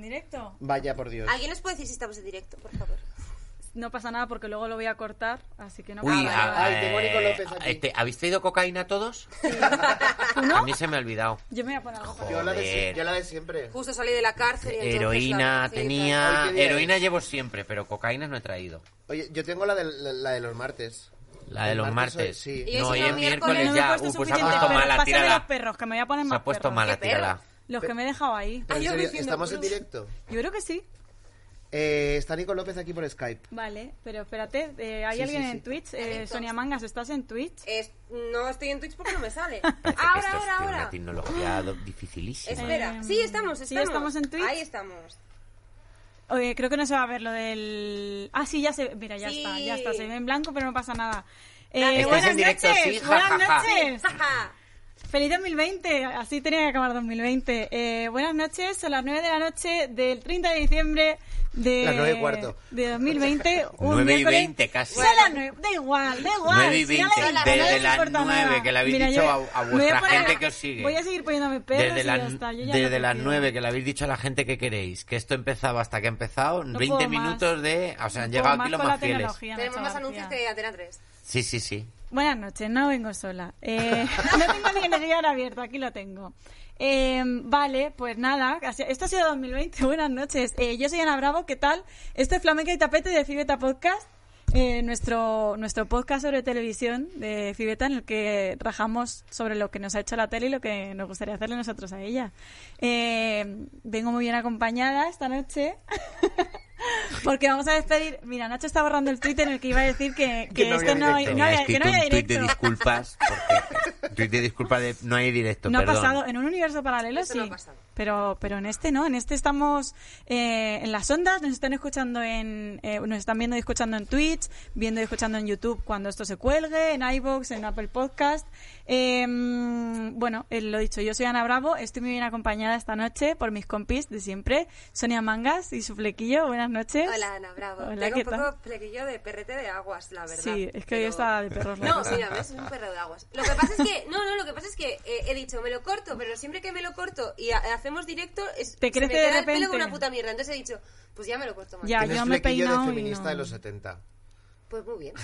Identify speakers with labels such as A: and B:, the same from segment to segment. A: directo?
B: Vaya por Dios.
C: ¿Alguien nos puede decir si estamos en directo, por favor?
A: No pasa nada porque luego lo voy a cortar, así que no ah,
D: Uy,
A: pasa
D: a-
A: nada.
B: Ay, qué Mónico López aquí.
D: este, ¿habéis traído cocaína todos?
A: ¿Tú
D: A
A: no?
D: mí se me ha olvidado.
A: Yo me voy a poner algo.
B: Yo la, de, si-
D: Joder.
B: yo la de siempre.
C: Justo salí de la cárcel y entonces la
D: Eh, Heroína
C: verdad que-
B: Ay,
D: tenía...
B: qué día
D: Heroína
B: es.
D: llevo siempre, pero cocaína no he traído.
B: Oye, yo tengo la de, la, la de los martes.
D: La de los martes.
B: hoy-
C: Y
B: sí.
C: hoy
D: No,
C: son
D: hoy
C: los
D: es
C: miércoles,
D: miércoles
A: no me he
D: ya.
A: puesto
D: Uh, pues se ha
A: suficiente,
D: puesto
A: pero pásame
D: mala,
A: los
D: tírala.
A: perros, que me voy a poner
D: Se
A: más
D: ha puesto
A: perros.
D: mala,
C: perro?
D: tírala.
A: Los que me he dejado ahí.
B: Pero en
C: Ay, yo
B: serio,
C: diciendo,
B: ¿Estamos en
C: Bruce.
B: directo?
A: Yo creo que sí.
B: Eh, está Nico López aquí por Skype.
A: Vale, pero espérate, eh, ¿hay
B: Sí,
A: alguien
B: sí, sí.
A: en Twitch? Eh,
C: Perfecto.
A: Sonia Mangas, ¿estás en Twitch?
C: Es- no estoy en Twitch porque no me sale.
D: Parece que
C: ahora,
D: esto
C: ahora,
D: tiene una
C: ahora.
D: tecnología
A: Ah.
D: do- dificilísima.
C: Espera.
A: Eh,
C: sí, estamos, estamos.
A: sí, estamos en Twitch.
C: Ahí estamos.
A: Oye, eh, creo que no se va a ver lo del... Ah, sí, ya se ve. Mira, ya
C: Sí.
A: está, ya está. Se ve en blanco, pero no pasa nada.
C: Dale.
A: Eh,
C: Estáis
A: buenas
D: en directo,
A: noches,
D: sí, ja,
A: buenas
D: ja, ja.
A: noches.
C: Jaja.
A: Feliz 2020, así tenía que acabar 2020. Eh, buenas noches, son las 9 de la noche del 30 de diciembre de,
B: Las nueve y cuarto.
A: de 2020. un
D: Nueve y
A: miércoles.
D: veinte casi.
A: Son las nueve, da igual, da igual.
D: Nueve y
A: si ya
D: veinte,
A: la-
D: desde
A: no les
D: las
A: importa
D: nueve,
A: nada.
D: que le habéis dicho
A: yo-
D: a- a
A: me voy
D: vuestra
A: poner-
D: gente que os sigue.
A: Voy a seguir poniéndome perros
D: Desde,
A: y
D: la-
A: ya está. yo ya
D: desde
A: no
D: las
A: confío.
D: 9 que le habéis dicho a la gente que queréis, que esto empezaba hasta que ha empezado,
A: No
D: 20
A: puedo más.
D: minutos de... O sea, han
A: No
D: llegado
A: puedo
D: aquí los
A: con la
D: más fieles.
A: tecnología,
C: Tenemos
A: Nacho
C: más
A: García.
C: anuncios que Antena 3.
D: Sí, sí, sí.
A: Buenas noches, no vengo sola. Eh, no tengo ni el guión abierto, aquí lo tengo. Eh, vale, pues nada, así- esto ha sido 2020, buenas noches. Eh, yo soy Ana Bravo, ¿qué tal? Esto es Flamenca y Tapete de Fibeta Podcast, eh, nuestro, nuestro podcast sobre televisión de Fibeta en el que rajamos sobre lo que nos ha hecho la tele y lo que nos gustaría hacerle nosotros a ella. Eh, vengo muy bien acompañada esta noche. Porque vamos a despedir. Mira, Nacho está borrando el tuit en el que iba a decir que, que,
B: Que no
A: este
B: había
A: no,
B: directo.
A: no
D: Había
A: había, que
D: escrito
A: no había
D: un tuit de
A: directo.
D: disculpas. Porque, tuit de disculpas de... No hay directo,
A: No ha
D: perdón.
A: pasado. En un universo paralelo
C: Eso
A: sí.
C: no ha pasado.
A: pero, pero en este no. En este estamos eh, en las ondas, nos están escuchando en. eh, nos están viendo y escuchando en Twitch, viendo y escuchando en YouTube cuando esto se cuelgue, en iBox, en Apple Podcast. Eh, bueno, eh, lo dicho, yo soy Ana Bravo, estoy muy bien acompañada esta noche por mis compis de siempre, Sonia Mangas y su flequillo. Buenas noches.
C: Hola, Ana, bravo.
A: Hola,
C: Tengo
A: ¿qué
C: un poco
A: tal?
C: plequillo de perrete de aguas, la verdad.
A: Sí, es que hoy
C: pero-
A: está de perros
C: No,
A: locos.
C: mira, ves, es un perro de aguas. Lo que pasa es que, no, no, lo que pasa es que eh, he dicho, me lo corto, pero siempre que me lo corto y ha- hacemos directo, es,
A: Te
C: se
A: crece
C: me
A: de
C: queda el pelo
A: repente.
C: como una puta mierda. Entonces he dicho, pues ya me lo corto más.
A: Ya,
B: Tienes
A: yo me he
B: flequillo
A: peinado
B: de
A: y
B: feminista
A: no.
B: de los 70.
C: Pues muy bien.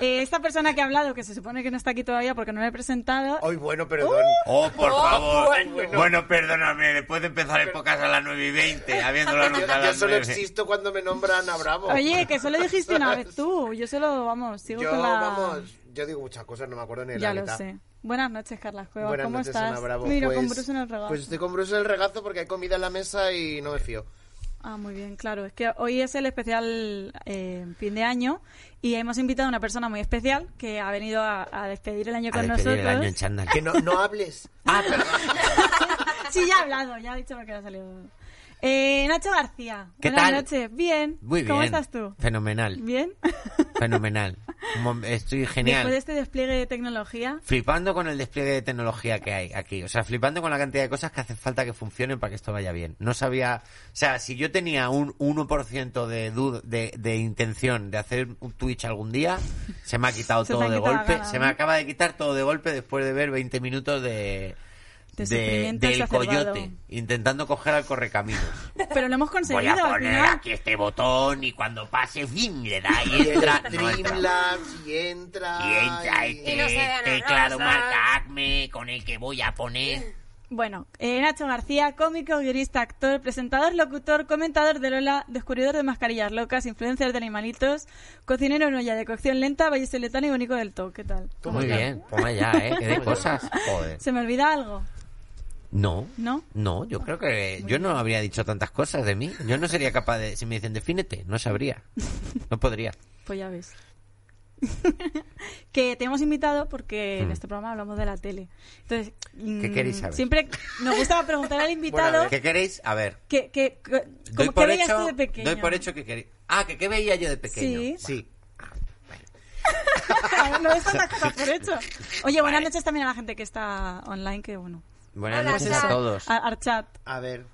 A: Eh, esta persona que ha hablado, que se supone que no está aquí todavía porque no la he presentado,
B: Ay, bueno, perdón.
A: Uh.
D: Oh, por
C: Oh,
D: favor.
C: bueno.
D: Bueno. perdóname, después de empezar épocas a las 9 y 20, habiéndolo
B: Yo,
D: anunciado a
B: yo
D: las
B: solo
D: 9.
B: existo cuando me nombran a Bravo.
A: Oye, que solo dijiste una vez tú. Yo solo, vamos, sigo
B: yo,
A: con la...
B: vamos, yo digo muchas cosas, no me acuerdo ni de
A: ya
B: la
A: lo
B: mitad.
A: sé. Buenas noches, Carlas Cuevas.
B: Buenas
A: ¿Cómo
B: noches,
A: estás?
B: Ana Bravo.
A: Mira,
B: pues,
A: con Bruce en el regalo.
B: Pues estoy con Bruce en el regazo porque hay comida en la mesa y no me fío.
A: Ah, muy bien, claro. Es que hoy es el especial eh, fin de año y hemos invitado a una persona muy especial que ha venido a, a despedir el año
D: A
A: con
D: despedir
A: nosotros.
D: el año en chándal.
B: Que no, no hables.
D: Ah, perdón.
A: sí, ya ha hablado, ya ha dicho lo que ha salido. Eh, Nacho García.
D: ¿Qué
A: Buenas
D: tal?
A: noches. Bien.
D: Muy bien.
A: ¿Cómo estás tú?
D: Fenomenal.
A: Bien.
D: Fenomenal. Un mom- Estoy genial.
A: Después de este despliegue de tecnología,
D: Flipando con el despliegue de tecnología que hay aquí. O sea, flipando con la cantidad de cosas que hace falta que funcionen para que esto vaya bien. No sabía. O sea, si yo tenía un 1% de, dud- de, de intención de hacer un Twitch algún día, se me ha quitado
A: Se te
D: todo
A: han
D: de
A: quitado las
D: golpe.
A: ganas,
D: se me
A: ¿no?
D: acaba de quitar todo de golpe después de ver 20 minutos de.
A: De sufrimiento
D: del
A: exacerbado.
D: coyote intentando coger al correcaminos.
A: pero lo hemos
D: Voy
A: conseguido
D: a
A: al
D: poner
A: final.
D: aquí este botón y cuando pase, fin, le da y
B: Y entra
D: entra. No entra.
B: Dreamlabs y entra.
D: Y entra
B: y-
C: Y no se
D: este
C: vean
D: teclado
C: rosas.
D: marca Acme con el que voy a poner.
A: Bueno, eh, Nacho García, cómico, guionista, actor, presentador, locutor, comentador de Lola, descubridor de mascarillas locas, influencer de animalitos, cocinero en olla de cocción lenta, vallisoletano y único del toque. ¿Qué tal?
B: Toma ya.
D: toma ya, ¿eh? Que de cosas. Joder.
A: ¿Se me olvida algo?
D: No.
A: ¿No?
D: No, yo creo que yo no habría dicho tantas cosas de mí. Yo no sería capaz de... Si me dicen, defínete, no sabría. No podría.
A: Pues ya ves. que te hemos invitado porque en
D: Hmm.
A: este programa hablamos de la tele. Entonces, mm,
D: queréis saber?
A: Siempre nos gusta preguntar al
B: Bueno, a
A: invitado
B: ver,
D: ¿Qué queréis? A ver.
A: que, que, que-
D: Doy
A: como-
D: por,
A: ¿qué veías
D: hecho,
A: tú de pequeño.
D: doy por hecho que queréis... Ah, que qué veía yo de pequeño.
A: Sí.
D: Ah,
B: Sí.
A: no es tantas cosas por hecho. Oye, buenas noches también a la gente que está online, que bueno.
D: Buenas
C: Hola,
D: noches
C: Sara.
D: a todos.
A: A- Archat.
B: A ver.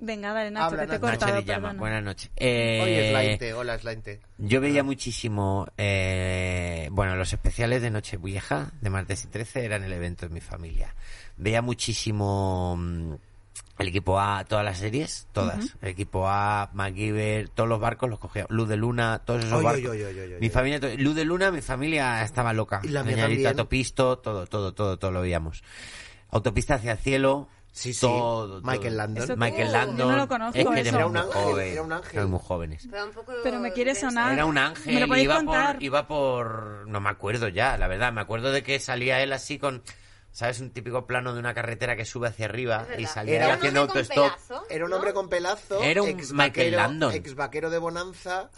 A: Venga, dale, Nacho,
B: Habla,
A: que te he
B: Nacho.
A: cortado,
D: Nacho Lillama,
A: perdona.
D: buenas noches. Eh,
B: Oye, Slainte. Hola, Slainte.
D: Yo veía muchísimo, eh, bueno, los especiales de Nochevieja, de martes y 13, eran el evento en mi familia. Veía muchísimo mm, El equipo A, todas las series, todas. El equipo A, MacGyver, todos los barcos los cogía. Luz de Luna, todos esos
B: Oy,
D: barcos.
B: oy, oy, oy, oy,
D: mi
B: oy.
D: familia, to- Luz de Luna, mi familia estaba loca.
B: Y la mía
D: Señorita
B: también.
D: Topisto, todo, todo, todo, todo lo veíamos. Autopista hacia el cielo.
B: Sí, sí.
D: Todo, todo.
B: Michael Landon.
A: Eso-
D: Michael
C: Uh,
D: Landon.
A: yo no lo conozco,
D: Es que
A: eso.
D: éramos
A: Era
B: un ángel,
D: muy jóvenes,
B: era un ángel.
D: éramos muy jóvenes.
C: Pero, un poco
A: Pero me quiere
C: intenso.
A: sonar. Ah,
D: Era un
A: ¿me
D: ángel,
A: lo podéis
D: iba
A: contar?
D: por, iba por... No me acuerdo ya, la verdad. Me acuerdo de que salía él así con... ¿Sabes? Un típico plano de una carretera que sube hacia arriba
C: Es verdad.
D: y salía
B: Era
D: él
B: un
D: haciendo
C: hombre con
D: autostop.
C: pelazo,
B: Era un
C: ¿no?
B: hombre con pelazo.
D: Era un
B: ex
D: Michael
B: vaquero,
D: Landon.
B: Ex vaquero de Bonanza.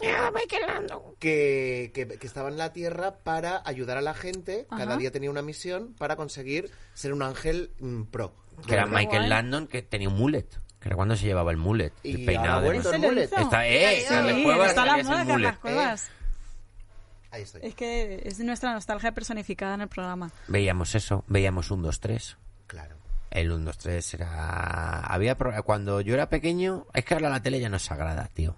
B: Que, que, que estaba en la tierra para ayudar a la gente. Cada
A: Ajá.
B: día tenía una misión para conseguir ser un ángel mm, pro.
D: Que era
A: Qué
D: Michael
A: guay.
D: Landon que tenía un mullet. Que era cuando se llevaba el mullet.
B: Y
D: El
B: ahora
D: peinado de
B: vuelto
A: ¿Se
B: el
A: lo
B: mullet.
A: hizo?
D: Está, eh,
C: Sí,
D: Carles
A: Sí,
D: Cuevas
A: está la
D: salía sin
A: moda,
D: mullet.
A: Carlas Cuevas.
B: Ahí estoy.
A: Es que es nuestra nostalgia personificada en el programa.
D: Veíamos eso, veíamos un, dos, tres.
B: Claro.
D: El 1, 2, 3 era... Había... pro- Cuando yo era pequeño... Es que ahora la tele ya no es sagrada, tío.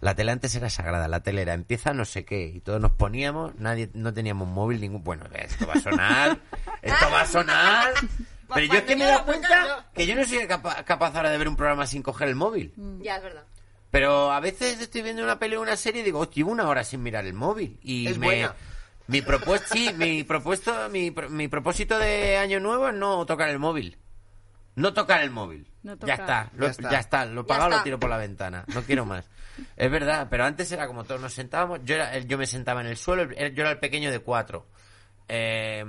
D: La tele antes era sagrada. La tele era empieza no sé qué. Y todos nos poníamos... Nadie... No teníamos móvil ningún... Bueno, esto va a sonar. esto va a sonar. Pero yo es que me he dado cuenta que yo no soy capa- capaz ahora de ver un programa sin coger el móvil.
C: mm. Ya, es verdad.
D: Pero a veces estoy viendo una peli o una serie y digo, hostia, llevo una hora sin mirar el móvil. Y
B: Es
D: me-
B: buena.
D: Mi propuesta, sí, mi, propuesto, mi, pro- mi propósito de año nuevo es no tocar el móvil. No tocar el móvil.
A: No
D: Ya
A: tocar.
D: está,
B: Ya
D: lo, ya
B: está.
D: está. Lo he
C: Ya
D: pagado,
C: está.
D: lo tiro por la ventana. No quiero más. es verdad, pero antes era como todos nos sentábamos. Yo, era- yo me sentaba en el suelo, el- yo era el pequeño de cuatro. Eh,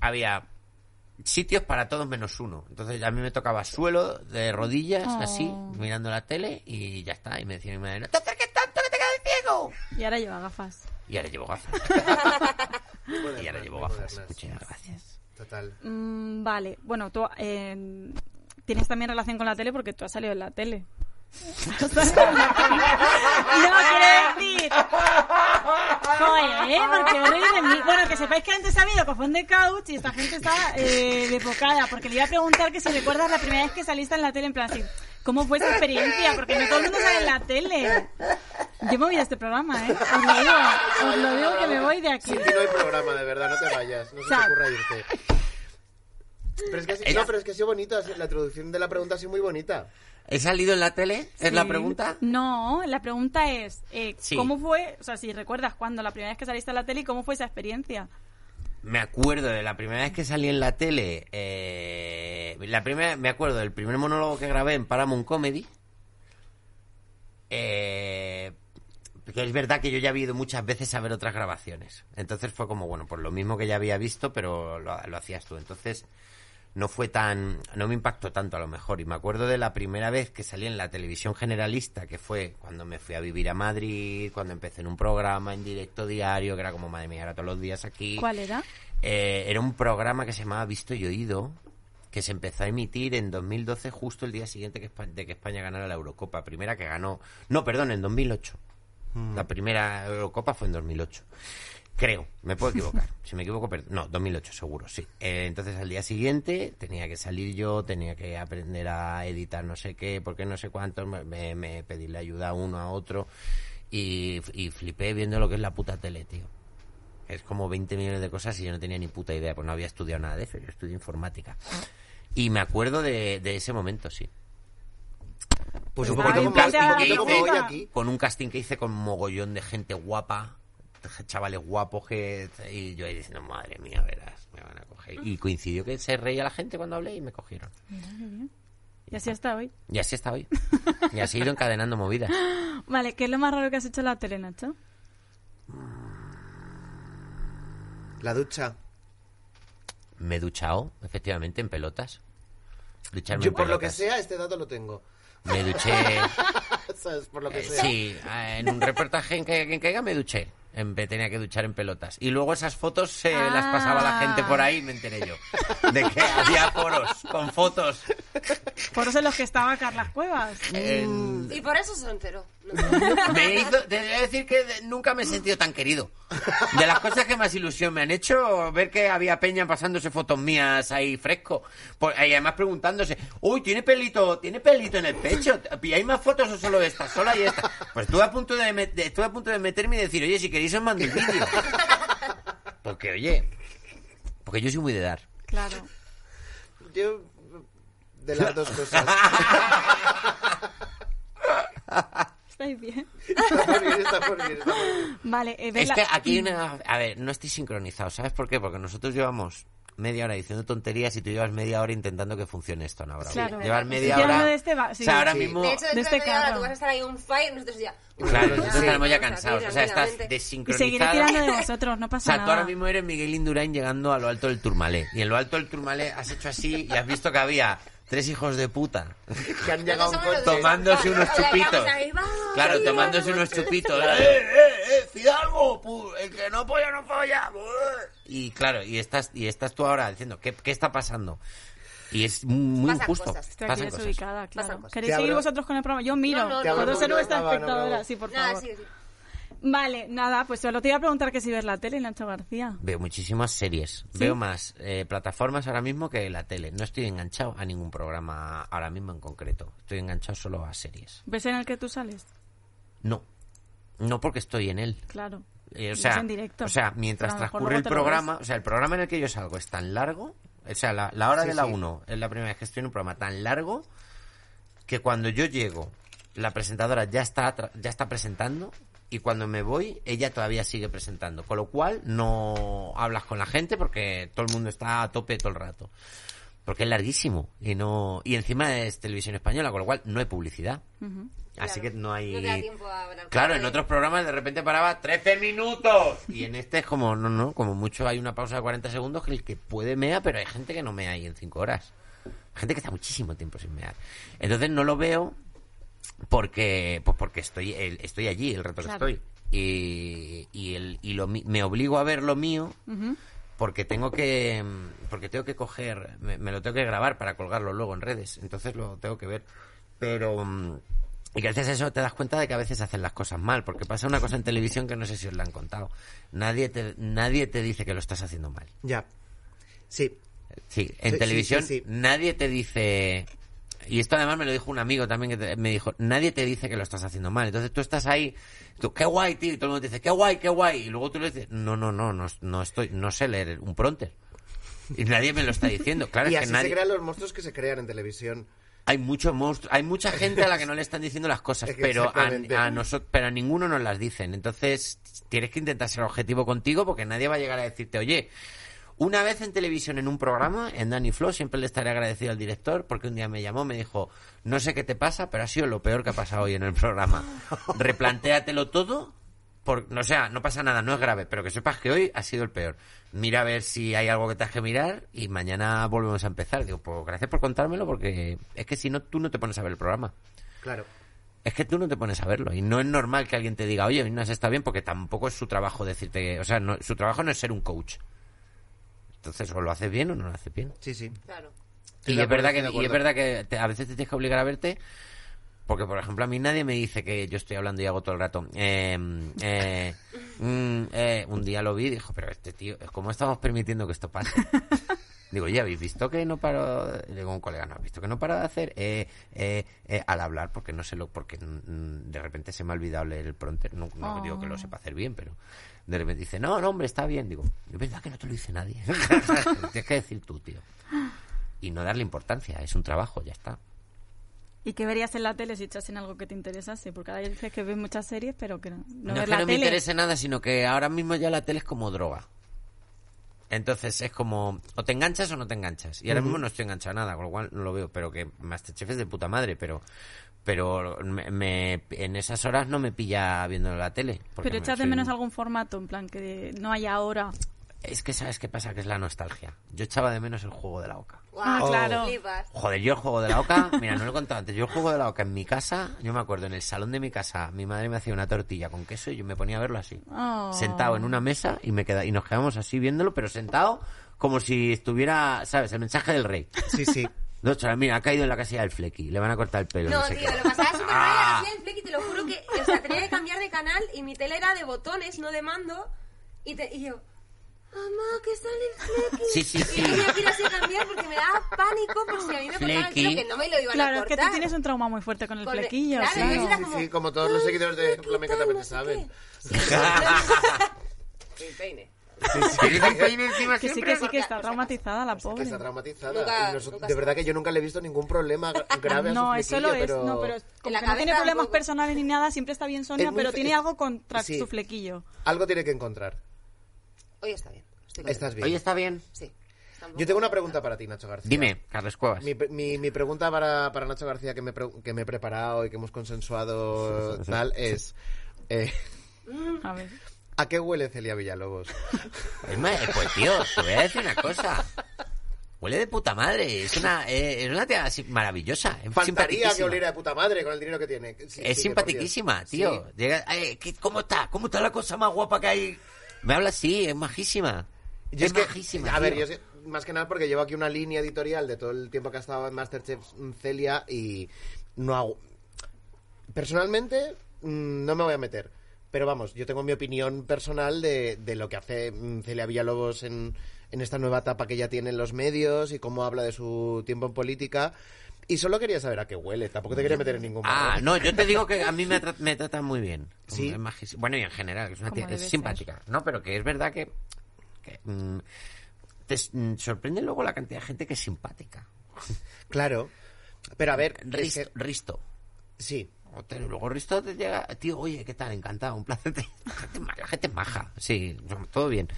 D: había sitios para todos menos uno. Entonces a mí me tocaba suelo de rodillas,
A: Oh.
D: así, mirando la tele y ya está. Y me decía mi madre, no te acerques tanto que te quedas ciego.
A: Y ahora lleva gafas.
D: Y ahora llevo gafas.
B: Modernas,
D: y ahora llevo
B: muy
D: gafas.
B: modernas.
D: Muchas gracias.
B: Total.
A: Mm, vale, bueno, tú eh, tienes también relación con la tele porque tú has salido en la tele. no quiero decir. Joder, ¿eh? Porque os reís de mí. Bueno, que sepáis que antes ha habido cofón de couch y esta gente está eh, desbocada. Porque le iba a preguntar que si recuerdas la primera vez que saliste en la tele, en plan así, ¿cómo fue esa experiencia? Porque no todo el mundo sale en la tele. Yo me voy de este programa, ¿eh? Os lo digo, os lo digo que me voy de aquí.
B: Sin ti no hay programa, de verdad, no te vayas. No se te
A: Sal.
B: ocurra irte. Pero es que ha sido, no, pero es que ha sido bonito. ha sido- La traducción de la pregunta ha sido muy bonita.
D: ¿He salido en la tele? ¿Es la pregunta?
A: Eh, No, la pregunta es, eh,
D: Sí.
A: ¿cómo fue, o sea, si recuerdas cuando la primera vez que saliste a la tele y cómo fue esa experiencia?
D: Me acuerdo de la primera vez que salí en la tele. eh, la primera, me acuerdo del primer monólogo que grabé en Paramount Comedy. Eh, que es verdad que yo ya había ido muchas veces a ver otras grabaciones. Entonces fue como, bueno, pues lo mismo que ya había visto, pero lo, lo hacías tú. Entonces no fue tan. No me impactó tanto a lo mejor. Y me acuerdo de la primera vez que salí en la televisión generalista, que fue cuando me fui a vivir a Madrid, cuando empecé en un programa en directo diario, que era como, madre mía, ahora todos los días aquí.
A: ¿Cuál era?
D: Eh, era un programa que se llamaba Visto y Oído, que se empezó a emitir en 2012, justo el día siguiente que Espa- de que España ganara la Eurocopa. Primera que ganó. No, perdón, en 2008.
B: Mm.
D: La primera Eurocopa fue en 2008. Creo, me puedo equivocar. si me equivoco, perdón. No, 2008 seguro, sí. Eh, entonces al día siguiente tenía que salir yo, tenía que aprender a editar no sé qué, porque no sé cuánto, me, me- me pedirle ayuda a uno, a otro. Y, y flipé viendo lo que es la puta tele, tío. Es como 20 millones de cosas y yo no tenía ni puta idea, pues no había estudiado nada de eso, yo estudié informática.
B: Ah.
D: Y me acuerdo de, de ese momento, sí.
B: Pues
D: un
B: un
D: Ay, poquito
B: poquito,
D: como- ponte a la
B: como, hoy
A: pregunta.
B: aquí.
D: Con un casting que hice con mogollón de gente guapa, de chavales guapos, que, y yo ahí diciendo, madre mía, verás, me van a coger. Y coincidió que se reía la gente cuando hablé y me cogieron.
A: Y así hasta hoy.
D: Y así está hoy. Y así he ido encadenando movidas.
A: Vale, ¿qué es lo más raro que has hecho en la tele, Nacho?
B: La ducha.
D: Me he duchado, efectivamente, en pelotas. Ducharme
B: Yo
D: en
B: por lo que
D: pelotas.
B: sea, este dato lo tengo.
D: Me duché
B: ¿Sabes? Por lo que
D: Eh,
B: sea.
D: Sí, eh, en un reportaje en que, en caiga me duché. En vez tenía que duchar en pelotas. Y luego esas fotos se las pasaba la gente por ahí y me enteré yo. De que había foros con fotos.
A: Por eso en los que estaba Carlas Cuevas.
D: En-
C: Y por eso son cero. No,
D: me hizo, te voy a decir que de- nunca me he sentido tan querido. De las cosas que más ilusión me han hecho, ver que había peña pasándose fotos mías ahí fresco. Por- y además preguntándose, uy, tiene pelito, tiene pelito en el pecho. ¿Y hay más fotos o solo esta? Sola y esta. Pues estuve a punto de, met- de- estuve a punto de meterme y decir, oye, si queréis os mando el vídeo. Porque, oye, porque yo soy muy de dar.
A: Claro.
B: Yo de las dos cosas.
A: ¿Estáis bien?
B: Está por bien, está por bien, está por bien.
A: Vale, eh,
D: Es
A: Bela-
D: que aquí hay una... A ver, no estoy sincronizado, ¿sabes por qué? Porque nosotros llevamos media hora diciendo tonterías y tú llevas media hora intentando que funcione esto, Ana Bravo.
A: Sí. Claro.
D: Llevar media
A: Ya
D: hora...
A: lo de este va- sí.
D: O sea, ahora
B: Sí.
D: mismo...
C: De hecho,
A: De
C: dentro
A: este
C: de media hora
A: carro.
C: tú vas a estar ahí un fire, nosotros ya.
D: Claro, nosotros
B: Sí.
D: estaremos
C: Vamos
D: ya
C: a
D: cansados. O sea, estás
C: tranquilamente.
A: Y seguiré
D: desincronizada.
A: tirando de vosotros, no
D: O
A: pasa
D: sea, tú
A: nada.
D: ahora mismo eres Miguel Indurain llegando a lo alto del Turmalé. Y en lo alto del Turmalé has hecho así y has visto que había tres hijos de puta
B: Que han llegado
C: Nosotros
B: a un
C: somos los
B: corte.
C: de-
D: tomándose unos
C: Hola,
D: chupitos.
C: vamos ahí, vamos.
D: Claro,
C: Sí,
D: tomándose
C: vamos.
D: unos chupitos. ¡Eh, eh, eh! ¡Fidalgo! pu- ¡El que no polla, no polla! ¡Bueh! Y claro, y estás, y estás tú ahora diciendo, ¿qué, qué está pasando? Y es muy
C: Pasan
D: injusto.
C: cosas.
A: Estoy aquí
D: Pasan cosas.
A: desubicada,
C: Pasan
A: claro.
C: cosas.
B: Te
A: ¿Queréis seguir
B: abro-
A: vosotros con el programa? Yo miro.
C: No, no, no. Te abro
A: Puedo
B: un
A: ser
B: poco,
A: vuestra
B: no, no, no,
A: espectadora,
B: no.
A: sí, por favor.
C: Nada, sí, sí.
A: Vale, nada, pues solo te iba a preguntar que si ves la tele, Nacho García.
D: Veo muchísimas series. Veo más eh, plataformas ahora mismo que la tele. No estoy enganchado a ningún programa ahora mismo en concreto. Estoy enganchado solo a series.
A: ¿Ves en el que tú sales?
D: No. No porque estoy en él.
A: Claro.
D: Eh, o,
A: Ves
D: sea,
A: en directo.
D: o sea, mientras
A: Pero a lo mejor
D: transcurre
A: luego
D: el
A: te lo
D: programa, o sea, el programa en el que yo salgo es tan largo, o sea, la, la hora
B: Sí,
D: de la
B: sí.
D: 1 es la primera vez que estoy en un programa tan largo que cuando yo llego, la presentadora ya está, tra- ya está presentando y cuando me voy, ella todavía sigue presentando. Con lo cual, no hablas con la gente porque todo el mundo está a tope todo el rato. Porque es larguísimo y no y encima es televisión española, con lo cual no hay publicidad. Así
C: Claro.
D: que no hay
C: No te da tiempo a hablar con
D: Claro, en
C: nadie.
D: otros programas de repente paraba 13 minutos y en este es como no, no, como mucho hay una pausa de 40 segundos que el que puede mea, pero hay gente que no mea ahí en 5 horas. Hay gente que está muchísimo tiempo sin mear. Entonces no lo veo porque pues porque estoy el- estoy allí el rato
A: Claro.
D: que estoy y, y el y lo mi- me obligo a ver lo mío porque tengo que porque tengo que coger me, me lo tengo que grabar para colgarlo luego en redes entonces lo tengo que ver pero mm, y gracias a eso te das cuenta de que a veces hacen las cosas mal porque pasa una cosa en televisión que no sé si os la han contado nadie te, nadie te dice que lo estás haciendo mal
B: Ya. Sí.
D: Sí, en
B: Sí,
D: televisión
B: sí, sí, sí.
D: nadie te dice... Y esto además me lo dijo un amigo también que te- me dijo, nadie te dice que lo estás haciendo mal. Entonces tú estás ahí, tú, qué guay, tío, y todo el mundo te dice, qué guay, qué guay. Y luego tú le dices, no, no, no, no, no estoy, no sé leer un pronter. Y nadie me lo está diciendo. Claro,
B: Y
D: es que
B: así
D: nadie...
B: se crean los monstruos que se crean en televisión.
D: Hay muchos monstruos, hay mucha gente a la que no le están diciendo las cosas,
B: Es que
D: pero a,
B: exactamente.
D: a nosotros, pero a ninguno nos las dicen. Entonces tienes que intentar ser objetivo contigo porque nadie va a llegar a decirte, oye, una vez en televisión en un programa, en Danny Flow, siempre le estaré agradecido al director porque un día me llamó, me dijo, no sé qué te pasa, pero ha sido lo peor que ha pasado hoy en el programa. Replantéatelo todo. Por, o sea, no pasa nada, no es grave, pero que sepas que hoy ha sido el peor. Mira a ver si hay algo que te has que mirar y mañana volvemos a empezar. Digo, pues gracias por contármelo porque es que si no, tú no te pones a ver el programa.
B: Claro.
D: Es que tú no te pones a verlo y no es normal que alguien te diga, oye, hoy no has estado bien porque tampoco es su trabajo decirte, que- o sea, no- su trabajo no es ser un coach. Entonces, o lo haces bien o no lo haces bien.
B: Sí, sí.
C: Claro.
B: Estoy
D: Y
B: de
D: es,
B: acuerdo,
D: verdad que,
B: estoy de
D: y es
B: acuerdo.
D: verdad que te- a veces te tienes que obligar a verte. Porque, por ejemplo, a mí nadie me dice que yo estoy hablando y hago todo el rato. eh, eh, mm, eh. un día lo vi y dijo, pero este tío, ¿cómo estamos permitiendo que esto pase? Digo, ya habéis visto que no paro. Le digo a un colega, no has visto que no paro de hacer. Eh, eh, eh, al hablar, porque no sé lo. Porque mm, de repente se me ha olvidado leer el pronter. No, no
A: Oh.
D: digo que lo sepa hacer bien, pero de repente dice, no, no, hombre, está bien. Digo, es verdad que no te lo dice nadie. Tienes que decir tú, tío y no darle importancia. Es un trabajo, ya está.
A: ¿Y qué verías en la tele si echasen algo que te interesase? Porque ahora ya dices que ves muchas series, pero que no, no
D: No, es
A: ves
D: que
A: la
D: no me
A: tele.
D: interese nada, sino que ahora mismo ya la tele es como droga. Entonces es como, o te enganchas o no te enganchas. Y ahora mismo no estoy enganchado a nada, con lo cual no lo veo. Pero que Masterchef es de puta madre, pero pero me, me- en esas horas no me pilla viendo la tele. porque
A: Pero
D: me-
A: echas de
D: soy-
A: menos algún formato, en plan que no haya ahora.
D: Es que sabes qué pasa, que es la nostalgia. Yo echaba de menos el juego de la oca.
C: Wow.
A: Ah, claro.
C: Flipas.
D: Joder, yo el juego de la oca, mira, no lo he contado antes, yo el juego de la oca en mi casa, yo me acuerdo, en el salón de mi casa, mi madre me hacía una tortilla con queso y yo me ponía a verlo así,
A: Oh.
D: sentado en una mesa y me queda, y nos quedamos así viéndolo, pero sentado como si estuviera, ¿sabes? El mensaje del rey.
B: Sí, sí.
D: No, chaval, mira, ha caído en la casilla del flequi, le van a cortar el pelo.
C: No,
D: sé
C: tío,
D: qué.
C: lo pasaba súper mal
D: Ah.
C: era así el fleck y te lo juro que, o sea, tenía que cambiar de canal y mi tele era de botones, no de mando. Y, te- y yo, mamá, que sale el fleck.
D: Sí, sí, sí.
C: Y tenía que ir así a cambiar porque me daba pánico por si a mí me cortaban el
D: Flequi.
C: pelo, que no me lo iban
A: Claro,
C: a
A: es que
C: cortar.
A: tú tienes un trauma muy fuerte con el
C: Con el-
A: flequillo.
C: claro,
A: claro.
C: yo
B: Sí,
C: era
B: sí,
C: como,
B: sí, como todos los seguidores de
C: "Ay,
B: Flamenco
C: tal,
B: también
C: no sé
B: saben.
C: qué". Sí, sí, sí. Mi peine.
D: Sí, sí. Tiene el pañuelo encima
A: Que sí,
D: siempre.
A: que sí, que está traumatizada la
B: Que
A: pobre.
B: está traumatizada.
C: Nunca-
B: Y nos-
C: nunca
B: de
C: se-
B: verdad que yo nunca le he visto ningún problema gra- grave a
A: Ah, No,
B: su
A: eso lo
B: flequillo,
A: es.
B: pero...
A: No, pero como
C: la
A: que no tiene
C: cabeza un
A: problemas
C: poco.
A: personales ni nada, siempre está bien Sonia,
B: muy
A: pero
B: fe-
A: tiene algo contra
B: Sí.
A: su flequillo.
B: Algo tiene que encontrar.
C: Hoy está bien. Estoy contenta.
B: Estás bien.
D: Oye, está bien.
C: Sí. Está un poco
B: Yo tengo una
C: contenta.
B: pregunta para ti, Nacho García.
D: Dime, Carlos Cuevas.
B: Mi, mi- mi pregunta para, para Nacho García que me, pre- que me he preparado y que hemos consensuado tal es... eh,
A: A ver.
B: ¿A qué huele Celia Villalobos?
D: Es ma- eh, Pues tío, te voy a decir una cosa. Huele de puta madre. Es una, eh, es una tía así maravillosa. Es
B: Faltaría que
D: simpaticísima.
B: oliera de puta madre con el dinero que tiene. Sí, sí, que por
D: Es
B: Dios.
D: simpatiquísima, tío.
B: Sí.
D: Llega, "Eh, ¿qué- ¿Cómo está? ¿Cómo está la cosa más guapa que hay? Me habla así, es majísima.
B: Yo es
D: es
B: que,
D: majísima.
B: a ver,
D: tío.
B: yo sé- más que nada porque llevo aquí una línea editorial de todo el tiempo que ha estado en Masterchef mm, Celia y no hago... Personalmente, mm, no me voy a meter. Pero vamos, yo tengo mi opinión personal de, de lo que hace mm, Celia Villalobos en, en esta nueva etapa que ya tiene en los medios y cómo habla de su tiempo en política. Y solo quería saber a qué huele. Tampoco te quería meter en ningún
D: Ah,
B: marrón.
D: no, yo te digo que a mí me, tra- me tratan muy bien.
B: Sí.
D: Es majis- Bueno, y en general, es, una
A: Como
D: tía- es
A: debe ser.
D: simpática. No, pero que es verdad que, que, mm, te s- mm, sorprende luego la cantidad de gente que es simpática.
B: Claro. Pero a ver, es
D: Risto.
B: que-
D: Risto.
B: sí.
D: Hotel. Luego Risto te llega, tío, oye, ¿qué tal? Encantado, un placer. La gente, es ma- la gente es maja, sí, todo bien.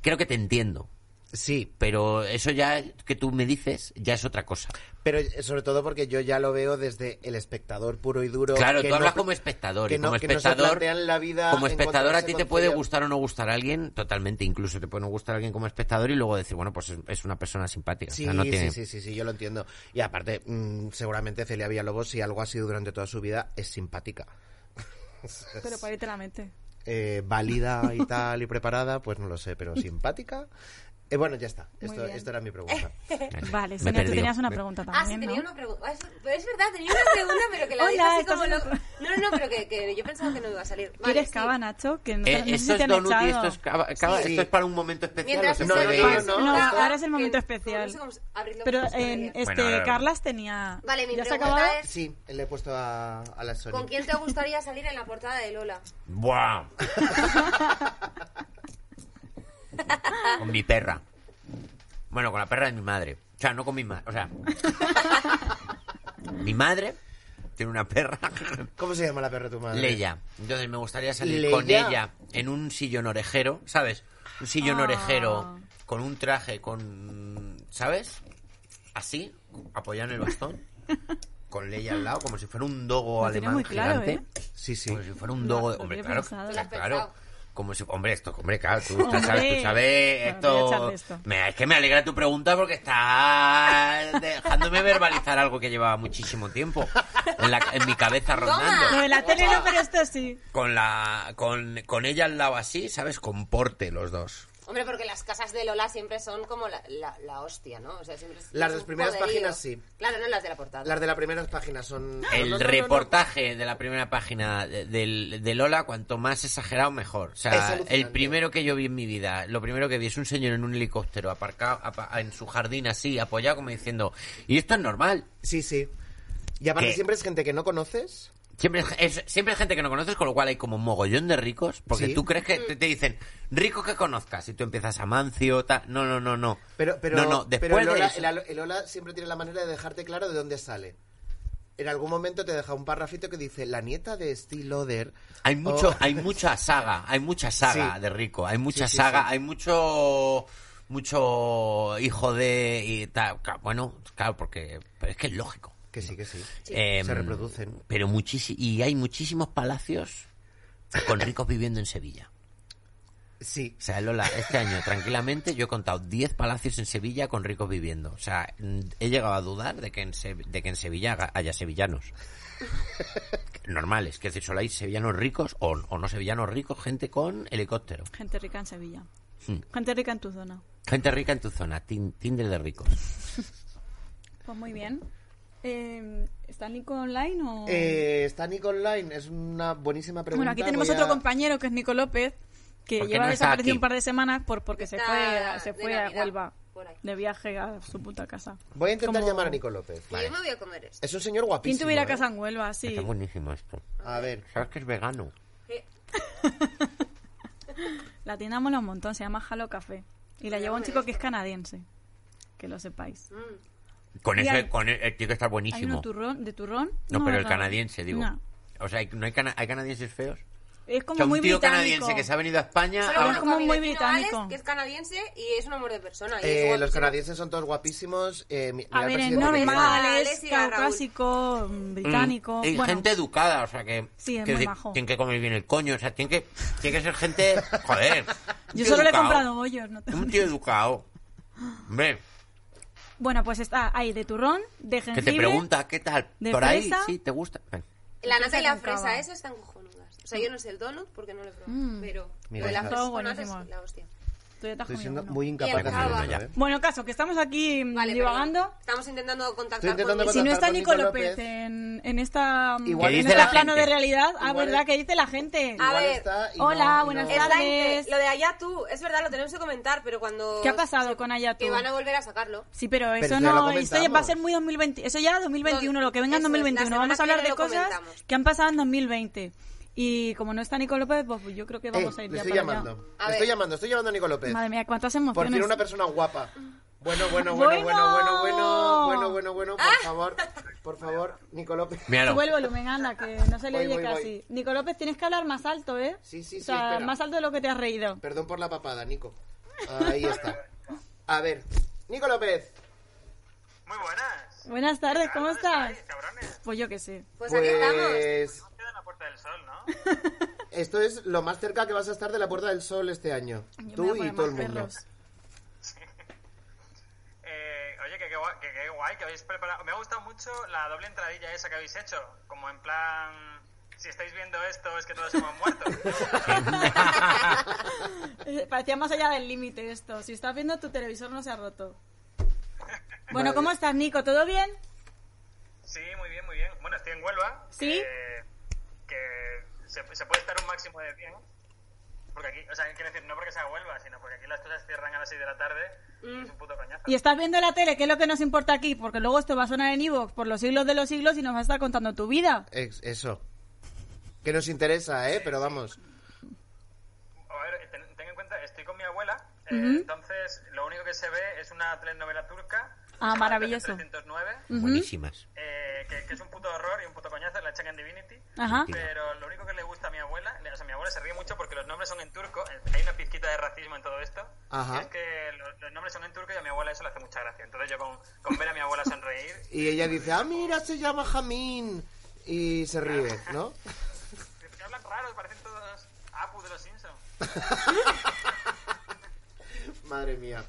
D: Creo que te entiendo,
B: Sí,
D: pero eso ya que tú me dices ya es otra cosa.
B: Pero eh, sobre todo porque yo ya lo veo desde el espectador puro y duro.
D: claro,
B: que
D: tú
B: no-
D: hablas como espectador
B: que
D: y como
B: no- que no se
D: espectador,
B: plantean la vida
D: como
B: en
D: espectador a
B: encontrarse
D: ti te
B: con
D: puede
B: Celia.
D: gustar o no gustar a alguien totalmente, incluso te puede no gustar a alguien como espectador y luego decir, bueno, pues es, es una persona simpática. o
B: Sí,
D: sea, no
B: sí,
D: tiene...
B: sí, sí, sí, yo lo entiendo. Y aparte, mm, seguramente Celia Villalobos, si algo ha sido durante toda su vida, es simpática.
A: Pero para ahí te la mente.
B: Eh, válida y tal y preparada, pues no lo sé, pero simpática. Eh, bueno, ya está.
A: Muy
B: Esto,
A: bien.
B: esto era mi pregunta.
A: Vale,
D: Me
A: Sonia,
D: he
A: tú
D: perdido.
A: tenías una
D: Me-
A: pregunta
C: Ah, sí,
A: también,
C: tenía
A: ¿no?
C: una pregunta. Ah, Es, pero es verdad, tenía una pregunta, pero que la
A: Hola,
C: dije así
A: estás
C: como
A: en
C: lo...
A: otro-
C: No, no, no, pero que, que yo pensaba que no iba a salir. Vale,
A: ¿Quieres
C: sí.
A: cava, Nacho? Que no,
D: Eh,
A: no sé
D: esto
A: si te
D: es
A: han
D: Donut y
A: echado.
D: esto es, cava- cava-
B: Sí.
D: esto es para un momento especial.
C: Mientras
D: o
B: no,
D: se
B: no,
D: puede-
B: no,
A: no, no, ahora es el
C: que-
A: momento
C: que-
A: especial.
C: no sé cómo se- abrirlo
A: Pero
C: con
A: en
C: Celia.
A: este,
D: Bueno, ahora-
A: Carlas tenía...
C: Vale, mi
A: ¿Ya se
C: pregunta
A: acababa?
C: es...
B: Sí, le he puesto a, a la Sony.
C: ¿Con quién te gustaría salir en la portada de Lola?
D: ¡Buah! con mi perra. Bueno, con la perra de mi madre. O sea, no con mi madre. O sea. mi madre tiene una perra.
B: ¿Cómo se llama la perra de tu madre?
D: Leia. Entonces me gustaría salir
B: Leia.
D: con ella en un sillón orejero, ¿sabes? Un sillón
A: Ah.
D: orejero con un traje, con. ¿Sabes? Así, apoyando el bastón. Con Leia al lado, como si fuera un dogo
A: Lo tiene
D: alemán
A: muy claro,
D: gigante.
A: ¿eh?
B: Sí, sí.
D: Como si fuera un
A: No,
D: dogo.
A: lo
D: hombre,
A: había
D: claro.
A: pensado.
D: o
C: Lo
D: sea,
C: has
D: claro.
C: pensado.
D: Como si, hombre, esto, hombre, claro, tú,
A: Hombre.
D: sabes,
A: Bueno,
D: tú sabes
A: voy a echar
D: esto,
A: de esto.
D: Me- Es que me alegra tu pregunta porque estás dejándome verbalizar algo que llevaba muchísimo tiempo en, la- en mi cabeza rondando.
A: Lo de
C: Ah,
A: la tele no, pero esto sí.
D: Con, la, con, con ella al lado así, ¿sabes? Con porte los dos.
C: Hombre, porque las casas de Lola siempre son como la, la, la hostia, ¿no? O sea, siempre es-
B: Las
C: es
B: dos
C: un
B: primeras
C: poderío.
B: páginas, sí.
C: Claro, no las de la portada.
B: Las de las primeras páginas son...
D: El
B: Ah, No, no, no, no, no.
D: reportaje de la primera página de, del- de Lola, cuanto más exagerado, mejor. O
B: Es
D: sea,
B: alucinante.
D: el primero que yo vi en mi vida, lo primero que vi es un señor en un helicóptero aparcado apa- en su jardín así, apoyado, como diciendo, y esto es normal.
B: Sí, sí. Y aparte
D: ¿Qué?
B: siempre es gente que no conoces.
D: Siempre es, siempre hay gente que no conoces, con lo cual hay como un mogollón de ricos, porque
B: Sí.
D: tú crees que te, te dicen ricos que conozcas, y tú empiezas a Mancio, tal. No, no, no, no.
B: Pero, pero,
D: no, no, después
B: pero el,
D: de
B: Ola,
D: eso-
B: el Alo- el Ola siempre tiene la manera de dejarte claro de dónde sale. En algún momento te deja un parrafito que dice la nieta de Steve Loder.
D: Hay mucho,
B: o-
D: hay mucha saga, hay mucha saga
B: Sí.
D: de rico, hay mucha
B: Sí, sí,
D: saga,
B: sí.
D: hay mucho mucho hijo de y tal. Ca- Bueno, claro, porque pero es que es lógico.
B: Que sí, que sí.
D: Em,
B: Se reproducen.
D: Pero muchísi- y hay muchísimos palacios con ricos viviendo en Sevilla.
B: Sí.
D: O sea, Lola, este año tranquilamente yo he contado 10 palacios en Sevilla con ricos viviendo. O sea, mm, he llegado a dudar de que en, Se- de que en Sevilla haga- haya sevillanos. Normales, que decir, solo hay sevillanos ricos o, o no sevillanos ricos, gente con helicóptero.
A: Gente rica en Sevilla.
D: Hmm.
A: Gente rica en tu zona.
D: Gente rica en tu zona, tin- Tinder de ricos.
A: Pues muy bien. Eh, ¿Está Nico online o...?
B: Eh, ¿Está Nick online? Es una buenísima pregunta.
A: bueno, aquí tenemos
B: Voy a-
A: otro compañero que es Nico López, que
D: ¿Por qué
A: lleva
D: no está
A: desaparecido
D: aquí?
A: un par de semanas por, porque se
C: Está
A: fue, a- se
C: de
A: fue a
C: Navidad,
A: Huelva
C: por ahí.
A: de viaje a su puta casa.
B: Voy a intentar
A: Como-
B: llamar a Nico López.
C: Que Yo me voy a comer esto.
B: Es un señor guapísimo.
A: ¿Quién tuviera
B: ¿eh?
A: casa en Huelva? Sí.
D: Está buenísimo esto.
B: A ver.
D: ¿Sabes que es vegano?
C: Que-
A: La tienda mola un montón, se llama Halo Café. Y la
C: Me
A: lleva un
C: llame
A: chico que es
C: esto.
A: canadiense. Que lo sepáis.
C: Mm.
D: Con
A: Y
D: ese,
A: hay-
D: con el, el tío que está
A: Hay
D: buenísimo.
A: uno turrón, de turrón.
D: No, pero el
A: ¿verdad?
D: canadiense, digo.
A: No.
D: O sea, hay- no hay, cana- hay canadienses feos.
A: Es
D: O
A: como
D: sea, un
A: muy
D: tío
A: británico.
D: canadiense que se ha venido a España.
C: Solo
D: a
A: bueno,
D: una-
C: conozco a
A: Ah, como
C: mi
A: muy
C: vecino Alex,
A: británico.
C: que es canadiense y es un amor de persona. y es
B: Eh, los
C: guapísimo.
B: canadienses son todos guapísimos. Eh, mi-
A: A
B: mira el
A: ver, es
B: presidente que
A: normal,
C: tiene.
A: es
C: Alex y a Raúl.
A: caucásico, mm,
D: Mm,
A: británico.
D: Y
A: bueno,
D: gente educada, o sea, que.
A: Sí, es
D: que
A: muy
D: decir,
A: majo.
D: Tienen que comer bien el coño, o sea, tienen que, tiene que ser gente. Joder. un
A: yo
D: tío
A: solo le he
D: educado.
A: comprado bollos. No te-
D: Un tío educado. Hombre,
A: Bueno, pues está ahí de turrón, de
D: que te
A: jengibre.
D: pregunta qué tal.
A: de
D: Por ahí,
A: fresa.
D: sí, te gusta. Ven.
C: La nata y la
A: Nunca.
C: fresa, eso están cojonudas. O sea, yo no sé el donut porque no lo he probado.
A: Mm.
C: Pero
B: Mira,
C: lo de la
B: está
C: fresa
A: Todo
C: con nata es
A: buenísimo.
C: la hostia.
A: Tú ya te has
B: Estoy
A: comido
B: siendo
A: uno.
B: muy incapaz
C: Y el
B: de hacer
D: java.
B: eso, ¿eh?
A: Bueno, caso, que estamos aquí mm,
C: Vale,
A: divagando.
C: perdón. Estamos intentando contactar
B: Estoy intentando
C: con
A: Si
C: Nico.
A: no
B: contactar
A: está
B: con
A: Nico
B: Nico
A: López,
B: López.
A: en, en esta mm,
B: Igual
A: en
D: dice
A: este
D: la
A: plano
D: gente.
A: de realidad, ah,
B: Igual
A: ¿verdad?
B: es-
A: Que dice la gente.
C: Ah, A
B: Igual
C: ver.
B: está y
A: Hola,
B: no- y
A: buenas
B: no-
C: Es la
A: Tardes.
C: inte- lo de allá tú, es verdad, lo tenemos que comentar, pero cuando...
A: ¿Qué ha pasado con Ayatu?
C: Que van a volver a sacarlo.
A: Sí, pero eso no, eso
B: ya lo
A: ya va a
B: comentamos.
A: ser muy 2020, eso ya 2021, lo que venga en
C: Eso es, la
A: 2021.
C: semana
A: Vamos a
C: que
A: hablar de
C: viene lo
A: cosas
C: comentamos.
A: que han pasado en 2020. Y como no está Nico López, pues yo creo que vamos
B: Eh,
A: a ir
B: le
A: ya
B: estoy
A: para
B: llamando.
A: allá.
C: A
B: Le
C: ver.
B: estoy llamando, estoy llamando a Nico López.
A: Madre mía, cuántas
B: Por
A: emociones.
B: fin una persona guapa. Bueno, bueno, bueno, bueno, bueno, bueno, bueno, bueno, bueno,
A: Ah.
B: por favor, por favor, Nico López.
D: Míralo.
A: Sube el volumen, anda, que no se le
B: Voy,
A: oye
B: voy,
A: casi.
B: voy.
A: Nico López, tienes que hablar más alto, ¿eh?
B: Sí, sí, sí,
A: O sea,
B: espera.
A: más alto de lo que te has reído.
B: Perdón por la papada, Nico. Ahí está. A ver, Nico López.
E: Muy buenas.
A: Buenas tardes, ¿cómo
E: ¿Dónde
A: estás?
E: estáis, cabrones?
A: Pues yo qué sé.
C: Pues, aquí estamos.
B: Pues
E: Queda en la Puerta del Sol, ¿no?
B: esto es lo más cerca que vas a estar de la Puerta del Sol este año.
A: Yo me voy
B: Tú
A: a
B: y
A: poner
B: todo el
A: más
B: mundo.
A: perros.
E: Eh, oye, que, que guay, que, que guay que habéis preparado. Me ha gustado mucho la doble entradilla esa que habéis hecho. Como en plan, si estáis viendo esto es que todos hemos muerto.
A: Eh, Parecía más allá del límite esto. Si estás viendo, tu televisor no se ha roto. Bueno,
B: Vale.
A: ¿cómo estás, Nico? ¿Todo bien?
E: Sí, muy bien, muy bien. Bueno, estoy en Huelva.
A: ¿Sí?
E: eh, Que, se, se puede estar un máximo de 100. Porque aquí, o sea, quiero decir, no porque sea Huelva, sino porque aquí las cosas cierran a las 6 de la tarde. y Es
A: Mm.
E: un puto coñazo.
A: Y estás viendo la tele, que es lo que nos importa aquí, porque luego esto va a sonar en Evox por los siglos de los siglos y nos va a estar contando tu vida.
B: Ex- Eso. Que nos interesa, ¿eh? Pero vamos.
E: A ver, ten, ten en cuenta, estoy con mi abuela, eh, entonces lo único que se ve es una telenovela turca. que se
A: Ah,
E: llama
A: maravilloso.
E: 309,
D: Buenísimas.
E: eh, que, que es un puto horror y un puto coñazo, la echan en Divinity.
A: Ajá.
E: Pero lo único que le gusta a mi abuela, le- o sea, mi abuela se ríe mucho porque los nombres son en turco, eh, hay una pizquita de racismo en todo esto.
B: Ajá.
E: y Es que lo- los nombres son en turco y a mi abuela eso le hace mucha gracia. Entonces yo con, con ver a mi abuela sonreír,
B: Y ella dice, ah, mira, se llama Jamín. Y se ríe, ¿no?
E: que hablan raros, parecen todos Apu de los Simpsons.
B: Madre mía.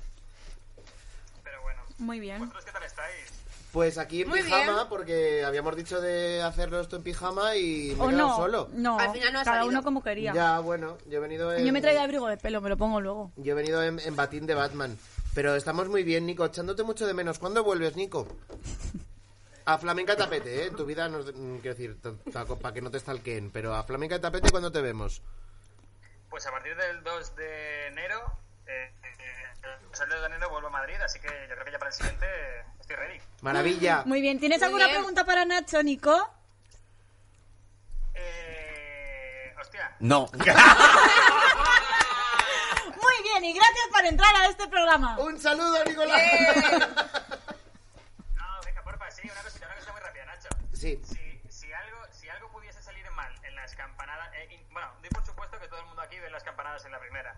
E: Pero bueno,
A: Muy bien.
E: ¿vosotros qué tal estáis?
B: Pues aquí en
C: Muy
B: pijama,
C: bien.
B: porque habíamos dicho de hacerlo esto en pijama y me he
A: O
B: quedado
A: no,
B: solo.
A: no,
C: Al final no ha
A: cada
C: salido.
A: uno como quería.
B: Ya, eh, bueno, yo he venido en,
A: Yo me he traído abrigo de pelo, me lo pongo luego.
B: yo he venido en, en batín de Batman. Pero estamos muy bien, Nico, echándote mucho de menos. ¿Cuándo vuelves, Nico? A Flamenca Tapete, ¿eh? En tu vida, no, mm, quiero decir, para que no te stalkeen, pero a Flamenca Tapete, ¿cuándo te vemos?
E: Pues a partir del 2 de enero, eh, eh, el 2 de enero vuelvo a Madrid, así que yo creo que ya para el siguiente eh, estoy ready.
B: Maravilla.
A: Muy bien, ¿tienes
C: Muy
A: alguna
C: bien.
A: pregunta para Nacho, Nico?
E: Eh, hostia,
D: No.
A: Muy bien, y gracias por entrar a este programa.
B: Un saludo, Nicolás.
E: no, venga, porfa, sí, una cosita, una cosa muy rápida, Nacho.
B: Sí.
E: Si, si, algo, si algo pudiese salir mal en las campanadas, eh, y- bueno, doy por supuesto que todo el mundo aquí ve las campanadas en la primera.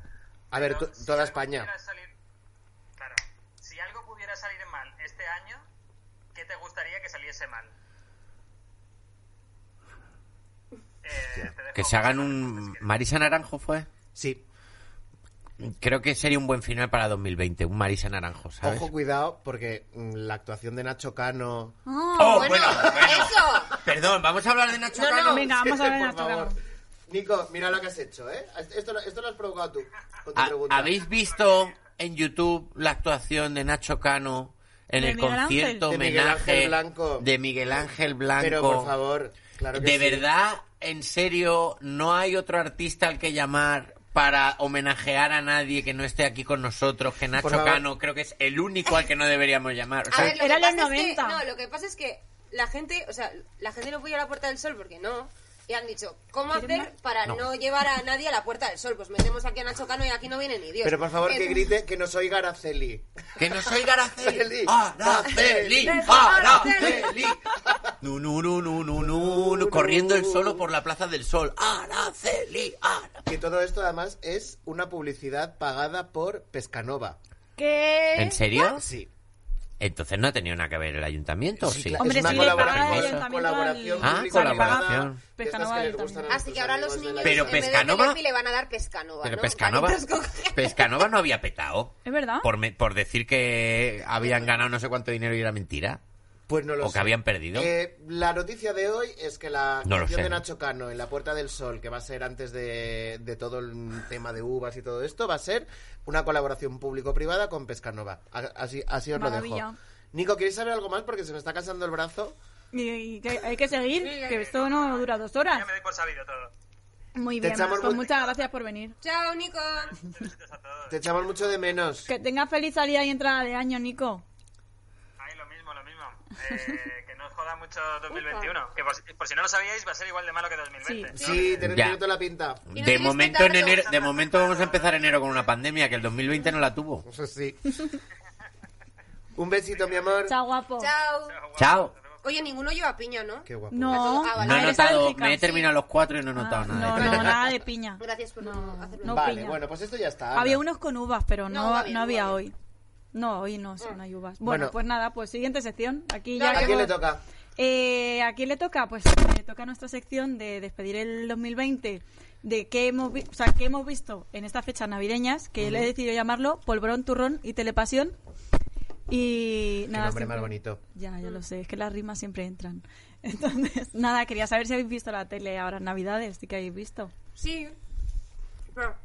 B: A ver,
E: Pero
B: to-
E: si
B: toda
E: algo
B: España.
E: pudiera salir- claro, si algo pudiera salir mal este año, ¿qué te gustaría que saliese mal? Eh, te dejo-
D: Que se hagan un. Marisa Naranjo fue.
B: Sí.
D: Creo que sería un buen final para 2020. Un Marisa Naranjo, ¿sabes?
B: Ojo, cuidado, porque mm, la actuación de Nacho Cano...
A: Ah.
D: Oh,
C: Bueno,
D: bueno, bueno.
C: eso.
D: Perdón, vamos a hablar de Nacho
C: No,
D: Cano.
C: no.
A: Venga, vamos a ver
B: Por
A: Nacho
B: favor.
A: Cano.
B: Nico, mira lo que has hecho, ¿eh? Esto, lo- esto lo has provocado tú, con tu
D: Ha-
B: pregunta.
D: ¿Habéis visto en YouTube la actuación de Nacho Cano en
A: De
D: el
A: Miguel
D: concierto
B: Ángel. De Miguel
D: homenaje
B: Ángel Blanco.
D: de Miguel Ángel Blanco?
B: Pero, por favor, claro que
D: de
B: sí.
D: verdad, en serio, no hay otro artista al que llamar para homenajear a nadie que no esté aquí con nosotros, que Nacho
B: Por favor.
D: Cano creo que es el único al que no deberíamos llamar. O
C: A
D: sea,
C: ver, lo
A: Era
C: que
A: los
C: pasa es que-
A: 90.
C: no, lo que pasa es que la gente, o sea, la gente no puede ir a la Puerta del Sol porque no. Y han dicho, ¿cómo hacer
A: ¿Quieren
C: para
D: No.
C: no. llevar a nadie a la Puerta del Sol? Pues metemos aquí a Nacho Cano y aquí no viene ni Dios.
B: Pero por favor, que
C: Eh,
B: grite que no soy Garaceli.
D: Que no soy Garaceli.
B: Feli.
D: Araceli. Araceli. Nu, nu, nu, nu, nu, nu, nu, Corriendo el solo por la Plaza del Sol. Araceli. Ara-
B: Que todo esto además es una publicidad pagada por Pescanova.
A: ¿Qué?
D: ¿En serio?
B: Sí.
D: Entonces no ha tenido nada que ver el ayuntamiento, ¿o
B: Sí,
D: sí?
B: claro.
A: Hombre,
B: Es una
A: sí, le paga
B: colaboración-
A: el ayuntamiento
B: colaboración
A: al-
D: Ah, colaboración.
B: privada, de estas
A: Pescanova del
B: que les gustan a
A: ayuntamiento.
B: nuestros
F: Así que ahora los
B: amigos de
F: niños
B: la-
D: Pero
F: en vez de
D: Pescanova-
F: Telepi le van a dar Pescanova,
D: Pero
F: ¿no?
D: Pescanova,
F: Palitos con-
D: Pescanova no había petado.
A: Es verdad.
D: Por, me- por decir que habían ganado no sé cuánto dinero y era mentira.
B: Pues no lo
D: ¿O
B: sé.
D: que habían perdido?
B: Eh, la noticia de hoy es que la
D: No lo
B: canción
D: sé.
B: de Nacho Cano en La Puerta del Sol, que va a ser antes de, de todo el tema de uvas y todo esto, va a ser una colaboración público-privada con Pescanova. A- Así, así os lo
A: Maravilla.
B: dejo. Nico, ¿queréis saber algo más? Porque se me está cansando el brazo.
A: Y, y que hay que seguir, que esto no dura dos horas.
E: Ya me doy por sabido todo.
A: Muy
B: Te
A: bien,
B: echamos
A: pues
B: mu-
A: muchas gracias por venir.
C: Chao, Nico.
E: Besitos a todos.
B: Te echamos mucho de menos.
A: Que tengas feliz salida y entrada de año, Nico.
E: Ahí lo mismo, lo mismo. Eh, que no os joda mucho 2021. Que por, por si no lo sabíais, va a ser igual de malo que 2020. ¿no?
B: Sí, tenéis
D: Ya.
B: tiene toda la pinta.
F: Y no
D: De
F: tienes
D: momento, en
F: petardo.
D: enero, de momento vamos a empezar enero con una pandemia que el 2020 no la tuvo.
B: Eso sí. Un besito, mi amor.
A: Chao, guapo.
F: Chao.
D: Chao.
F: Oye, ninguno lleva piña, ¿no?
B: Qué guapo.
A: No,
F: Ah, vale.
D: No he
F: Ah,
A: eres
D: notado,
A: alérgica.
D: me he terminado los cuatro y no he
A: Ah,
D: notado nada. eh.
A: No, no, nada de piña.
F: Gracias por no hacerme
A: no
B: vale,
A: piña.
B: bueno, pues esto ya está. Ana.
A: Había unos con uvas, pero no,
F: No,
A: no,
F: va bien,
A: había
F: va
A: hoy. No, hoy no, sí, no hay uvas. Bueno,
B: Bueno.
A: pues nada, pues siguiente sección. Aquí ya.
F: Dale.
B: ¿A quién le
A: hemos-
B: toca?
A: Eh, ¿A quién le toca? Pues le toca nuestra sección de despedir el 2020, de qué hemos, vi- o sea, qué hemos visto en estas fechas navideñas, que le he decidido llamarlo Polvorón, Turrón y Telepasión. Y nada.
B: nombre
A: siempre-
B: más bonito.
A: Ya, ya lo sé, es que las rimas siempre entran. Entonces, nada, quería saber si habéis visto la tele ahora en Navidades, ¿sí que habéis visto?
C: Sí. Pero-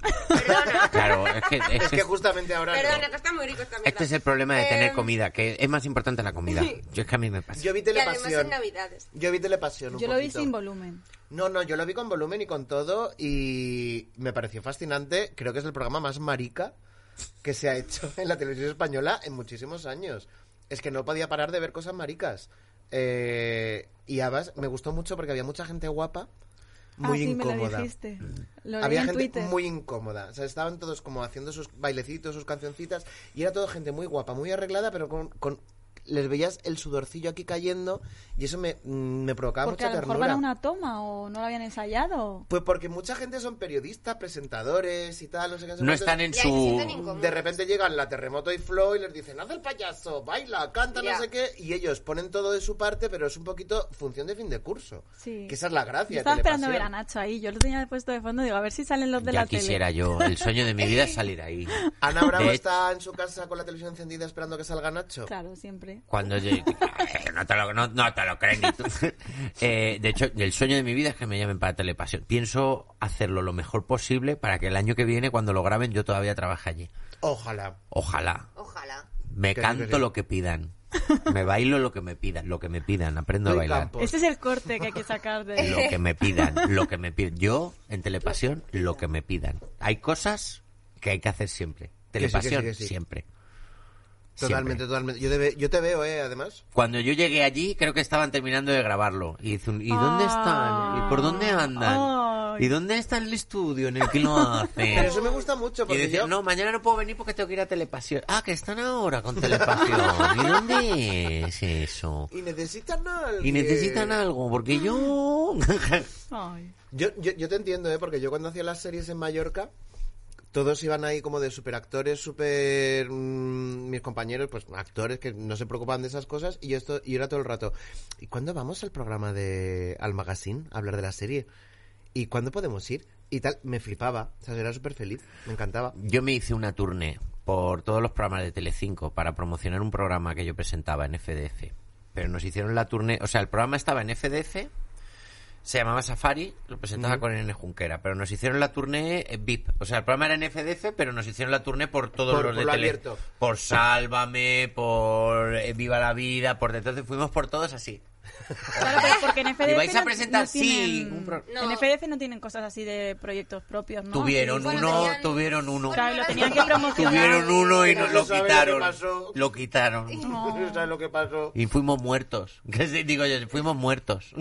D: Claro, es que, es
B: Es
D: que-
B: que justamente ahora. no.
C: Perdona, que está muy rico esta mierda.
D: este es el problema de tener
C: Eh,
D: comida, que es más importante la comida. Yo es que a mí me pasa.
B: Yo vi
C: Y además
B: telepasión.
C: en Navidades.
B: Yo vi telepasión. Un
A: Yo lo vi
B: poquito.
A: sin volumen.
B: No, no, yo lo vi con volumen y con todo y me pareció fascinante. Creo que es el programa más marica que se ha hecho en la televisión española en muchísimos años. Es que no podía parar de ver cosas maricas. Eh, y además me gustó mucho porque había mucha gente guapa, muy
A: ah, sí, me lo
B: incómoda. Mm.
A: dijiste. Lo leí
B: había
A: en
B: gente
A: Twitter.
B: muy incómoda. O sea, estaban todos como haciendo sus bailecitos, sus cancioncitas y era todo gente muy guapa, muy arreglada, pero con... con- les veías el sudorcillo aquí cayendo y eso me, mm, me provocaba
A: Porque a
B: mucha
A: lo mejor
B: ternura.
A: van a una toma o no lo habían ensayado.
B: Pues porque mucha gente son periodistas, presentadores y tal, no sé qué. sé
D: No
B: cuántos.
D: están en
F: Y ahí se sienten
D: su...
F: incómodos.
B: De repente llegan la terremoto y Flo y les dicen, haz el payaso, baila, canta,
F: Ya.
B: no sé qué. Y ellos ponen todo de su parte, pero es un poquito función de fin de curso.
A: Sí.
B: Que esa es la gracia.
A: Yo estaba
B: de
A: esperando ver a
B: Telepasión.
A: Nacho ahí. Yo lo tenía puesto de fondo. Digo, a ver si salen los de
D: Ya
A: la
D: quisiera
A: tele.
D: yo. El sueño de mi vida es salir ahí.
B: Ana Bravo
D: De-
B: está en su casa con la televisión encendida esperando que salga Nacho.
A: Claro, siempre.
D: Cuando yo- Eh, no, te lo, no, no te lo crees ni tú. Eh, de hecho, el sueño de mi vida es que me llamen para Telepasión. Pienso hacerlo lo mejor posible para que el año que viene, cuando lo graben, yo todavía trabaje allí.
B: Ojalá.
D: Ojalá.
F: Ojalá.
B: Que sí,
D: Me
B: que
D: canto
B: sí.
D: lo que pidan. Me bailo lo que me pidan. Lo que me pidan. Aprendo a
B: Luis
D: bailar.
B: Campos.
A: Este es el corte que hay que sacar
D: Lo
A: de...
D: que me pidan. Lo que me pidan. Yo, en Telepasión, lo que me pidan. Hay cosas que hay que hacer
B: Que
D: siempre.
B: sí, que sí,
D: Telepasión,
B: que sí.
D: siempre.
B: Totalmente,
D: Siempre.
B: totalmente. Yo, te ve- yo te veo, eh, además.
D: Cuando yo llegué allí, creo que estaban terminando de grabarlo. Y dice un, ¿y dónde
A: Ah.
D: están? ¿Y por dónde andan?
A: Ay.
D: ¿Y dónde está el estudio en el que lo
B: Pero
D: hacen?
B: eso me gusta mucho
D: Y
B: porque
D: dice,
B: yo...
D: no, mañana no puedo venir porque tengo que ir a Telepasión. Ah, que están ahora con Telepasión. ¿Y dónde es eso?
B: Y necesitan algo.
D: Y necesitan algo, porque yo...
A: Ay.
B: Yo, yo, yo te entiendo, ¿eh? porque yo cuando hacía las series en Mallorca, todos iban ahí como de superactores, super... mm, mis compañeros, pues actores que no se preocupaban de esas cosas, y yo, esto, y yo era todo el rato, ¿y cuándo vamos al programa de... al magazine a hablar de la serie? ¿Y cuándo podemos ir? Y tal, me flipaba, o sea, era súper feliz, me encantaba.
D: Yo me hice una tournée por todos los programas de Telecinco para promocionar un programa que yo presentaba en FDF. Pero nos hicieron la tournée, o sea, el programa estaba en FDF, se llamaba Safari, lo presentaba con N. Junquera, pero nos hicieron la tournée eh, VIP. O sea, el programa era en FDF, pero nos hicieron la tournée por todos
B: Por-
D: los
B: por
D: de
B: lo
D: Tele-
B: abierto.
D: Por Sálvame, por eh, Viva la Vida, por entonces fuimos por todos así.
A: Claro, pero porque en FDF
D: ¿Y vais a
A: no-
D: presentar?
A: no
D: Sí,
A: tienen-
D: un pro-
F: No.
A: En FDF no tienen cosas así de proyectos propios, ¿no?
D: Tuvieron
A: Sí.
D: uno,
F: tenían-
D: tuvieron uno.
A: Claro, y lo tenían que promocionar.
D: Tuvieron uno y
B: Pero
D: nos
B: no
D: lo
B: saben lo que
D: quitaron.
B: pasó.
D: Lo quitaron.
B: ¿Sabes lo que pasó?
D: Y fuimos muertos. Que sí, Digo yo, fuimos muertos.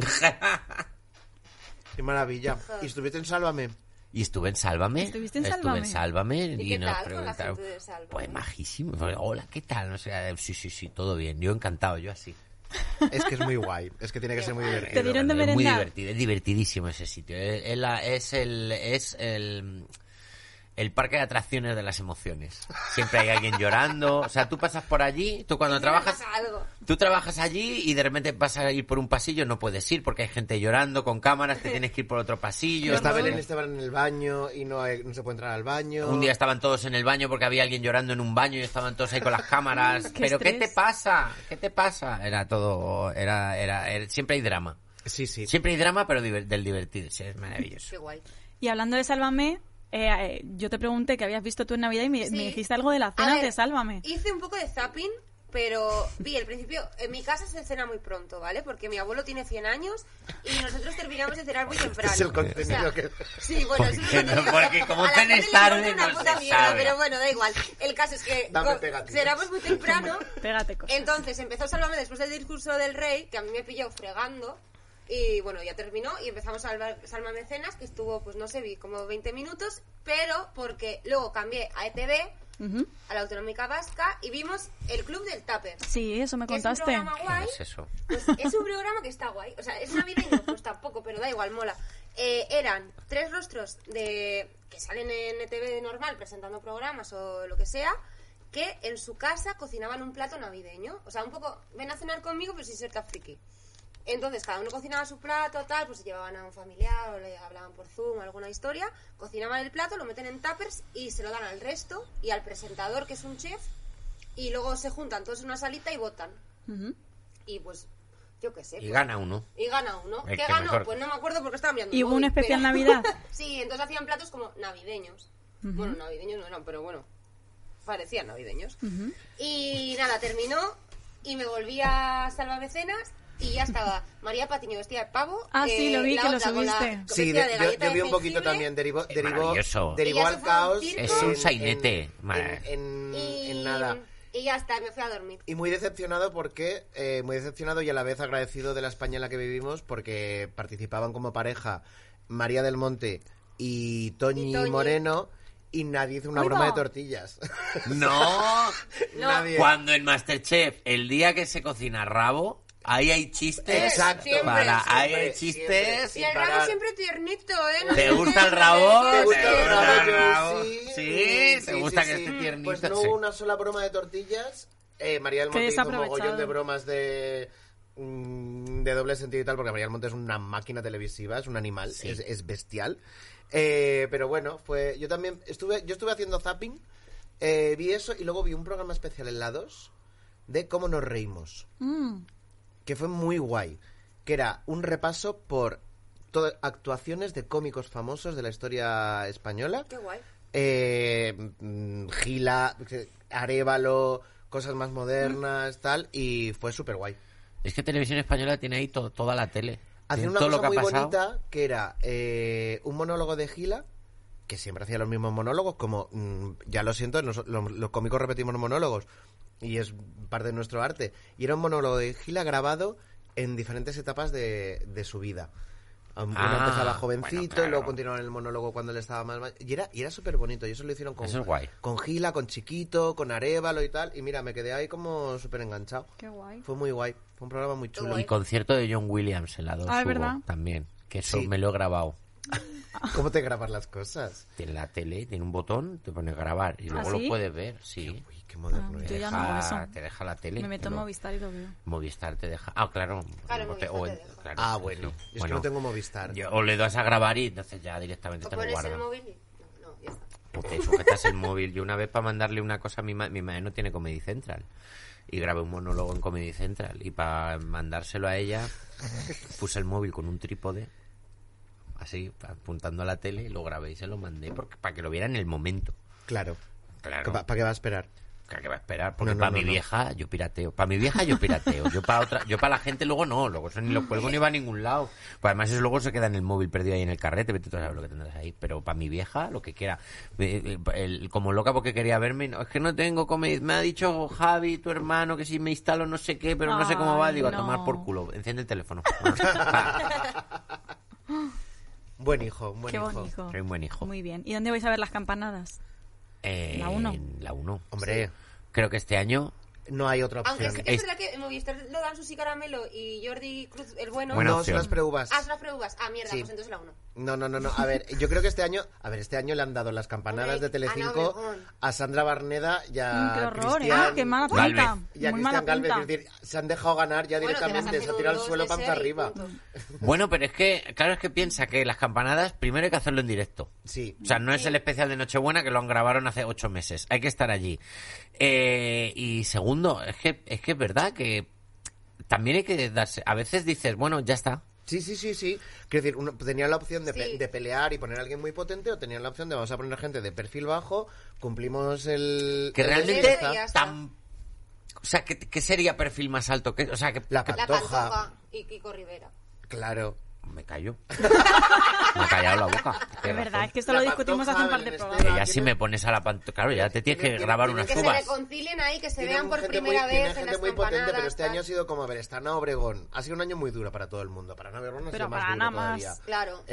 B: Qué maravilla. ¿Y estuviste en Sálvame?
D: Y estuve en Sálvame.
A: ¿Estuviste en
D: Estuve en Sálvame.
F: ¿Y qué
D: nos
F: tal con la
D: preguntaron,
F: gente de Sálvame?
D: Pues majísimo. Hola, ¿qué tal? No sé, sí, sí, sí, todo bien. Yo encantado, yo así.
B: Es que es muy guay. Es que tiene que ser muy
A: Te
B: divertido.
A: dieron de
D: Es muy
A: merendar.
D: divertido, es divertidísimo ese sitio. Es, es la- es el... Es el el parque de atracciones de las emociones. Siempre hay alguien llorando. O sea, tú pasas por allí, tú cuando trabajas,
F: Pasa algo.
D: Tú trabajas allí y de repente vas a ir por un pasillo, no puedes ir porque hay gente llorando con cámaras, te tienes que ir por otro pasillo.
B: Está
D: Entonces,
B: Belén Esteban en el baño y no, hay- no se puede entrar al baño.
D: Un día estaban todos en el baño porque había alguien llorando en un baño y estaban todos ahí con las cámaras.
A: Qué
D: Pero ¿qué te
A: estrés.
D: pasa? ¿Qué te pasa? Era todo, era, era, era- siempre hay drama.
B: Sí, sí.
D: Siempre hay drama, pero diver- del divertirse, es maravilloso.
F: Qué guay.
A: Y hablando de Sálvame, eh, eh, yo te pregunté que habías visto tú en Navidad y me,
F: Sí.
A: me dijiste algo de la
F: A
A: cena
F: ver,
A: de Sálvame.
F: Hice un poco de zapping, pero vi el principio. En mi casa se cena muy pronto, ¿vale? Porque mi abuelo tiene 100 años y nosotros terminamos de cenar muy temprano.
B: Este Es el contenido
F: O sea,
B: que-
F: Sí, bueno, es un
D: Porque no,
F: contenido-
D: porque como
F: a la
D: cenes
F: gente le
D: tarde,
F: importa una
D: no
F: puta
D: se
F: mierda,
D: sabe.
F: Pero bueno, da igual. El caso es que
B: Dame
F: co-
B: pegatinas.
F: cenamos muy temprano.
A: Pégate cosas.
F: Entonces empezó Sálvame después del discurso del rey, que a mí me pilló fregando. Y bueno, ya terminó y empezamos Salva- Sálvame Cenas, que estuvo, pues no sé, vi como 20 minutos, pero porque luego cambié a ETV,
A: Ujú.
F: a la Autonómica Vasca, y vimos el Club del Tupper.
A: Sí, eso me
F: que Es un
A: contaste.
F: programa
D: ¿Qué
F: guay.
D: es eso?
F: Pues es un programa que está guay. O sea, es navideño, pues tampoco, pero da igual, mola. Eh, eran tres rostros de que salen en E ETV normal presentando programas o lo que sea, que en su casa cocinaban un plato navideño. O sea, un poco, ven a cenar conmigo, pero sin ser tan friki. Entonces, cada uno cocinaba su plato, tal, pues se llevaban a un familiar o le hablaban por Zoom, alguna historia, cocinaban el plato, lo meten en tuppers y se lo dan al resto y al presentador, que es un chef, y luego se juntan todos en una salita y votan
A: Ujú.
F: y pues yo qué sé.
D: Y
F: pues,
D: gana uno.
F: y gana uno.
D: El
F: ¿Qué
D: que
F: ganó?
D: mejor.
F: Pues no me acuerdo porque estaba mirando.
A: ¿Y
F: el
A: hubo un
F: móvil,
A: especial
F: pero-
A: Navidad?
F: sí, entonces hacían platos como navideños. Bueno, navideños no eran, pero bueno, parecían navideños. Y nada, terminó y me volví a Sálvame Cenas y ya estaba María Patiño vestida de pavo. eh,
A: Ah, sí, lo vi,
F: la
A: que lo
F: otra con la-
A: subiste.
F: con
B: Sí,
F: vestida
B: de-
F: de
B: yo,
F: galleta
B: yo vi
F: de
B: un poquito
F: jengibre.
B: también. Derivó, derivó,
D: maravilloso.
F: Y
B: derivó
F: ya
B: al
F: se fue a un
B: caos.
F: circo.
D: Es un
B: en-
D: sainete,
B: En,
D: ma-
B: en- en-
F: Y,
B: en nada.
F: y ya está, me fui a dormir.
B: Y muy decepcionado porque, eh, muy decepcionado y a la vez agradecido de la España en la que vivimos porque participaban como pareja María del Monte y Toñi,
F: Y Toñi.
B: Moreno y nadie hizo una
A: Uy,
B: broma
A: va.
B: de tortillas.
D: No,
F: No.
B: Nadie.
D: cuando en Masterchef, el día que se cocina rabo, ahí hay chistes.
B: Exacto.
F: Siempre,
D: para, ahí
B: siempre,
D: hay chistes.
B: siempre.
F: Y
B: Sin
F: el rabo
B: parar.
F: siempre tiernito, ¿eh? No
D: ¿Te
F: sé
D: gusta
F: qué,
D: el rabo?
F: no sé
B: ¿Te
F: qué.
B: gusta el rabo,
D: el rabo?
B: Joyce?
D: Sí, ¿te gusta que esté tiernito?
B: Pues no
D: Sí.
B: hubo una sola broma de tortillas. Eh, María del
A: Qué
B: Monte hizo un
A: desaprovechado.
B: mogollón de bromas de mm, de doble sentido y tal, porque María del Monte es una máquina televisiva, es un animal, es, es bestial. Eh, pero bueno, fue yo también estuve yo estuve haciendo zapping, eh, vi eso y luego vi un programa especial en la 2 de cómo nos reímos
A: Mm.
B: que fue muy guay, que era un repaso por to- actuaciones de cómicos famosos de la historia española.
F: Qué guay.
B: Eh, mm, Gila, Arevalo, cosas más modernas, tal, y fue súper guay.
D: Es que Televisión Española tiene ahí to- toda la tele.
B: Hacía
D: Tiene
B: una
D: todo lo
B: cosa muy
D: que ha pasado.
B: bonita, que era eh, un monólogo de Gila, que siempre hacía los mismos monólogos, como, mm, ya lo siento, nos- lo- los cómicos repetimos monólogos, y es parte de nuestro arte. Y era un monólogo de Gila grabado en diferentes etapas de, de su vida. Um, Uno
D: Ah,
B: empezaba
D: bueno,
B: jovencito,
D: claro.
B: luego continuaba en el monólogo cuando él estaba más... ma- Y era, y era súper bonito, y eso lo hicieron con,
D: Eso es guay.
B: con Gila, con Chiquito, con Arevalo y tal, y mira, me quedé ahí como súper enganchado.
A: Qué guay.
B: Fue muy guay, fue un programa muy chulo.
D: Y concierto de John Williams en la 2
A: Ah, es verdad.
D: también. Que eso
B: Sí.
D: me lo he grabado.
B: ¿Cómo te grabar las cosas?
D: En la tele tiene un botón, te pone grabar y luego
A: ¿Ah, sí?
D: lo puedes ver. Sí.
B: Uy, qué moderno
A: Ah,
B: eres.
A: yo ya no hago
D: Deja-
A: eso.
D: te deja la tele.
A: Me meto
D: te
A: en
D: lo-
A: Movistar y lo veo.
D: Movistar te deja. Ah, claro.
F: Claro,
D: o
F: Movistar
D: te- o
F: te
D: en-
F: deja.
D: claro,
B: Ah,
D: sí,
B: bueno.
D: sí.
B: Es que
D: Bueno,
B: no tengo Movistar.
D: yo- O le das a grabar y entonces ya directamente
F: ¿O
D: te lo Pues
F: pones el
D: guardan.
F: móvil? y- No, no, ya está.
D: O te sujetas el móvil. Yo una vez para mandarle una cosa a mi madre, mi madre no tiene Comedy Central. Y grabé un monólogo en Comedy Central. Y para mandárselo a ella, puse el móvil con un trípode, así, apuntando a la tele, y lo grabé y se lo mandé porque, para que lo viera en el momento.
B: Claro.
D: Claro.
B: ¿Para qué va a esperar?
D: Claro que va a esperar, porque
B: No, no,
D: para
B: no,
D: mi
B: no.
D: vieja yo pirateo. Para mi vieja yo pirateo. Yo para otra, yo para la gente luego no, luego eso ni lo cuelgo ni va a ningún lado. Pues además eso luego se queda en el móvil perdido ahí en el carrete, vete tú a saber lo que tendrás ahí. Pero para mi vieja, lo que quiera. Eh, eh, el- como loca porque quería verme, no, es que no tengo como Me ha dicho Javi, tu hermano, que si me instalo no sé qué, pero no sé cómo va,
A: Ay,
D: digo, a
A: no.
D: tomar por culo. Enciende el teléfono. Va.
B: Buen hijo, un buen
A: Qué
B: hijo.
A: buen hijo.
D: Soy un buen hijo.
A: Muy bien. ¿Y dónde vais a ver las campanadas?
D: Eh,
A: La uno.
D: en La 1.
B: Hombre.
D: Creo que este año.
B: No hay otra
F: Aunque
B: opción.
F: sí que es
D: Es-
F: verdad que en Movistar lo dan Susi Caramelo y Jordi Cruz, el bueno.
D: Buena
B: no,
D: opción.
B: son las preuvas.
F: Ah, son las preuvas. Ah, mierda,
B: Sí.
F: pues entonces la uno.
B: No, no, no, no. A ver, yo creo que este año, a ver, este año le han dado las campanadas
F: Hombre,
B: de
F: Ana
B: Telecinco
F: Obregón.
B: a Sandra Barneda y
A: Mm,
B: a
A: qué horror, ¿eh?
B: Ah, Cristian,
A: Qué mala
D: Galvez.
A: pinta.
B: y a
A: Muy
B: Cristian
A: mala
B: Galvez.
A: pinta.
B: Es decir, se han dejado ganar ya
F: Bueno, que las han
B: directamente, se ha
F: sido
B: tirado al
F: dos
B: suelo
F: de
B: panza
F: serie,
B: arriba.
F: punto.
D: Bueno, pero es que, claro, es que piensa que las campanadas primero hay que hacerlo en directo.
B: Sí.
D: O sea, no es el especial de Nochebuena que lo grabaron hace ocho meses. Hay que estar allí. Eh, y segundo, es que, es que es verdad que también hay que darse. A veces dices, bueno, ya está.
B: Sí, sí, sí, sí. Quiero decir, uno, tenían la opción de, pe-
F: Sí.
B: de pelear y poner a alguien muy potente o tenían la opción de vamos a poner gente de perfil bajo, cumplimos el...
D: Que
B: el
D: realmente.
F: Eso y ya está.
D: Tan, o sea, ¿qué, qué sería perfil más alto? que o sea, que.
B: La
D: que-
F: La
B: Pantoja.
F: Pantoja y Kiko Rivera.
B: Claro.
D: me callo. me ha callado la boca.
A: Es
D: Tienes
A: verdad,
D: razón.
A: es que esto
B: La
A: lo discutimos hace un par de
B: Pantoja, este
A: programas.
D: Que ya si me pones a la pantalla. Claro, ya te tienes que
B: Tiene-
D: grabar
B: tiene-
D: unas
F: Que se
D: uvas.
F: reconcilien ahí, que se
B: Tiene
F: vean
B: un
F: por
B: gente
F: primera
B: muy-
F: vez
B: tiene
F: en
B: gente
F: las
B: muy potente, pero
F: campanadas,
B: este
F: tal.
B: año ha sido como, a ver, está Ana Obregón. Ha sido un año muy duro para todo el mundo. Para Ana Obregón ha
A: Pero
B: sido más
A: para
B: duro
A: Ana más,
B: todavía.
F: claro.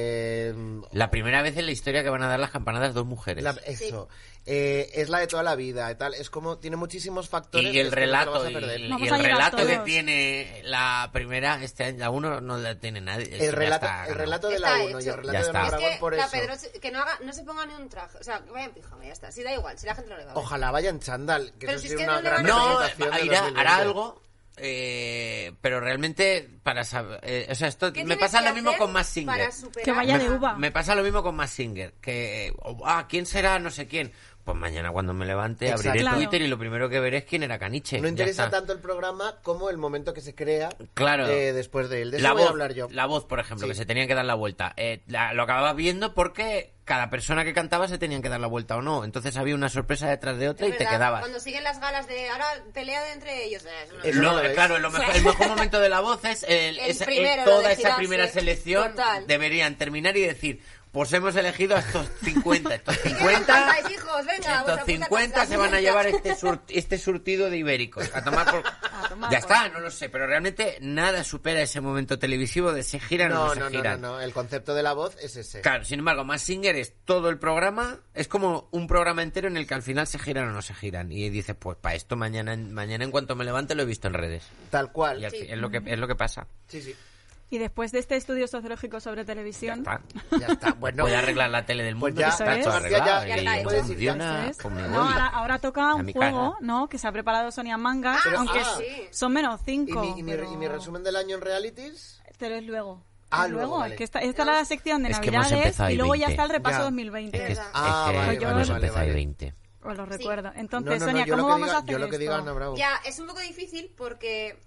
B: Eh,
D: La primera vez en la historia que van a dar las campanadas dos mujeres.
B: la- eso. Eh, es la de toda la vida y tal. Es como, tiene muchísimos factores.
D: Y el
B: que es que no te este, lo
D: relato,
B: vas a
D: y,
B: perder.
D: y
A: Vamos a
D: el
A: llegar
D: relato que
A: todos.
D: tiene la primera, este año, la uno no la tiene nadie. Eso ya
B: el, relato,
D: está
B: el
D: ganado.
B: relato de
F: Está
B: la 1 y
F: hecho.
B: el relato
D: Ya
B: de
D: está.
B: Ana
D: Es
F: Es
B: Obregón
F: que
B: por
F: la
B: eso.
F: Pedroche- que no, haga, no se ponga ni un traje. O sea, que vaya en pijama, ya está. Si da igual, si la gente no le va a ver.
B: Ojalá vaya en chandal. Que
F: Pero
B: eso
F: si es
B: sería
F: que
B: una
F: no le
B: gran
F: van a-
D: No,
B: representación de
D: irá-
B: 2020.
D: hará algo, eh, pero realmente para saber... eh, o sea, esto
F: ¿Qué
D: me
F: tienes
D: pasa
F: que
D: lo mismo
F: hacer
D: con más
F: para
D: Singer.
F: superar?
A: Que vaya de
D: me,
A: uva.
D: me pasa lo mismo con más Singer. Que, eh, oh, ah, ¿quién será? No sé quién. Pues mañana cuando me levante
B: Exacto.
D: abriré
A: Claro.
D: Twitter y lo primero que veré es quién era Caniche.
B: No
D: Ya
B: interesa
D: está.
B: tanto el programa como el momento que se crea
D: Claro.
B: eh, después de él. De eso
D: la
B: voy
D: voz,
B: a hablar yo.
D: La voz, por ejemplo,
B: Sí.
D: que se tenían que dar la vuelta. Eh, la- lo acababas viendo porque cada persona que cantaba se tenían que dar la vuelta o no. Entonces había una sorpresa detrás de otra
F: Es
D: y te
F: verdad,
D: quedabas.
F: Cuando siguen las galas de ahora pelea de entre ellos. eh, es una-
B: Eso
D: Lo-
B: no lo ves.
D: claro, lo mejor- el mejor momento de la voz es,
F: El
D: el- esa-
F: primero, lo
D: eh, toda
F: de
D: esa
F: girarse.
D: primera selección.
F: Total.
D: Deberían terminar y decir, pues hemos elegido a estos 50, estos
F: Venga,
D: 50.
F: cantáis, hijos, venga, vuestra
D: Estos
F: puta
D: 50
F: casa,
D: se van a
F: venga.
D: llevar este, sur- este surtido de ibéricos. A tomar por...
A: tomar
D: ya
A: por-
D: está, no lo sé. Pero realmente nada supera ese momento televisivo de se giran o no
B: No,
D: se
B: no, no, no,
D: giran.
B: no. El concepto de la voz es ese.
D: Claro, sin embargo, más Singer es todo el programa, es como un programa entero en el que al final se giran o no se giran. Y dices, pues para esto mañana, en- mañana en cuanto me levante lo he visto en redes.
B: Tal
D: Y al
B: cual.
D: fin- es, lo que, es lo que pasa.
B: Sí, sí.
A: Y después de este estudio sociológico sobre
D: Ya
A: televisión,
D: está.
B: Ya está. Bueno,
D: Voy a arreglar la tele del
B: Pues
D: mundo.
B: ya,
D: y está
A: eso
D: todo
A: es.
D: arreglado.
B: Ya,
F: ya está
D: y
F: hecho.
D: funciona,
A: Eso es.
D: pues me
A: No,
D: voy.
A: ahora, ahora toca
D: A
A: un
D: mi
A: juego,
D: casa.
A: ¿no? Que se ha preparado Sonia Manga,
B: Pero-
A: aunque
B: ah,
A: s-
F: sí.
A: son menos
B: ¿Y
A: cinco.
B: mi, y mi-
A: pero-
B: y mi resumen del año en realities?
A: Pero es luego.
B: Ah,
A: Es
B: luego, vale.
A: Es que esta, esta era la sección de
D: Es que hemos
A: Navidades
D: empezado
A: y
D: el
A: luego ya
D: 20.
A: está el repaso
B: Ya.
A: 2020.
D: Es que, es
B: Ah,
D: que
B: vale,
A: vale,
D: hemos
A: vale,
D: empezado
B: vale.
D: el 20.
A: Os lo recuerdo.
B: No,
A: Entonces,
B: no, no,
A: Sonia,
B: yo lo
A: ¿cómo
B: que
A: vamos
B: diga-
A: a hacer
B: Yo lo que diga
A: esto?
B: Ana Bravo.
F: Ya, es un poco difícil porque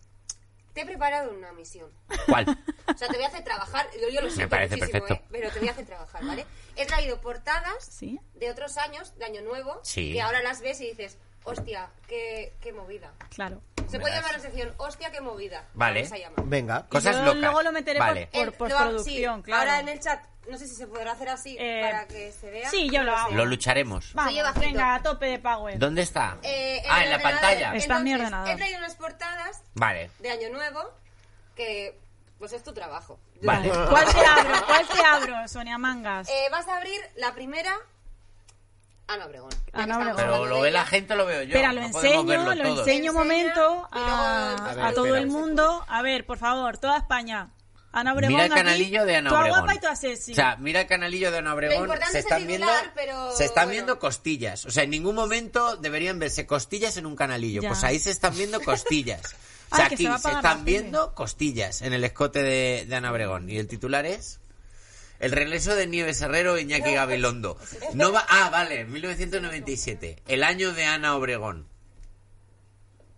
F: te he preparado una misión.
D: ¿Cuál?
F: O sea, te voy a hacer trabajar. Yo, yo lo siento
D: parece
F: muchísimo,
D: perfecto.
F: ¿eh? pero te voy a hacer trabajar, ¿vale? He traído portadas
A: Sí.
F: de otros años, de Año Nuevo,
D: Sí.
F: que ahora las ves y dices, hostia, qué, qué movida.
A: Claro.
F: Se
D: Verás.
F: puede llamar la sección, hostia, qué movida.
D: Vale.
F: Vamos a llamar.
B: Venga.
D: Cosas
A: yo
D: locas.
A: luego lo meteré
D: vale.
A: por-
F: El- lo-
A: postproducción,
F: sí,
A: claro.
F: Ahora en el chat, no sé si se podrá hacer así
A: Eh,
F: para que se vea.
A: sí, yo lo
F: No
A: hago.
F: sé.
D: Lo lucharemos.
A: Vamos,
F: Oye, bajito.
A: venga, a tope de power.
D: ¿Dónde está?
F: Eh, el
D: ah, en la
F: ordenador.
D: pantalla.
A: Es- Está en mi
F: Entonces,
A: ordenador.
F: He traído unas portadas
D: Vale.
F: de Año Nuevo que, pues, es tu trabajo.
D: Vale.
A: ¿Cuál te abro? ¿Cuál te abro, Sonia Mangas?
F: Eh, vas a abrir la primera. Ana Obregón. ya que
A: Ana
F: estamos
A: Obregón.
D: Pero
F: hablando
D: lo
F: de
D: ve
F: ella.
D: la gente, lo veo yo.
A: Espera, lo
D: No podemos
A: enseño,
D: verlo
A: lo
D: todos.
A: enseño un
F: Enseña,
A: momento
F: y luego-
A: a,
F: A
B: ver,
A: a todo
B: espera.
A: el mundo. A ver, por favor, toda España. Ana Obregón.
D: Mira el
A: aquí.
D: canalillo de Ana
A: Tú a
D: Obregón.
A: guapa y tú a sexy.
D: O sea, mira el canalillo de Ana Obregón.
F: importante
D: se
F: es el
D: están
F: titular,
D: viendo,
F: pero
D: se están
F: bueno.
D: viendo costillas. O sea, en ningún momento deberían verse costillas en un canalillo.
A: Ya.
D: Pues ahí se están viendo costillas. O
A: Ay,
D: sea,
A: que
D: aquí
A: se va a
D: se,
A: apagar la
D: están
A: tele.
D: viendo costillas en el escote de, de Ana Obregón. Y el titular es. El regreso de Nieves Herrero e Iñaki Gabilondo. No va, ah, vale, 1997. El año de Ana Obregón.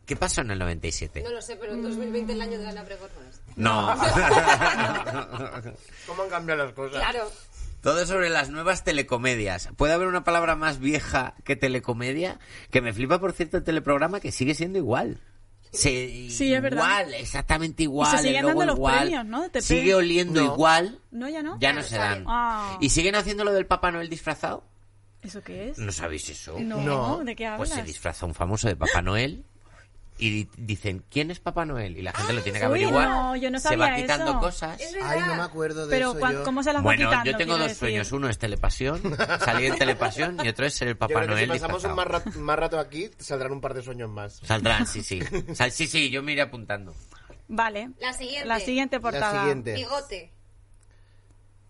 D: ¿Qué pasó en el 97?
F: No lo sé, pero en
A: Mm.
F: 2020 el año de Ana Obregón no es.
D: No.
B: ¿Cómo han cambiado las cosas?
F: Claro.
D: Todo sobre las nuevas telecomedias. ¿Puede haber una palabra más vieja que telecomedia? Que me flipa, por cierto, el teleprograma que sigue siendo igual. Se-
A: Sí, es verdad.
D: Igual, exactamente igual.
A: Y se siguen
D: el logo
A: dando los
D: igual.
A: premios, ¿no? de TP.
D: Sigue oliendo
B: No.
D: igual.
A: No, ya no.
D: Ya no se dan.
A: Ah.
D: ¿Y siguen haciendo lo del Papá Noel disfrazado?
A: ¿Eso qué es?
D: ¿No sabéis eso?
A: No,
B: No.
A: ¿de qué hablas?
D: Pues se disfraza un famoso de Papá Noel y di- dicen, ¿quién es Papá Noel? Y la gente lo tiene que
A: Uy,
D: averiguar.
A: no, yo no
D: se
A: sabía
D: va quitando
A: eso.
D: cosas.
F: Es
B: Ay, no me
F: verdad.
B: acuerdo de
A: Pero,
B: eso.
A: cuan-
B: yo.
A: ¿cómo se las va
D: Bueno,
A: quitando?
D: yo tengo
A: quiero
D: dos
A: decir?
D: sueños. Uno es telepasión, salir en telepasión, y otro es ser el
B: Yo
D: Papá
B: creo que
D: Noel.
B: si pasamos un
D: disfrazado.
B: más, ra- más rato aquí, saldrán un par de sueños más.
D: Saldrán, sí, sí. Sal- sí, sí, yo me iré apuntando.
A: Vale.
F: La siguiente.
A: La siguiente portada.
B: La siguiente.
F: Bigote.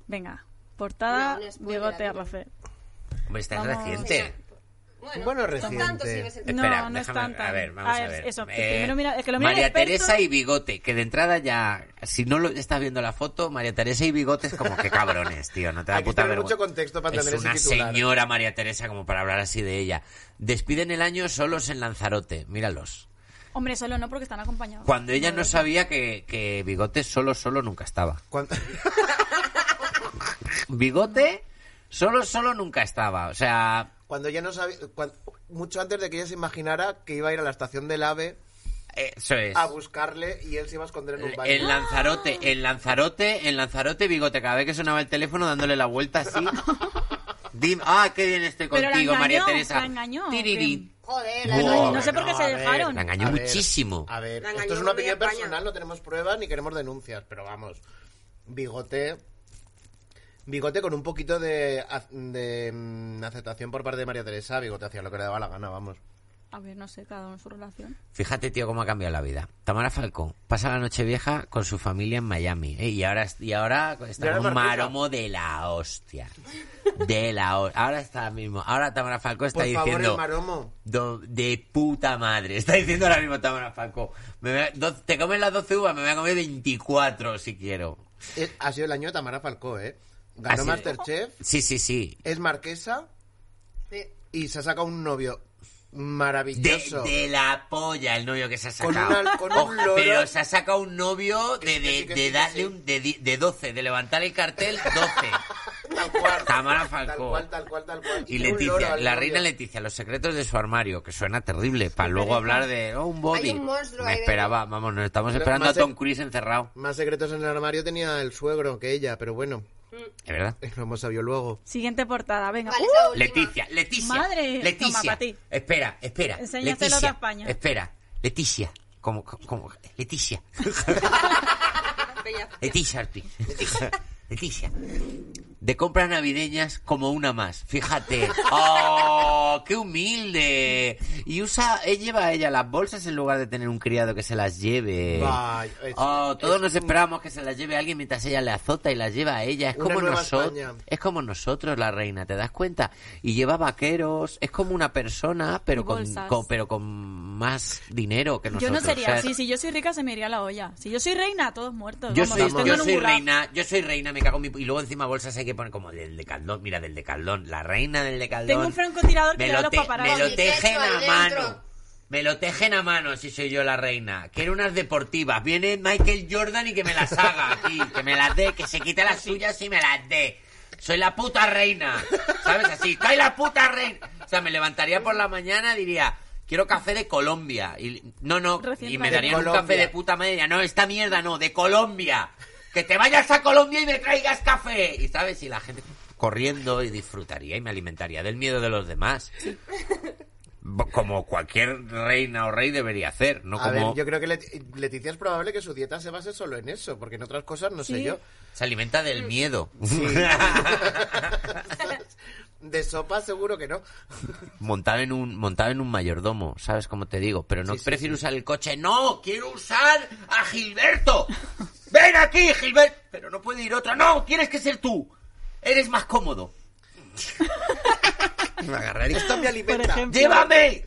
A: Venga. Portada,
F: No, un spoiler,
A: bigote
F: amigo.
A: Rafael.
D: Hombre, esta es
A: Vamos.
D: reciente.
B: Bueno,
F: Bueno, no tanto
B: reciente.
F: si ves el
A: No,
D: Espera,
A: no es
D: déjame-
A: tan, tan.
D: A ver, vamos
A: A
D: a
A: ver,
D: ver. Eh,
A: eso, que primero mira- el que lo mira el
D: María
A: experto-
D: Teresa y Bigote, que de entrada ya, si no lo estás viendo la foto, María Teresa y Bigote es como que cabrones, tío, no te da
B: Hay que
D: puta
B: tener
D: vergüenza.
B: mucho contexto para
D: es
B: entender ese
D: una
B: titular.
D: señora María Teresa como para hablar así de ella. Despiden el año solos en Lanzarote, míralos.
A: Hombre, solo no porque están acompañados.
D: Cuando ella no sabía que, que Bigote solo, solo nunca estaba.
B: Cuan-
D: Bigote solo, solo nunca estaba. O sea,
B: Cuando ya no sabía. cuan- Mucho antes de que ella se imaginara que iba a ir a la estación del AVE
D: eso es.
B: a buscarle y él se iba a esconder en un baño.
D: En Lanzarote, en Lanzarote, en Lanzarote, bigote, cada vez que sonaba el teléfono dándole la vuelta así. Dim, ah, qué bien estoy
A: Pero la
D: contigo, María
A: engañó,
D: Teresa.
A: la engañó,
D: Tiriri.
F: Joder,
D: Buah,
F: la
A: no sé por qué
B: no,
A: se
B: a ver,
A: dejaron.
D: La engañó
B: A ver,
D: muchísimo.
B: A ver,
F: La
B: esto
F: engañó
B: es una
F: con media
B: opinión
F: España.
B: personal, no tenemos pruebas ni queremos denuncias, pero vamos. Bigote. Bigote con un poquito de, ac- de, mm, aceptación por parte de María Teresa, Bigote hacía lo que le daba la gana, vamos.
A: A ver, no sé, cada uno su relación.
D: Fíjate, tío, cómo ha cambiado la vida. Tamara Falcón pasa la noche vieja con su familia en Miami. ¿eh? Y ahora, y ahora está
B: Y ahora
D: en un
B: es artista.
D: maromo de la hostia. De la hostia. Ahora está mismo. Ahora Tamara Falcón está
B: Por
D: diciendo.
B: favor, el maromo.
D: Do- de puta madre. Está diciendo ahora mismo Tamara Falco. Me voy a- do- te comes las 12 uvas, me voy a comer 24 si quiero.
B: Es- ha sido el año de Tamara Falcó, ¿eh?
D: Ha
B: Ganó
D: sido-
B: Masterchef,
D: Sí, sí, sí.
B: es marquesa
F: Sí.
B: y se ha sacado un novio
D: De,
B: maravilloso.
D: de la polla el novio que se ha
B: Con
D: sacado.
B: una- con un loro.
D: Pero se ha sacado un novio de,
B: sí, que sí,
D: de,
B: que
D: de
B: sí, que sí.
D: darle un. De, di- de 12, de levantar el cartel 12.
B: Tal cual.
D: Tamara
B: Tal
D: Falcó.
B: cual, tal cual, tal cual.
D: Y
B: un loro
D: Leticia,
B: al
D: la
B: novio.
D: reina Leticia, los secretos de su armario, que suena terrible, para luego hablar de oh, un
F: Hay
D: body.
F: un monstruo
D: Me
F: ahí
D: esperaba, vamos, nos estamos
B: Pero
D: esperando a
B: más
D: Tom
B: en-
D: Cruise encerrado,
B: Más secretos en el armario tenía el suegro que ella, pero bueno,
D: ¿es verdad?
B: lo hemos sabido luego.
A: Siguiente portada, venga.
F: Vale,
A: ¡Uh!
F: esa última.
D: Leticia, Leticia.
A: Madre,
D: Leticia.
A: toma, pa' ti.
D: Espera, espera.
A: Enséñaselo
D: Leticia,
A: a España.
D: Espera, Leticia. Como, como, Leticia.
F: Bella.
D: Leticia Arpi. Leticia. De compras navideñas como una más. Fíjate. ¡Oh! ¡Qué humilde! Y usa, él lleva a ella las bolsas en lugar de tener un criado que se las lleve.
B: Vaya, es-
D: Oh, todos
B: es
D: nos esperábamos que se las lleve alguien mientras ella le azota y las lleva a ella. Es
B: Una
D: como
B: nueva
D: nosotros.
B: España.
D: Es como nosotros, la reina, ¿te das cuenta? Y lleva vaqueros. Es como una persona, pero
A: Y
D: con,
A: bolsas.
D: con- pero con más dinero que
A: Yo
D: nosotros.
A: no
D: o
A: sería
D: sea,
A: así. Si yo soy rica, se me iría la olla. Si yo soy reina, todos muertos.
D: yo
A: Vamos,
D: soy,
A: los tengo
D: yo
A: en un
D: soy
A: burra.
D: reina, yo soy reina, me cago en mi... Y luego encima bolsas hay que poner como del de Caldón, mira, del de Caldón, la reina del de Caldón.
A: Tengo un francotirador que
D: me
A: le da
D: lo,
A: los
D: te-
A: paparazzi.
D: me lo
F: Con mi
D: tejen
F: pecho
D: a
F: al
D: mano.
F: dentro.
D: Me lo tejen a mano si soy yo la reina. Quiero unas deportivas. Viene Michael Jordan y que me las haga aquí. Que me las dé, que se quite las suyas y me las dé. Soy la puta reina. ¿Sabes? Así, soy la puta reina. O sea, me levantaría por la mañana y diría, quiero café de Colombia. Y, no, no.
A: Recién
D: y me
A: traído.
D: darían un
B: Colombia.
D: café de puta madre. Y diría, No, esta mierda no, de Colombia. Que te vayas a Colombia y me traigas café. Y sabes, y la gente corriendo y disfrutaría y me alimentaría del miedo de los demás. Bo- como cualquier reina o rey debería hacer, no
B: A ver,
D: como
B: yo creo que Let- Leticia es probable que su dieta se base solo en eso, porque en otras cosas no sé
A: Sí.
B: yo.
D: se alimenta del miedo.
B: De sopa seguro que no.
D: montado en un montado en un mayordomo, ¿sabes cómo te digo? Pero no
B: Sí, sí,
D: prefiero usar el coche, no, quiero usar a Gilberto. Ven aquí, Gilberto, pero no puede ir otra. No, tienes que ser tú. Eres más cómodo. Me agarraría.
B: Esto me
A: Por
B: alimenta.
A: ejemplo.
D: ¡Llévame!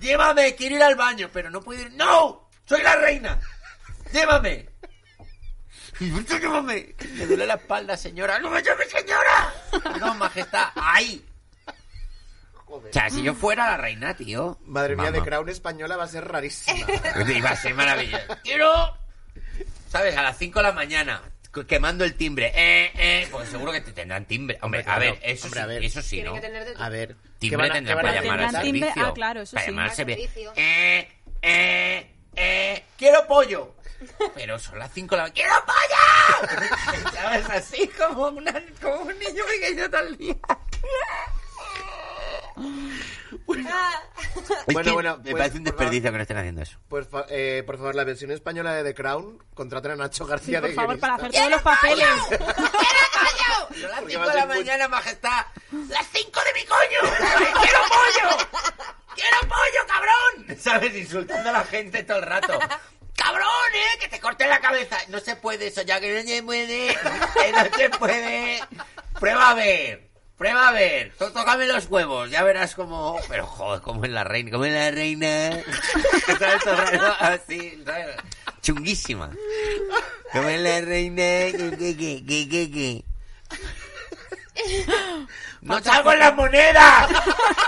D: ¡Llévame! Quiero ir al baño, pero no puedo ir. ¡No! ¡Soy la reina! ¡Llévame! ¡Llévame! Me duele la espalda, señora. ¡No me lleve, señora! No, majestad, ahí. O sea, si yo fuera la reina, tío.
B: Madre mía, de
D: Mamá.
B: Crown española va a ser rarísima.
D: Iba a ser maravilloso. Quiero. ¿Sabes? A las 5 de la mañana, c- quemando el timbre. Eh, eh. Pues seguro que te tendrán timbre. Hombre,
B: Hombre,
D: a ver,
B: claro.
D: eso
B: Hombre,
D: sí,
B: a ver.
D: eso sí,
F: Tiene
D: ¿no?
F: que tener de
B: A ver, ¿qué
D: Timbre
B: van a-
D: tendrán
B: qué van a
D: para
B: hacer?
D: llamar al
A: Tendrán timbre,
D: servicio.
A: ah, claro, eso
D: para
A: sí.
D: llamar al servi-
F: servicio.
D: Eh, eh, eh, ¡Quiero pollo! Pero son las 5 de la ¡Quiero pollo! ¿Sabes? Así como, una, como un niño pequeño tal día.
B: Bueno,
D: que
B: bueno,
D: me
B: pues,
D: parece
B: por favor.
D: un desperdicio que no estén haciendo eso.
B: Pues, fa- eh, por favor, la versión española de The Crown, contraten a Nacho
A: Sí,
B: García
A: por
B: de
A: favor, para hacer
B: guionista.
A: todos los papeles.
D: pues Son las
B: Porque
D: cinco
B: va a
D: de la
B: ser muy-
D: mañana, majestad. ¡Las 5 de mi coño! ¡Quiero pollo! ¡Quiero pollo, cabrón! ¿Sabes? Insultando a la gente todo el rato. ¡Cabrón, eh! ¡Que te corten la cabeza! No se puede eso, ya que no se puede. Que no se puede. Prueba a ver. Prueba a ver. Tó- Tócame los huevos. Ya verás cómo... Pero, joder, cómo es la reina. Cómo es la reina. ¿Sabes? Todo el rato Así, ¿sabes? Chunguísima. Cómo es la reina. Que, que, que, que, que, que. ¡No salgo en las monedas!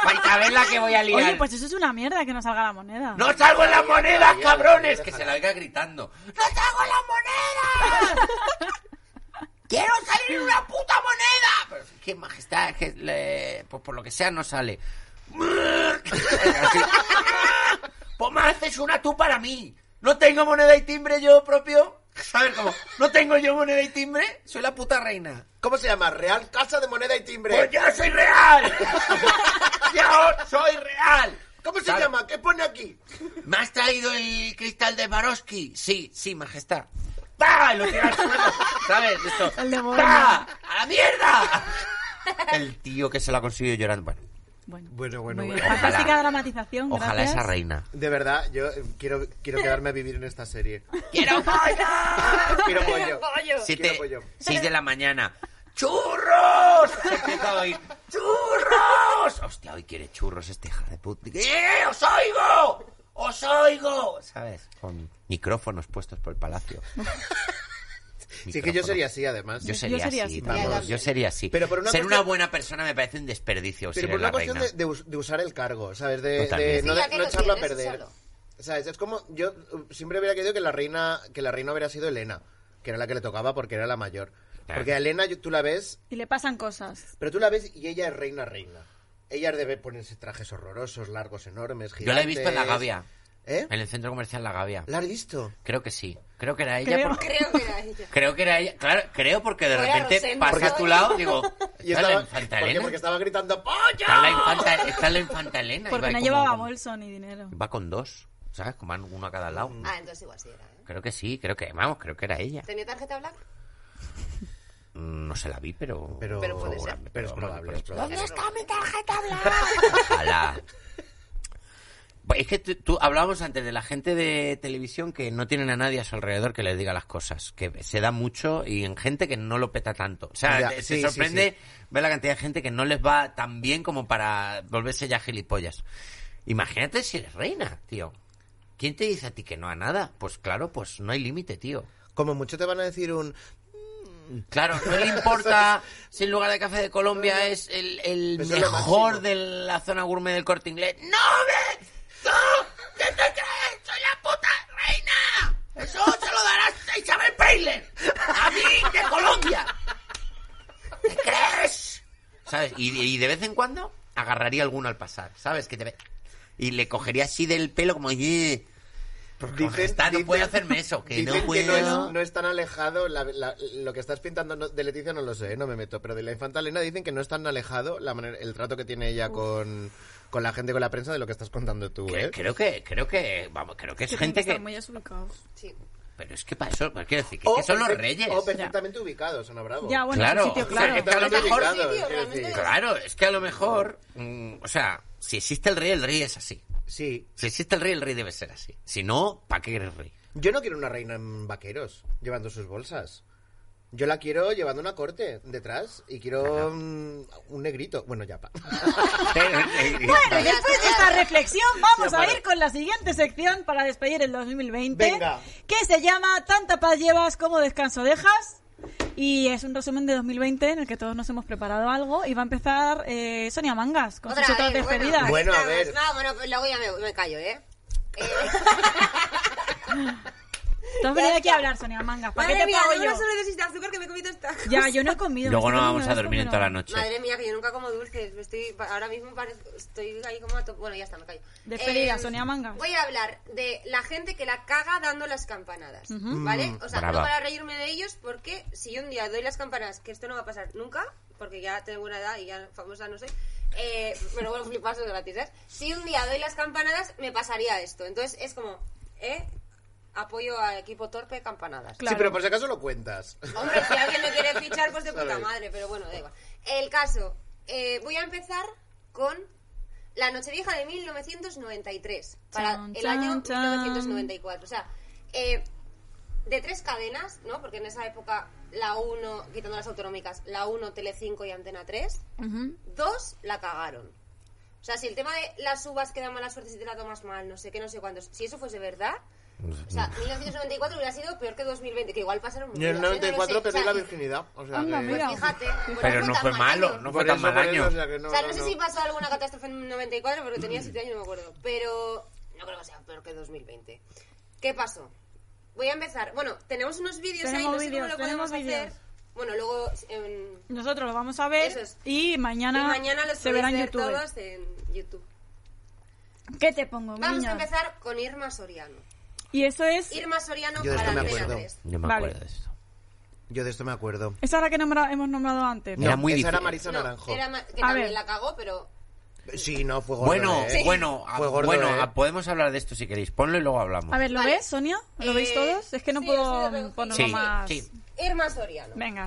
D: ¡Vais a ver la que voy a liar!
A: Oye, pues eso es una mierda que no salga la moneda.
D: ¡No salgo en las monedas,
B: Déjala,
D: cabrones!
B: déjala.
D: Que se la oiga gritando. ¡No salgo en las monedas! ¡Quiero salir en una puta moneda! Pero, ¡Qué majestad! es Que le- Pues por lo que sea no sale. Así. Pues me haces una tú para mí. No tengo moneda y timbre yo propio. ¿Sabes cómo? No tengo yo moneda y timbre. Soy la puta reina.
B: ¿Cómo se llama? Real Casa de Moneda y Timbre.
D: ¡Pues yo soy real! ¡Yo soy real!
B: ¿Cómo se
D: Claro.
B: llama? ¿Qué pone aquí?
D: ¿Me has traído el cristal de Baroski? Sí, sí, majestad. ¡Pah! Y Lo tira al suelo, ¿sabes? Esto.
A: El demonio.
D: ¡Pah! ¡A la mierda! El tío que se la ha conseguido llorando. Bueno,
A: Bueno,
B: Bueno, bueno,
A: muy bien.
B: bueno.
D: Ojalá.
A: Fantástica dramatización.
D: ojalá
A: gracias.
D: esa reina.
B: De verdad, yo eh, quiero, quiero quedarme a vivir en esta serie.
D: ¡Quiero pollo!
B: Quiero pollo.
D: Siete,
B: Quiero pollo.
D: seis de la mañana. ¡Churros! Se empieza a oír. ¡Churros! Hostia, hoy quiere churros este hija de puta. ¡Eh! ¡Os oigo! ¡Os oigo! ¿Sabes? Con micrófonos puestos por el palacio.
B: Sí, que yo
D: Micrófonos.
B: sería así, además.
D: Yo sería, así,
A: también.
D: vamos, yo sería así.
B: Pero por una
D: Ser
B: cuestión-
D: una buena persona me parece un desperdicio si
B: Pero
D: eres
B: por una
D: la
B: cuestión
D: reina.
B: de, de us- de usar el cargo, ¿sabes? De, de
D: Totalmente.
B: no,
F: Sí,
B: de-
F: ya que
B: no
F: lo
B: echarlo a
F: tienes,
B: perder.
F: úsalo.
B: ¿Sabes? Es como, yo uh, siempre hubiera querido que la reina que la reina hubiera sido Elena, que era la que le tocaba porque era la mayor.
D: Claro.
B: Porque a Elena yo- tú la ves,
A: Y le pasan cosas.
B: pero tú la ves y ella es reina reina. Ella debe ponerse trajes horrorosos, largos, enormes,
D: Yo
B: gigantes.
D: la he visto en la Gavia,
B: ¿Eh?
D: en el centro comercial La Gavia.
B: ¿La has visto?
D: Creo que sí. Creo que era ella.
A: Creo.
D: Porque...
F: Creo que era ella.
D: Creo que era ella. Claro, creo porque de
F: Era
D: repente
F: Rosenda,
D: pasa a tu
F: ¿no?
D: lado, digo,
B: Y
D: está la
B: estaba,
D: infanta
B: ¿por qué?
D: Elena.
B: Porque estaba gritando
D: Está la
B: ¡Pollo!
D: infanta, está la infanta Elena. y va
A: Porque no
D: como
A: llevaba
D: con-
A: bolso ni dinero.
D: Va con dos, ¿sabes? Como van uno a cada lado.
F: Ah, entonces igual sí era. ¿eh?
D: Creo que sí, creo que, vamos, creo que era ella.
F: ¿Tenía tarjeta blanca?
D: Mm, No se la vi, pero...
B: Pero,
F: Pero puede ser.
D: seguramente,
B: Pero es
D: vamos,
B: probable,
D: pero
B: es probable.
D: probable.
F: está mi tarjeta blanca?
D: Ojalá. Pues Es que tú, tú- hablábamos antes de la gente de televisión que no tienen a nadie a su alrededor que les diga las cosas, que se da mucho y en gente que no lo peta tanto. O sea,
B: Ya,
D: te-
B: sí,
D: te
B: sí,
D: sorprende ver la cantidad de gente que no les va tan bien como para volverse ya gilipollas. Imagínate si eres reina, tío. ¿Quién te dice a ti que no a nada? Pues claro, pues no hay límite, tío.
B: Como mucho te van a decir un...
D: Claro, no le importa si el lugar de café de Colombia es el, el
B: Eso es lo
D: mejor
B: máximo.
D: de la zona gourmet del corte inglés. ¡No me! ¡No! ¿Qué te crees? ¡Soy la puta reina! ¡Eso se lo darás a Isabel Preisler! ¡A mí de Colombia! ¿Te crees? ¿Sabes? Y, y de vez en cuando agarraría alguno al pasar, ¿sabes? Que te ve- Y le cogería así del pelo como... "Eh,
B: Dicen-
D: Majestad, no
B: dicen-
D: puede hacerme eso, que no
B: dicen que no
D: puedo.
B: es, no es tan alejado. la- la- lo que estás pintando no- de Leticia no lo sé, no me meto. Pero de la infanta Elena dicen que no es tan alejado la manera- el trato que tiene ella con, con la gente, con la prensa, de lo que estás contando tú,
D: Cre-
B: ¿eh?
D: Creo que, creo que, vamos, creo que es
A: Que tienen
D: gente
A: que
D: que...
A: estar muy desubicados.
F: Sí.
D: Pero es que para eso, pues, quiero decir, que,
B: O
D: que son los
B: perfe-
D: reyes.
B: O perfectamente ubicados, Ana Bravo.
A: Ya, bueno,
D: Claro,
A: en un sitio
D: o sea,
A: claro.
D: que está- a lo
B: Perfectamente
D: mejor-
B: ubicados,
F: Sí, tío,
B: quiero
F: realmente-
B: decir.
D: Claro, es que a lo mejor, mm, o sea, si existe el rey, el rey es así.
B: Sí.
D: Si existe el rey, el rey debe ser así. Si no, ¿para qué eres rey?
B: Yo no quiero una reina en vaqueros, llevando sus bolsas. Yo la quiero llevando una corte detrás y quiero mm, un negrito. Bueno, ya, pa.
D: eh,
A: Bueno, después de esta reflexión vamos
B: Ya
A: a
B: para.
A: ir con la siguiente sección para despedir el 2020
B: Venga.
A: que se llama Tanta paz llevas como descanso dejas y es un resumen de 2020 en el que todos nos hemos preparado algo y va a empezar eh, Sonia Mangas con sus otras
F: vez, bueno,
A: despedidas.
B: Bueno, a ver.
F: No, bueno, pues luego ya me, me callo, ¿eh? Eh,
A: Tú has venido aquí a hablar Sonia Mangas, ¿para qué
C: Madre
A: te
C: mía,
A: pago
C: luego
A: yo?
C: no solo necesito azúcar que me he comido esta.
A: Ya, yo no he comido. me
D: Luego
A: estoy
D: no vamos a
A: comiendo
D: dormir en
A: esto,
D: toda la
A: pero-
D: noche.
F: Madre mía, que yo nunca como dulces. Me estoy, ahora mismo parezco- estoy ahí como a to- Bueno, ya está, me callo. Em,
A: Despedida, Sonia Mangas.
F: Voy a hablar de la gente que la caga dando las campanadas. ¿Vale? O sea,
D: Brava.
F: no para reírme de ellos, porque si yo un día doy las campanadas, que esto no va a pasar nunca, porque ya tengo una edad y ya famosa no soy, Eh, pero bueno, flipasos gratis, ¿sabes? Si un día doy las campanadas, me pasaría esto. Entonces es como, ¿eh? Apoyo al equipo torpe campanadas.
A: Claro.
B: Sí, pero por si acaso lo cuentas.
F: Hombre, si alguien me quiere fichar, pues de puta
B: ¿Sabes?
F: madre, pero bueno, da igual. El caso, eh, voy a empezar con la Nochevieja de 1993, para
A: Chan,
F: el
A: chan,
F: año
A: chan.
F: 1994. O sea, eh, de tres cadenas, ¿no? Porque en esa época la 1, quitando las autonómicas, la 1, Telecinco y Antena 3,
A: Ujú.
F: dos la cagaron. O sea, si el tema de las uvas que da mala suerte si te la tomas mal, no sé qué, no sé cuántos, si eso fuese verdad, o sea, 1994 hubiera sido peor que 2020, que igual pasaron
B: Yo en el
F: muchas, ¿eh? No lo sé.
B: 94
F: O sea,
B: perdí la virginidad. O sea
A: Anda,
B: que-
A: mira.
F: pues fíjate. pues
D: Pero no
F: tan
D: fue
F: mal
D: malo,
F: año.
B: Por
D: no fue tan
B: eso,
D: mal
B: por eso,
D: año.
B: o sea que no,
F: o sea, no,
B: no,
F: sé
B: no.
F: si pasó alguna catástrofe en 94 porque tenía 7 años, no me acuerdo. Pero no creo que sea peor que 2020. ¿Qué pasó? Voy a empezar. Bueno, tenemos unos vídeos ahí,
A: Tenemos
F: no sé cómo
A: vídeos,
F: lo podemos
A: tenemos vídeos.
F: hacer. Bueno, luego en-
A: Nosotros lo vamos a ver
F: Eso es.
A: y mañana,
F: y mañana los
A: se
F: podéis
A: verá en
F: ver
A: YouTube.
F: todos en YouTube.
A: ¿Qué te pongo,
F: Vamos
A: niños?
F: a empezar con Irma Soriano.
A: Y eso es...
F: Irma Soriano
B: Yo de
F: para
B: esto me
F: Antena
B: acuerdo.
F: 3.
D: Yo me
A: Vale.
D: acuerdo de esto.
B: Yo de esto me acuerdo.
A: Esa la que nombra- hemos nombrado antes.
D: Era
B: No,
D: muy
B: esa era
D: difícil.
B: Marisa
F: No,
B: Naranjo.
F: era ma- que
A: A
F: también
A: ver.
F: la cagó, pero
B: Sí, no, fue gordo.
D: Bueno,
B: ¿eh?
D: bueno, a-
B: Fue gordo,
D: bueno,
B: ¿eh?
D: a- podemos hablar de esto si queréis. Ponlo y luego hablamos.
A: A ver, ¿lo
F: Vale.
A: ves, Sonia? ¿Lo veis
F: Eh,
A: todos? Es que no
F: sí,
A: puedo
F: sí, lo veo.
A: ponerlo
D: sí,
A: más...
D: sí.
F: Irma Soriano.
A: Venga,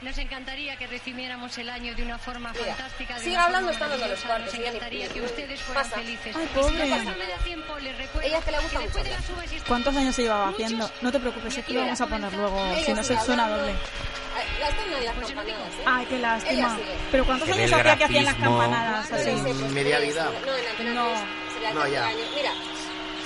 G: Nos encantaría que recibiéramos el año de una forma
F: Mira,
G: fantástica. de
F: sigue
G: una
F: hablando,
G: forma
F: estamos a los
G: maravillosa.
F: cuartos,
G: Nos
F: ya ni-
G: encantaría que
F: ni-
G: ustedes fueran
F: pasa.
G: felices.
A: Ay,
G: Y si
A: pobre.
G: no pasa nada tiempo, les recuerdo
F: Ella es que le gusta
G: después de
F: mucho
G: las uvas y este estos-
A: ¿cuántos años se llevaba
G: Muchos.
A: haciendo? No te preocupes, aquí lo
G: Mira,
A: vamos a poner luego,
F: Ella
A: si no se
F: sigue
A: suena Ah,
F: hablando.
A: doble.
F: Ah, Las tengo y las campanadas, ¿eh?
A: Ay, qué
F: Ella
A: lástima.
F: sigue.
A: Pero ¿cuántos
D: Se ve
A: años
D: el
A: hacía que hacían las
D: grafismo.
A: campanadas
F: No
A: así?
F: le sé, pues,
B: Media
F: tres,
B: vida.
F: No, en Antena
A: No.
F: tres, será
B: No, ya.
F: año. Mira,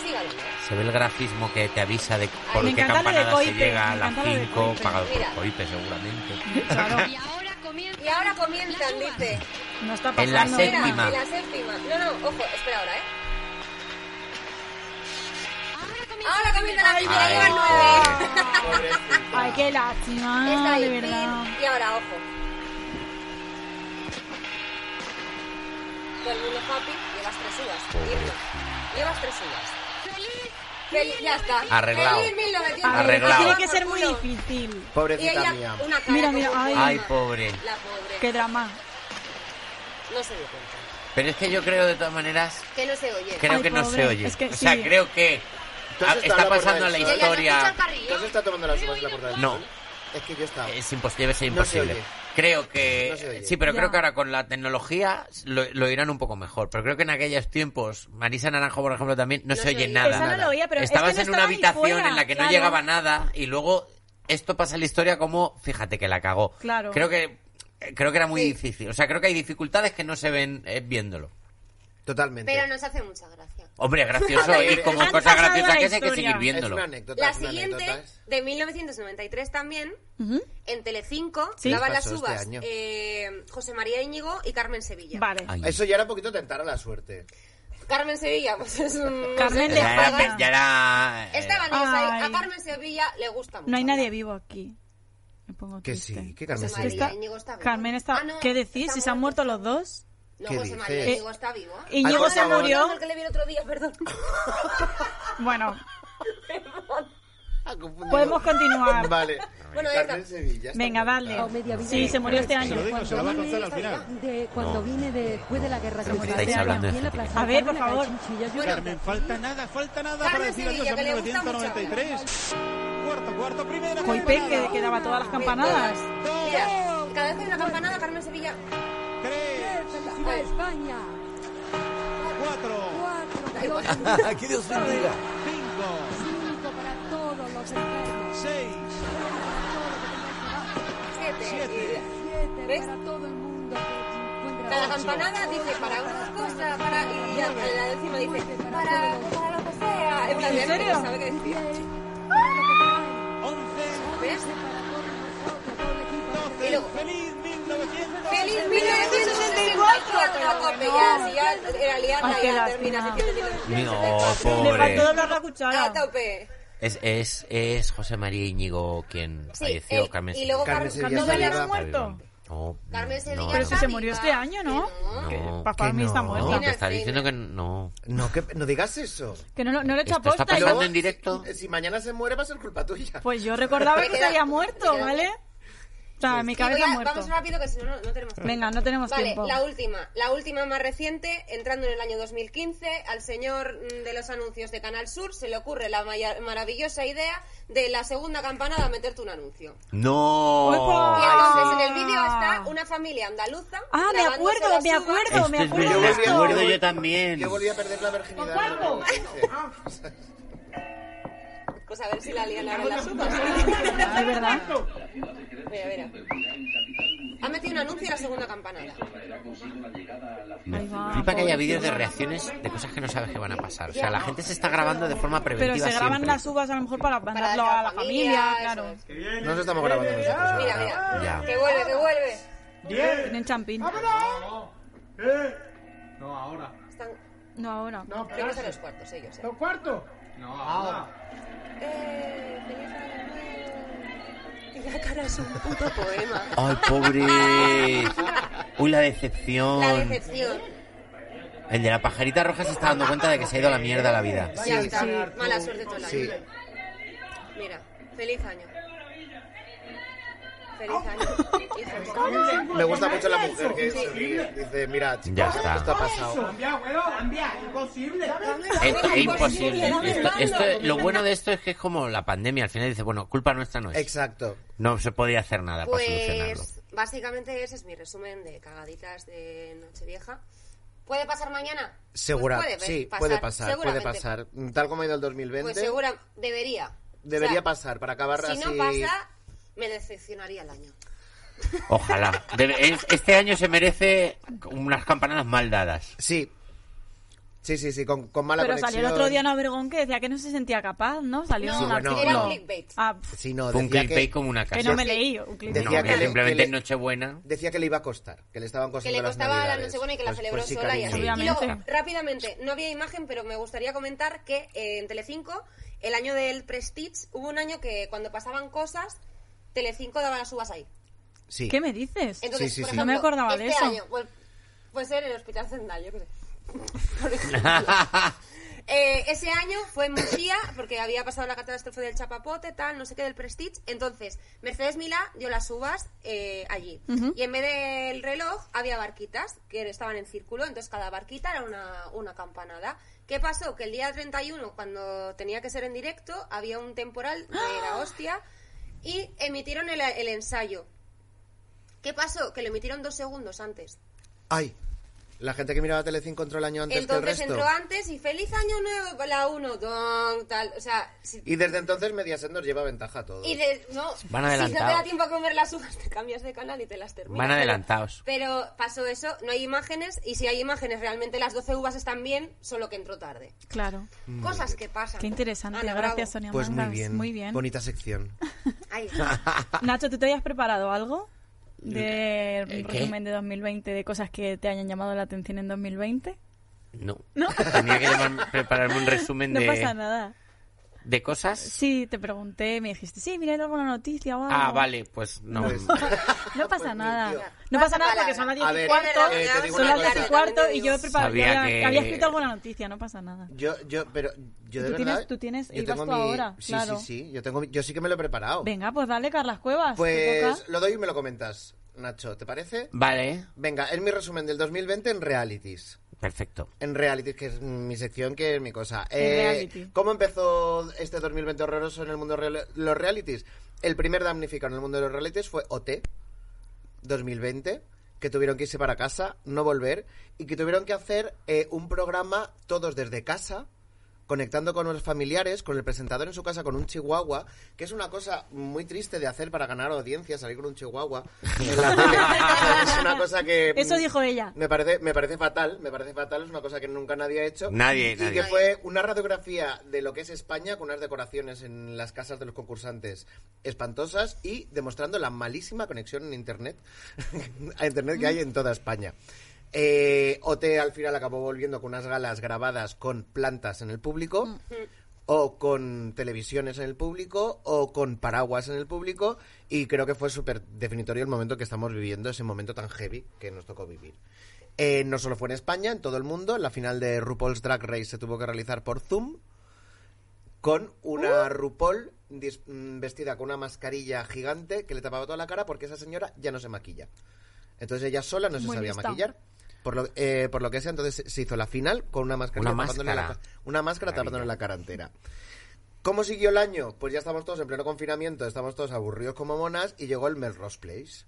F: sígalo.
D: Se ve el grafismo que te avisa de por
A: Me
D: qué
A: encanta lo de
D: campanada se
A: Coipe,
D: llega
A: me
D: a las
A: encanta lo de
D: 5,
A: Coipe.
D: pagado por
F: Mira.
D: Coipe seguramente.
A: Claro,
G: Y ahora comienzan
F: Y ahora comienzan,
G: las uvas.
F: dice.
A: no está
D: En la
A: pasando. nada.
F: Espera, en
D: Séptima.
F: la séptima. No, no, ojo, espera ahora, ¿eh?
G: Ahora comienzan
F: Ahora comienza
G: las
F: la
G: primeras.
F: primera,
D: Ay,
F: lleva nueve.
A: Ay, qué
F: Está
A: lástima,
F: ahí,
A: de
F: pin,
A: verdad.
F: y ahora, ojo. Todo el mundo happy, llevas tres uvas. Irma, llevas tres uvas. Feliz, ya está.
D: Arreglado.
F: Feliz 1900.
A: A ver,
D: Arreglado.
A: tiene que ser muy
F: Por culo.
A: difícil.
F: Y
B: Pobrecita
F: ella,
B: mía.
F: una cara
A: Mira,
F: como
A: mira,
F: un
A: ay.
F: alma.
D: Ay, pobre.
F: La pobre.
A: Qué drama.
F: No se dio cuenta.
D: Pero es que yo creo de todas maneras,
F: Que no se oye.
D: creo
A: Ay,
D: que no
A: pobre.
D: se oye.
A: Es que
D: o
A: sí.
D: sea, creo que
B: Tú
D: ah,
B: has estado
D: está
B: en la puerta
D: pasando la
B: del
F: Ella no escucha
D: historia.
F: el carrillo.
B: ¿Entonces está tomando las uvas en la puerta del
D: No.
B: sol? Es que yo estaba.
D: Es imposible, debe ser
B: No se
D: imposible.
B: oye.
D: creo que
B: No se oye.
D: sí, pero
A: Ya.
D: creo que ahora con la tecnología lo, lo irán un poco mejor. Pero creo que en aquellos tiempos Marisa Naranjo, por ejemplo, también no, se oye nada.
A: Esa no lo oía, pero es
D: Estabas
A: que no
D: en una
A: estaba ni
D: habitación
A: fuera,
D: en la que
A: claro.
D: no llegaba nada y luego esto pasa en la historia como fíjate que la cagó.
A: Claro.
D: Creo que creo que era muy difícil. O sea, creo que hay dificultades que no se ven eh, viéndolo.
B: Totalmente.
F: Pero nos hace mucha gracia.
D: Hombre, gracioso
B: ver,
D: y como
A: han
D: cosa
A: pasado la
D: graciosa que es hay que
A: historia.
D: seguir
B: es
D: viéndolo.
B: una anécdota.
F: La
B: es una
F: siguiente,
B: anécdota, es-
F: de 1993 también,
A: Ujú.
F: en Telecinco,
A: Sí.
F: daban las
B: Pasó este
F: uvas
B: año.
F: eh, José María Íñigo y Carmen Sevilla.
A: Vale.
D: Ay.
B: Eso ya era un poquito tentar a la suerte.
F: Carmen Sevilla, pues es un...
A: Carmen
D: Ya
A: de
D: era-
A: España.
D: ya era, eh,
F: Esta ganiosa ahí.
A: Ay.
F: A Carmen Sevilla le gusta mucho.
A: No hay nadie
F: hablar.
A: vivo aquí. Me pongo
B: Que
A: triste.
B: sí, que
F: José
A: Que
B: Carmen
F: María
B: Sevilla.
A: está-
F: Íñigo está vivo.
A: Carmen está...
F: Ah, no,
A: ¿Qué decís?
F: está
A: ¿Si se han
F: muerto.
A: muerto los dos?
F: No,
B: ¿Qué
F: José María
B: dices?
F: Íñigo está vivo. ¿eh?
A: Íñigo
B: Algo
A: se
B: sabemos.
A: murió.
F: No, el que le vi el otro día, perdón.
A: Bueno,
B: Ah, confundido.
A: podemos continuar.
B: Vale.
F: Bueno, ya
B: Carmen
F: está.
B: Sevilla. está
A: Venga,
B: muerta.
F: Ah.
A: dale. Sí, se murió este año.
H: se la va a contar al final.
I: De cuando vine después de la guerra
D: Creo que
I: civil.
D: estáis hablando de
I: Aquí en la
D: gente
I: plaza
A: A ver, por
I: Carmen, la
A: favor.
I: cachinchilla, yo
F: Bueno, mm.
H: Carmen, falta nada, falta nada
F: Carmen
H: para decir adiós
F: Sevilla,
H: a
F: que le gusta
H: 1993. Cuarto, cuarto, primera.
A: Coipé que,
H: campanada.
A: que daba todas las campanadas.
F: Mira,
H: Dos,
F: cada vez que hay una campanada, Carmen Sevilla...
H: tres,
I: ¡Felicidad, España!
H: cuatro,
I: Cuatro, dos,
J: Aquí Dios bendiga.
H: cinco,
I: cinco para todos los enfermos.
H: seis,
F: Siete. ¿eh?
H: siete.
I: Siete
F: ¿Ves?
I: para todo el mundo que encuentra...
F: Cada campanada dice para unas cosas, para. Y ya, para la décima dice para, para lo que sea. En plan,
A: ¿En serio?
F: no sabe qué decir.
I: Para lo que trae.
H: Once,
F: ¿Ves?
I: Para todos nosotros, todo el equipo.
F: Y luego,
H: doce. Feliz 1900.
F: ¡Feliz 1964! La cope ya, si ya era
A: Ay,
F: liarla y
A: qué
F: ya
A: lástima.
F: termina septiembre de
D: No,
F: 1964.
A: Le
D: pobre.
A: faltó doblar la
F: A
A: cuchara.
F: tope.
D: Es, es, es José María Íñigo quien
F: Sí,
D: falleció,
A: eh,
F: él-
D: Carmen
F: y luego
B: Carmen
F: Carmen
B: Sevilla
A: ¿No había
B: Sevilla.
A: muerto?
D: No,
F: Carmen
D: no,
F: Sevilla.
D: no.
A: Pero si se
F: está
A: murió
F: viva.
A: este año, ¿no?
F: Que no.
D: No,
A: Eh, Papá
D: que
A: mí está
D: no,
A: muerta.
D: Te está diciendo que no.
B: No, que, no digas eso. Eh,
A: Que no, lo- no le he hecho
D: Esto está
A: aposta.
D: pasando
A: yo-
D: en directo.
B: Si mañana se muere va a ser culpa tuya.
A: Pues yo recordaba que se había muerto, ¿vale? sea, en mi
F: Y voy
A: cabeza
F: a-
A: muerto. Ah,
F: Vamos rápido que si no, no, no tenemos tiempo.
A: Venga, no tenemos
F: Vale,
A: tiempo.
F: la última, la última más reciente, entrando en el año 2015, al señor mm, de los anuncios de Canal Sur se le ocurre la maya- maravillosa idea de la segunda campanada meterte un anuncio.
D: ¡No!
A: Uepa.
F: Y entonces en
A: Ah.
F: el vídeo está una familia andaluza.
A: Ah, me
F: grabándose
A: acuerdo,
F: las
A: me
F: uvas.
A: acuerdo, me
D: Esto Este
A: acuerdo. de
D: es verdad,
A: esto.
D: me acuerdo yo también.
B: Yo volví a perder la virginidad.
A: ¿Con Ah,
B: ¿no? Sí.
F: Pues a ver si la lian ahora en las uvas.
A: De verdad.
F: Mira, mira. Ha metido un anuncio en la segunda campanada.
D: Me
A: Ahí va,
D: flipa que haya
A: pobrecito.
D: vídeos de reacciones de cosas que no sabes que van a pasar. O sea, la gente se está grabando de forma preventiva
A: Pero se graban
D: siempre.
A: las uvas a lo mejor para mandarlo
F: la
A: a la
F: familia,
A: familia,
F: eso
A: claro.
F: es.
B: Nos estamos grabando nosotros. ahora.
F: Mira, mira.
D: Ya.
F: Que vuelve, que vuelve.
A: Tienen champín.
H: eh. No, ahora.
F: Están
A: No, ahora.
F: llenos de los cuartos ellos. eh.
H: No, ahora.
F: Eh, feliz año nuevo. Y la cara es un puto poema.
D: ¡Ay, pobre! Uy, la decepción.
F: La decepción.
D: El de la pajarita roja se está dando cuenta de que se ha ido a la mierda la vida.
F: Ya está. Mala suerte todo el año.
B: Sí.
F: Mira, feliz año. Feliz año. hijos.
B: Me gusta mucho la mujer que es- eh, dice, mira, chicos,
D: Ya está.
B: esto ha pasado.
D: Es, es imposible. Esto, esto- lo bueno de esto es que es como la pandemia. Al final dice, bueno, culpa nuestra
A: Pues
D: no es.
B: Exacto.
D: No se podía hacer nada para solucionarlo.
F: Pues básicamente ese es mi resumen de cagaditas de Nochevieja. ¿Puede pasar mañana? Pues
B: Segura,
F: puede pe-
B: sí, puede pasar, puede
F: seguramente.
B: pasar. Tal como ha ido el 2020,
F: Pues segura, debería.
B: debería
F: O sea,
B: pasar para acabar
F: Si
B: así. Pues
F: no pasa, me decepcionaría el año.
D: Ojalá. Debe- es- este año se merece unas campanadas mal dadas.
B: Sí. Sí, sí, sí, con, con mala
A: Pero
B: conexión.
A: salió el otro día Ana Obregón que decía que no se sentía capaz, ¿no? Salió
F: No,
A: un
B: sí, bueno.
A: artículo.
F: Era un clickbait.
A: Ah, pf,
B: Sí, no,
D: Fue un
B: decía
D: clickbait
B: que,
D: como una casa.
A: que no me leí un clickbait.
D: No,
B: Decía
D: que
B: que le-
D: simplemente
B: que le-
D: en Nochebuena.
B: decía que le iba a costar, que le estaban
F: Que
B: costando
F: le
B: las
F: costaba la
B: navidades.
F: Nochebuena y que la
B: Pues-
F: celebró
B: pues sí,
F: sola y así.
B: cariño.
F: Y luego,
A: Obviamente.
F: rápidamente, no había imagen, pero me gustaría comentar que eh, en Telecinco, el año del Prestige, hubo un año que cuando pasaban cosas, Telecinco daba las uvas ahí.
B: Sí.
A: ¿Qué me dices?
F: Entonces,
B: Sí, sí,
F: por
B: sí.
F: ejemplo,
A: No me acordaba de
F: este
A: eso.
F: Año, pues, puede ser el Hospital Zendal, yo qué sé. Por ejemplo. Eh, ese año fue en Murcia, porque había pasado la catástrofe del Chapapote, tal, no sé qué, del Prestige. Entonces, Mercedes Milá dio las uvas eh, allí. Y en vez del reloj, había barquitas que estaban en círculo. Entonces, cada barquita era una, una campanada. ¿Qué pasó? Que el día 31, cuando tenía que ser en directo, había un temporal de la hostia y emitieron el, el ensayo. ¿Qué pasó? Que lo emitieron dos segundos antes.
B: Ay, la gente que miraba Telecinco entró el año antes que el
F: Entonces
B: resto.
F: entró antes y feliz año nuevo, la 1, don, tal, o sea, si-
B: Y desde entonces Mediaset nos lleva ventaja a todos.
F: y de, no,
D: Van
F: si no te da
D: adelantados.
F: tiempo a comer las uvas, te cambias de canal y te las terminas.
D: Van
F: Pero-
D: adelantados.
F: Pero, pasó eso, no hay imágenes, y si hay imágenes, realmente las 12 uvas están bien, solo que entró tarde.
A: Claro.
B: Mm.
F: Cosas que pasan.
A: Qué interesante.
F: Ana, bravo.
A: Gracias, Sonia
B: Pues muy
A: Mangas.
B: bien. Bonita sección.
F: Ahí está.
A: Nacho, ¿tú te habías preparado algo? De
D: ¿Qué?
A: resumen de 2020, de cosas que te hayan llamado la atención en 2020.
D: No.
A: No.
D: Tenía que llevarme- prepararme un resumen
A: No
D: de,
A: pasa nada.
D: de cosas.
A: Sí, te pregunté, me dijiste, sí, mira, hay alguna noticia o algo.
D: Ah, vale, pues no.
B: Pues-
A: No pasa
B: Pues,
A: nada.
B: tío.
A: No pasa nada porque
F: palabra.
A: son las 10
B: A
A: y
B: ver,
A: cuarto.
B: eh, te digo
A: son
B: una
A: las 10
B: cosa.
A: y cuarto y yo he preparado.
D: Sabía
A: yo la-
D: que-
A: Había escrito alguna noticia, no pasa nada.
B: Yo, yo, pero yo
A: Y
B: de
A: tú tienes-
B: verdad.
A: tú tienes-
B: yo
A: ibas
B: tengo
A: tú ahora,
B: sí,
A: claro.
B: sí, sí. Yo tengo, mi- yo sí que me lo he preparado.
A: Venga, pues dale, Carlas Cuevas. te
B: Pues
A: toca.
B: lo doy y me lo comentas, Nacho. ¿Te parece?
D: Vale,
B: Venga, es mi resumen del 2020 en realities.
D: perfecto.
B: En realities, que es mi sección, que es mi cosa. Eh,
A: reality.
B: ¿Cómo empezó este 2020 horroroso en el mundo de real- los realities? El primer damnificado en el mundo de los realities fue OT 2020, que tuvieron que irse para casa, no volver, y que tuvieron que hacer eh, un programa todos desde casa, conectando con los familiares, con el presentador en su casa, con un chihuahua, que es una cosa muy triste de hacer para ganar audiencia, salir con un chihuahua. en la tele. es una cosa que...
A: Eso dijo ella.
B: Me parece, me parece fatal, me parece fatal, es una cosa que nunca nadie ha hecho.
D: Nadie,
B: y
D: nadie.
B: que fue una radiografía de lo que es España con unas decoraciones en las casas de los concursantes espantosas y demostrando la malísima conexión en internet, a internet que hay en toda España. Eh, OT al final acabó volviendo con unas galas grabadas con plantas en el público o con televisiones en el público o con paraguas en el público y creo que fue súper definitorio el momento que estamos viviendo, ese momento tan heavy que nos tocó vivir. Eh, no solo fue en España, en todo el mundo, la final de RuPaul's Drag Race se tuvo que realizar por Zoom con una RuPaul dis- mm, vestida con una mascarilla gigante que le tapaba toda la cara porque esa señora ya no se maquilla. Entonces ella sola no se
A: Muy
B: sabía
A: lista.
B: maquillar. Por lo, eh, por lo que sea, entonces se hizo la final con una mascarilla
D: Una
B: tapándole la
D: máscara.
B: ca- una máscara
D: Maravilla.
B: tapándole la cara entera. ¿Cómo siguió el año? Pues ya estamos todos en pleno confinamiento, estamos todos aburridos como monas y llegó el Melrose Place.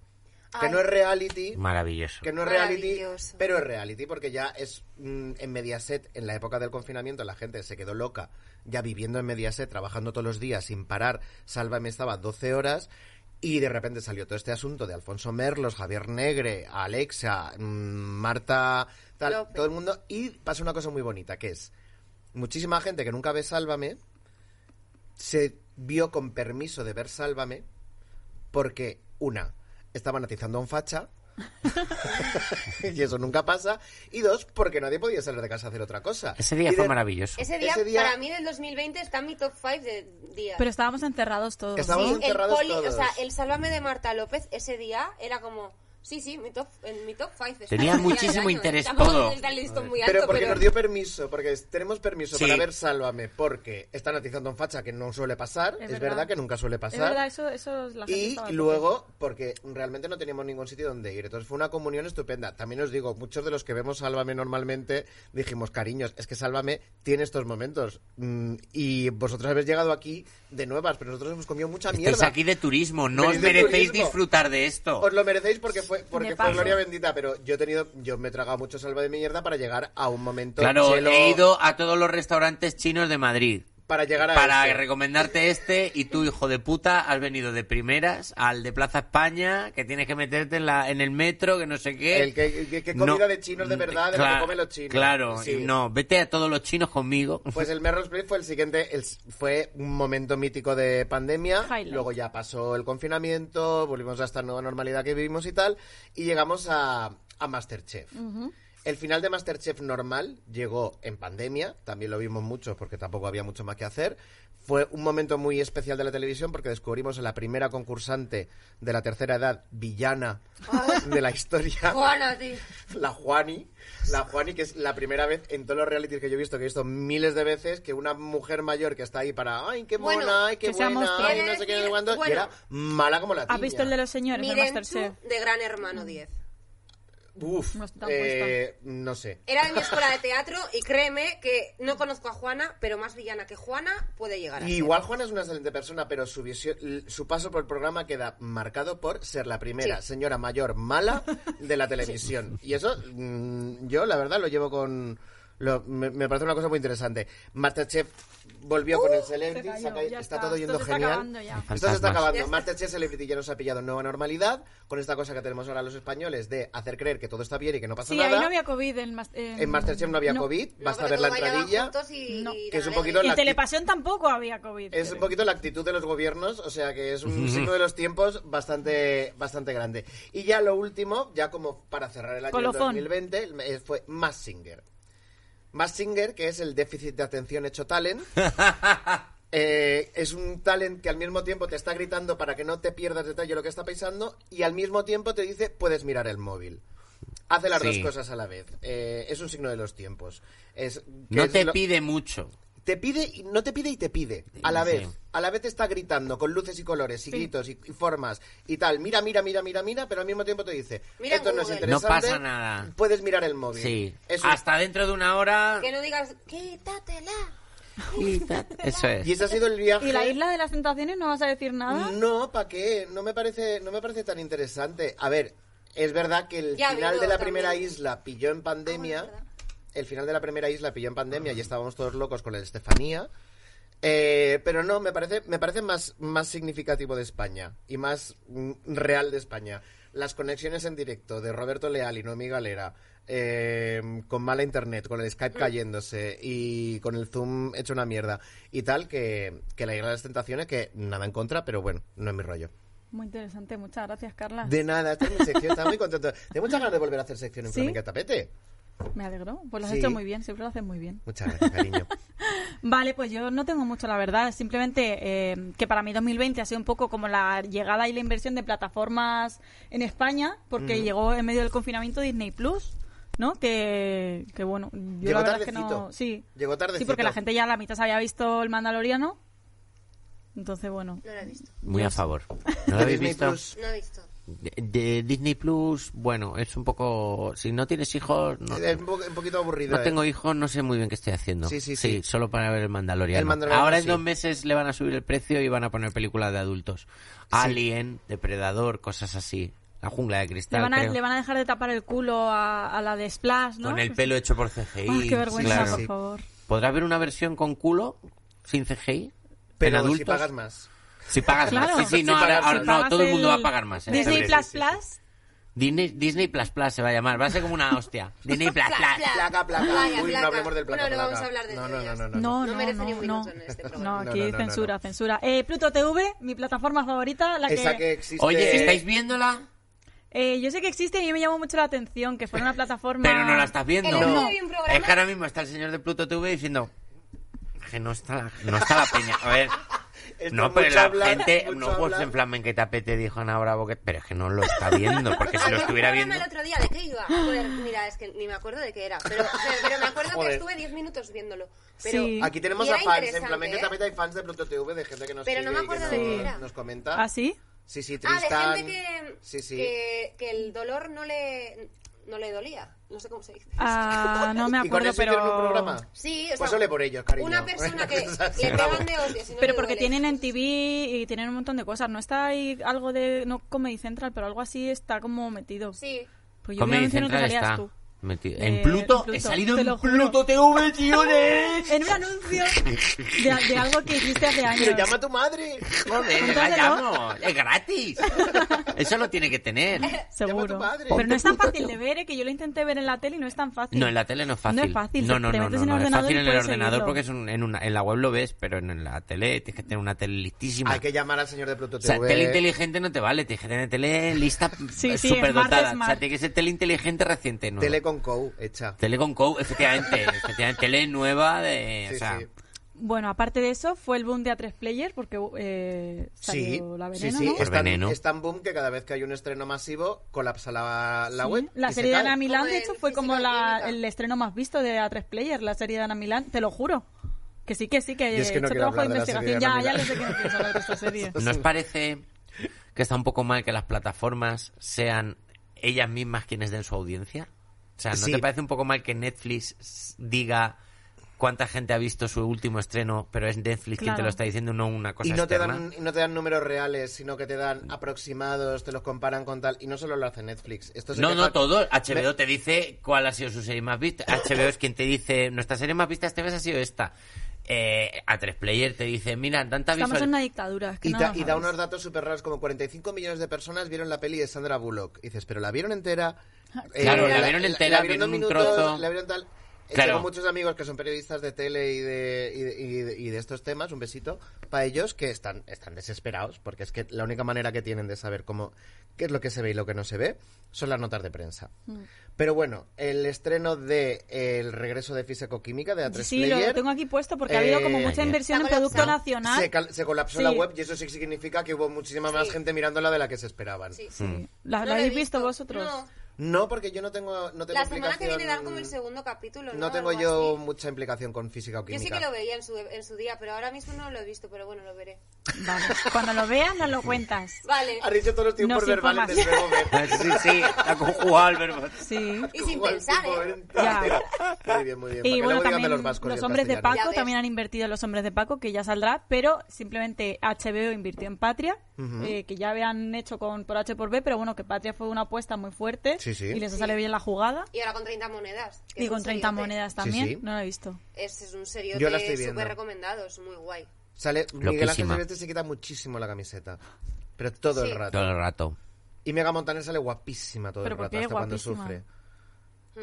B: Que
F: Ay.
B: no es reality,
D: Maravilloso.
B: que no es reality,
F: Maravilloso.
B: pero es reality porque ya es mm, en Mediaset, en la época del confinamiento, la gente se quedó loca, ya viviendo en Mediaset, trabajando todos los días sin parar, Sálvame estaba 12 horas y de repente salió todo este asunto de Alfonso Merlos, Javier Negre, Alexa, mm, Marta, tal,
F: López.
B: todo el mundo y pasa una cosa muy bonita que es muchísima gente que nunca ve Sálvame se vio con permiso de ver Sálvame porque una estaban atizando a un facha y eso nunca pasa. Y dos, porque nadie podía salir de casa a hacer otra cosa.
D: Ese día
B: Y
D: fue
B: de-
D: maravilloso.
F: Ese día,
B: Ese día-
F: para mí, del 2020 está en mi top 5 de días.
A: Pero estábamos encerrados todos.
B: Estábamos
F: Sí, el
B: encerrados
F: poli, o sea,
B: todos.
F: el sálvame de Marta López ese día era como, sí, sí, mi top, en mi top 5.
D: Tenía muchísimo interés todo.
F: muy alto,
B: Pero porque
F: pero-
B: nos dio permiso, porque es- tenemos permiso
D: Sí.
B: para ver Sálvame, porque están atizando a un facha que no suele pasar, es,
A: Es
B: verdad.
A: verdad
B: que nunca suele
A: Es
B: pasar.
A: verdad, eso, eso la gente
B: y
A: estaba
B: luego, porque realmente no teníamos ningún sitio donde ir. Entonces fue una comunión estupenda. También os digo, muchos de los que vemos Sálvame normalmente dijimos, cariños, es que Sálvame tiene estos momentos. Mm, y vosotros habéis llegado aquí de nuevas, pero nosotros hemos comido mucha
D: Estáis
B: mierda.
D: aquí de turismo, no
B: Venís
D: os
B: de
D: merecéis
B: turismo.
D: disfrutar de esto.
B: Os lo merecéis porque fue porque
A: De
B: fue
A: paso.
B: gloria bendita, pero yo he tenido yo me he tragado mucho salva de mierda para llegar a un momento
D: Claro,
B: chelo,
D: he ido a todos los restaurantes chinos de Madrid.
B: para llegar a
D: Para
B: este.
D: recomendarte este y tú, hijo de puta, has venido de primeras al de Plaza España, que tienes que meterte en, la, en el metro, que no sé qué.
B: El que- que- que comida de chinos de verdad, de lo que
D: Cla-
B: comen los chinos.
D: Claro,
B: Sí.
D: no, vete a todos los chinos conmigo.
B: Pues el Merrill's Place fue el siguiente, el- fue un momento mítico de pandemia.
A: Highlight.
B: Luego ya pasó el confinamiento, volvimos a esta nueva normalidad que vivimos y tal, y llegamos a, a Masterchef. El final de Masterchef normal llegó en pandemia, también lo vimos mucho porque tampoco había mucho más que hacer. Fue un momento muy especial de la televisión porque descubrimos a la primera concursante de la tercera edad villana de la historia.
F: Juana, tío.
B: La Juani, la Juani que es la primera vez en todos los realities que yo he visto, que he visto miles de veces, que una mujer mayor que está ahí para, ay, qué mona,
F: Bueno,
B: ay, qué
A: que sea
B: buena,
A: monstruo.
B: ay, no sé qué, no sé cuándo", y
F: Bueno.
B: era mala como la
A: ¿Has visto el de
B: tiña.
A: los señores de
F: Miren tú,
A: Masterchef?
F: de Gran Hermano 10.
B: Uf,
A: No está
B: eh, no sé.
F: Era de mi escuela de teatro y créeme que no conozco a Juana, pero más villana que Juana puede llegar a
B: Y
F: ser.
B: igual Juana es una excelente persona, pero su, visión- l- su paso por el programa queda marcado por ser la primera
F: Sí.
B: señora mayor mala de la televisión. Y eso mm, yo, la verdad, lo llevo con... lo- me, me parece una cosa muy interesante. Masterchef volvió con el Celebrity,
A: Uh, cayó,
B: se ha caído-
A: ya
B: está,
A: está,
B: todo yendo
A: esto se está
B: genial.
A: acabando ya.
B: Esto se está
D: Fantasmas.
B: acabando. Masterchef Celebrity ya nos ha pillado nueva normalidad con esta cosa que tenemos ahora los españoles de hacer creer que todo está bien y que no pasa
A: Sí,
B: nada.
A: ahí no había COVID. En, Mas- en-
B: En Masterchef no había COVID,
F: No,
B: basta
F: pero
B: ver la
F: todos bailaban
B: entradilla.
F: juntos y-
A: No.
F: y
B: Que es un
F: nada,
B: poquito
F: y-
B: la
A: En
B: acti-
A: Telepasión tampoco había COVID.
B: Es un
A: creo.
B: poquito la actitud de los gobiernos, o sea que es un signo de los tiempos bastante, bastante grande. Y ya lo último, ya como para cerrar el año
A: Colofón.
B: 2020, eh, fue Massinger. Massinger, que es el déficit de atención hecho talent. Eh, es un talent que al mismo tiempo te está gritando para que no te pierdas detalle lo que está pensando y al mismo tiempo te dice puedes mirar el móvil. Hace las
D: Sí.
B: dos cosas a la vez. Eh, es un signo de los tiempos. Es, que
D: No
B: es
D: te
B: lo-
D: pide mucho.
B: te pide, y- no te pide y te pide. A la
D: Sí.
B: vez. A la vez te está gritando con luces y colores y gritos y, y formas y tal. Mira, mira, mira, mira, mira, pero al mismo tiempo te dice:
F: Mira en
B: Esto no es
F: Google.
B: interesante.
D: No pasa nada.
B: Puedes mirar el móvil.
D: Sí.
B: Eso es.
D: Hasta dentro de una hora.
F: Que no digas, quítatela.
D: Eso es.
B: Y ese ha sido el viaje.
A: ¿Y la isla de las tentaciones no vas a decir nada?
B: No, ¿para qué? No me parece, no me parece tan interesante. A ver, es verdad que el
F: Ya ha
B: final
F: habido
B: de la
F: también.
B: primera isla pilló en pandemia.
F: Ah, bueno, es verdad.
B: el final de la primera isla pilló en pandemia y estábamos todos locos con el Estefanía. Eh, pero no, me parece, me parece más, más significativo de España y más mm, real de España. Las conexiones en directo de Roberto Leal y Noemi Galera, eh, con mala internet, con el
F: Mm.
B: Skype cayéndose y con el Zoom hecho una mierda y tal, que, que la Isla de las Tentaciones, que nada en contra, pero bueno, no es mi rollo.
A: Muy interesante, muchas gracias, Carla.
B: De nada, esta es mi sección, estaba muy contento. Tengo muchas ganas de volver a hacer sección en
A: ¿Sí?
B: Flamenca Tapete.
A: Me alegro, pues lo has
B: Sí.
A: hecho muy bien, siempre lo haces muy bien.
B: Muchas gracias, cariño.
A: Vale, pues yo no tengo mucho, la verdad. Simplemente eh, que para mí 2020 ha sido un poco como la llegada y la inversión de plataformas en España, porque llegó en medio del confinamiento Disney Plus, ¿no? Que, que bueno, yo la
B: Llegó
A: verdad es que no.
B: tardecito.
A: Sí.
B: Llegó
A: Sí,
B: tardecito.
A: porque la gente ya a la mitad se había visto el Mandaloriano. Entonces, bueno. Pues,
F: No lo he visto.
D: Muy a favor. ¿No lo habéis
B: Disney
D: visto?
B: Plus.
F: No he visto.
D: De, de Disney Plus, bueno, es un poco... Si no tienes hijos... No,
B: Es un, po- un poquito aburrido.
D: no
B: eh.
D: tengo hijos, no sé muy bien qué estoy haciendo.
B: Sí, sí, sí.
D: solo para ver el Mandaloriano.
B: El Mandaloriano,
D: Ahora en
B: sí.
D: dos meses le van a subir el precio y van a poner películas de adultos. Alien, Depredador, cosas así. La jungla de
A: Le
D: cristal,
A: van, a,
D: creo.
A: le van a dejar de tapar el culo a, a la de Splash, ¿no?
D: Con el pelo hecho por CGI.
A: Ay, qué vergüenza,
D: claro.
A: por favor.
D: ¿Podrás ver una versión con culo? Sin CGI. en
B: Pero
D: adultos?
B: si pagas más.
D: Si pagas
A: Claro.
D: más. Sí, sí, no,
B: Si
D: ahora-
B: pagas-
D: ahora-
B: si
D: no,
A: Pagas
D: todo el mundo va a
A: el
D: pagar más. ¿eh?
A: Disney
D: Sí,
A: Plus
D: sí, sí.
A: Plus.
D: Disney, Disney Plus Plus se va a llamar. Va a ser como una hostia. Disney Plus
F: Pla,
D: Plus.
B: Placa, placa.
F: Placa,
B: Uy,
F: placa.
B: no hablemos del placa,
F: No, no
B: placa.
F: vamos a hablar de
B: no,
F: eso,
B: no, no,
F: ya
B: no, no, no.
A: No,
F: No
A: no,
F: merece
A: no,
F: ni un
A: no.
F: minuto en este programa.
A: No,
B: No,
A: aquí
B: no, no, no,
A: censura,
B: no.
A: censura. Eh, Pluto TV, mi plataforma favorita, la
B: Esa
A: que...
B: que existe...
D: Oye, ¿estáis viéndola?
A: Eh, yo sé que existe y a mí me llamó mucho la atención que fuera una plataforma...
D: Pero no la estás viendo.
F: El otro día vi un programa-
D: Es que ahora mismo está el señor de Pluto TV diciendo que no está la, no está la peña. A ver.
B: Esto
D: No,
B: es
D: pero
B: mucho
D: la
B: hablar,
D: gente,
B: mucho
D: no juegos
B: hablar.
D: en flamenquetapete Tapete dijo Ana Bravo que... Pero es que no lo está viendo, porque si
F: Había
D: lo
F: un
D: estuviera
F: programa
D: viendo...
F: Ah, el otro día de qué iba. Joder, mira, es que ni me acuerdo de qué era. Pero, pero- pero me acuerdo
B: Joder.
F: que estuve 10 minutos viéndolo. Pero,
A: Sí.
B: Aquí tenemos
F: Y
B: a
F: era
B: fans, en
F: interesante,
B: Flamenca
F: ¿eh?
B: también hay fans de Pluto TV, de gente que nos
F: Pero no
B: sigue
F: me
B: y que
F: acuerdo de
B: nos-
F: quién era.
B: nos comenta.
A: ¿Ah, sí?
B: Sí, sí,
F: ah, de
B: Tristán.
F: gente que,
B: Sí, sí.
F: que, que el dolor no le, no le dolía. No sé cómo se dice.
A: Ah, no me
B: ¿Y con
A: acuerdo,
B: eso hicieron un
A: pero...
B: programa?
F: Sí, o sea,
B: Pues ole por ellos, cariño.
F: Una persona que
B: Cosas
F: le
B: así.
F: pegan de hostias y no
A: Pero
F: le
A: porque
F: duele.
A: tienen en TV y tienen un montón de cosas. No está ahí algo de... No Comedy Central, pero algo así está como metido.
F: Sí.
A: Pues yo vi un
D: Comedy
A: anuncio en el que
D: Central
A: salías
D: está...
A: tú.
D: metido.
A: Eh,
D: en Pluto,
A: en
D: he
A: Pluto,
D: salido
A: te
D: en
A: lo juro.
D: Pluto TV, tíones.
A: En un anuncio de, de algo que hiciste hace años.
B: Pero llama a tu madre.
D: Joder,
A: Entonces,
D: la
A: ¿no?
D: llamo, es gratis. Eso lo tiene que tener.
A: Seguro.
B: Llama a tu padre.
A: Pero no es tan fácil de ver, ¿eh? que yo lo intenté ver en la tele y no es tan fácil.
D: No, en la tele no es fácil.
A: No es fácil.
D: No, no,
A: Te
D: no,
A: metes
D: no,
A: en el
D: no, Es
A: ordenador
D: fácil
A: y
D: en el
A: puedes
D: ordenador
A: seguirlo.
D: porque es un- en, una, en la web lo ves, pero en, en la tele tienes que tener una tele listísima.
B: Hay que llamar al señor de Pluto
D: O sea,
B: TV.
D: tele inteligente no te vale, tienes que tener tele lista
A: Sí,
D: eh,
A: sí,
D: superdotada.
A: smart,
D: O sea,
A: smart.
D: tiene que ser tele inteligente reciente, ¿no?
B: Tele con Cow, hecha.
D: Tele con co, efectivamente, efectivamente, tele nueva de, o sea,
B: sí.
A: Bueno, aparte de eso, fue el boom de A3 Player porque eh,
B: Sí,
A: salió la
B: sí,
A: veneno,
B: sí.
A: ¿no?
D: Por
B: Es tan,
D: Veneno.
B: es tan boom que cada vez que hay un estreno masivo colapsa la, la web.
A: La
B: y
A: serie
B: se
A: de
B: cae.
A: Ana Milán,
F: Como
A: de
F: en
A: hecho, fue como
F: Física
A: la-
F: Química.
A: el estreno más visto de A3 Player, la serie de Ana Milán, te lo juro. Que sí, que sí, que
B: Yo es que
A: he
B: no
A: hecho
B: quiero
A: trabajo de
B: hablar de la serie de
A: investigación. Ya,
B: Ana
A: ya
B: Milán.
A: lo sé que no pienso hablar de esta serie.
D: ¿nos parece que está un poco mal que las plataformas sean ellas mismas quienes den su audiencia? O sea, ¿no
B: Sí.
D: te parece un poco mal que Netflix s- diga cuánta gente ha visto su último estreno, pero es Netflix quien te
A: Claro.
D: lo está diciendo, no una cosa
B: Y no, te
D: externa?
B: dan, y no te dan números reales, sino que te dan aproximados, te los comparan con tal. Y no solo lo hace Netflix. Esto sí
D: No,
B: que
D: no
B: está-
D: todo. HBO te dice cuál ha sido su serie más vista. HBO es quien te dice, nuestra serie más vista este mes ha sido esta. Eh, a 3 player te dice, mira, tanta
A: Estamos en
D: visual...
A: una dictadura. es que
B: Y,
A: no
B: da,
A: lo
B: y da
A: sabes.
B: unos datos súper raros, como 45 millones de personas vieron la peli de Sandra Bullock. Y dices, pero la vieron entera.
A: Ah,
B: Eh,
D: Claro, la vieron entera,
B: dos
D: vieron un trozo.
B: La vieron tal. Eh,
D: Claro.
B: Tengo muchos amigos que son periodistas de tele y de, y, de, y de- y de estos temas, un besito, para ellos que están, están desesperados, porque es que la única manera que tienen de saber cómo, qué es lo que se ve y lo que no se ve son las notas de prensa.
A: Mm.
B: Pero bueno, el estreno de eh, El regreso de Físico Química de A3
A: Sí,
B: Player,
A: lo tengo aquí puesto porque ha
B: eh,
A: habido como mucha
D: ayer.
A: inversión en
F: Está
A: producto
F: colapsado.
A: nacional.
B: se, cal- se colapsó
A: Sí.
B: la web y eso sí significa que hubo muchísima más gente mirándola de la que se esperaban.
F: Sí, sí.
A: Sí. ¿La, la
F: No lo
A: Ah,
F: he
A: habéis visto,
F: visto.
A: vosotros?
F: No.
B: No, porque yo no tengo, no tengo
F: La semana que viene
B: implicación-
F: dan como el segundo capítulo. No,
B: No tengo
F: Algo
B: yo
F: así.
B: mucha implicación con física o
F: Yo
B: química.
F: sí que lo veía en su, en su día, pero ahora mismo no lo he visto, pero bueno, lo veré.
A: Vale. Cuando lo veas, nos lo cuentas.
F: Vale.
B: Has dicho todos los tiempos
A: Nos
B: verbales del verbo ver.
D: Sí, sí, la conjugado al verbo.
A: Sí.
F: Y sin
B: Igual,
F: pensar,
B: tipo,
F: ¿eh?
B: entero. Muy bien, muy bien. para
A: Y bueno,
B: que luego digan de
A: también los,
B: vascos y el
A: hombres de
B: castellano.
A: Paco
F: Ya
A: también
F: ves.
A: han invertido en los hombres de Paco, que ya saldrá, pero simplemente HBO invirtió en Patria, eh, que ya habían hecho con por H por B, pero bueno, que Patria fue una apuesta muy fuerte
B: Sí, sí.
A: y les ha salido bien la jugada.
F: Y ahora con 30 monedas. que
A: Y
F: es
A: con
F: un
A: 30
F: seriote.
A: monedas
B: Sí,
A: también,
B: sí.
A: no lo he visto.
F: Es, es un serio
B: Yo la estoy viendo.
F: súper recomendado, es muy guay.
B: Sale Miguel Ángel
D: Loquísima.
B: Silvestre se quita muchísimo la camiseta. Pero todo
F: Sí.
B: el rato.
D: Todo el rato.
B: Y Mega Montaner sale guapísima todo
A: ¿Pero
B: el
A: por
B: rato,
A: qué
B: hasta cuando
A: guapísima?
B: sufre.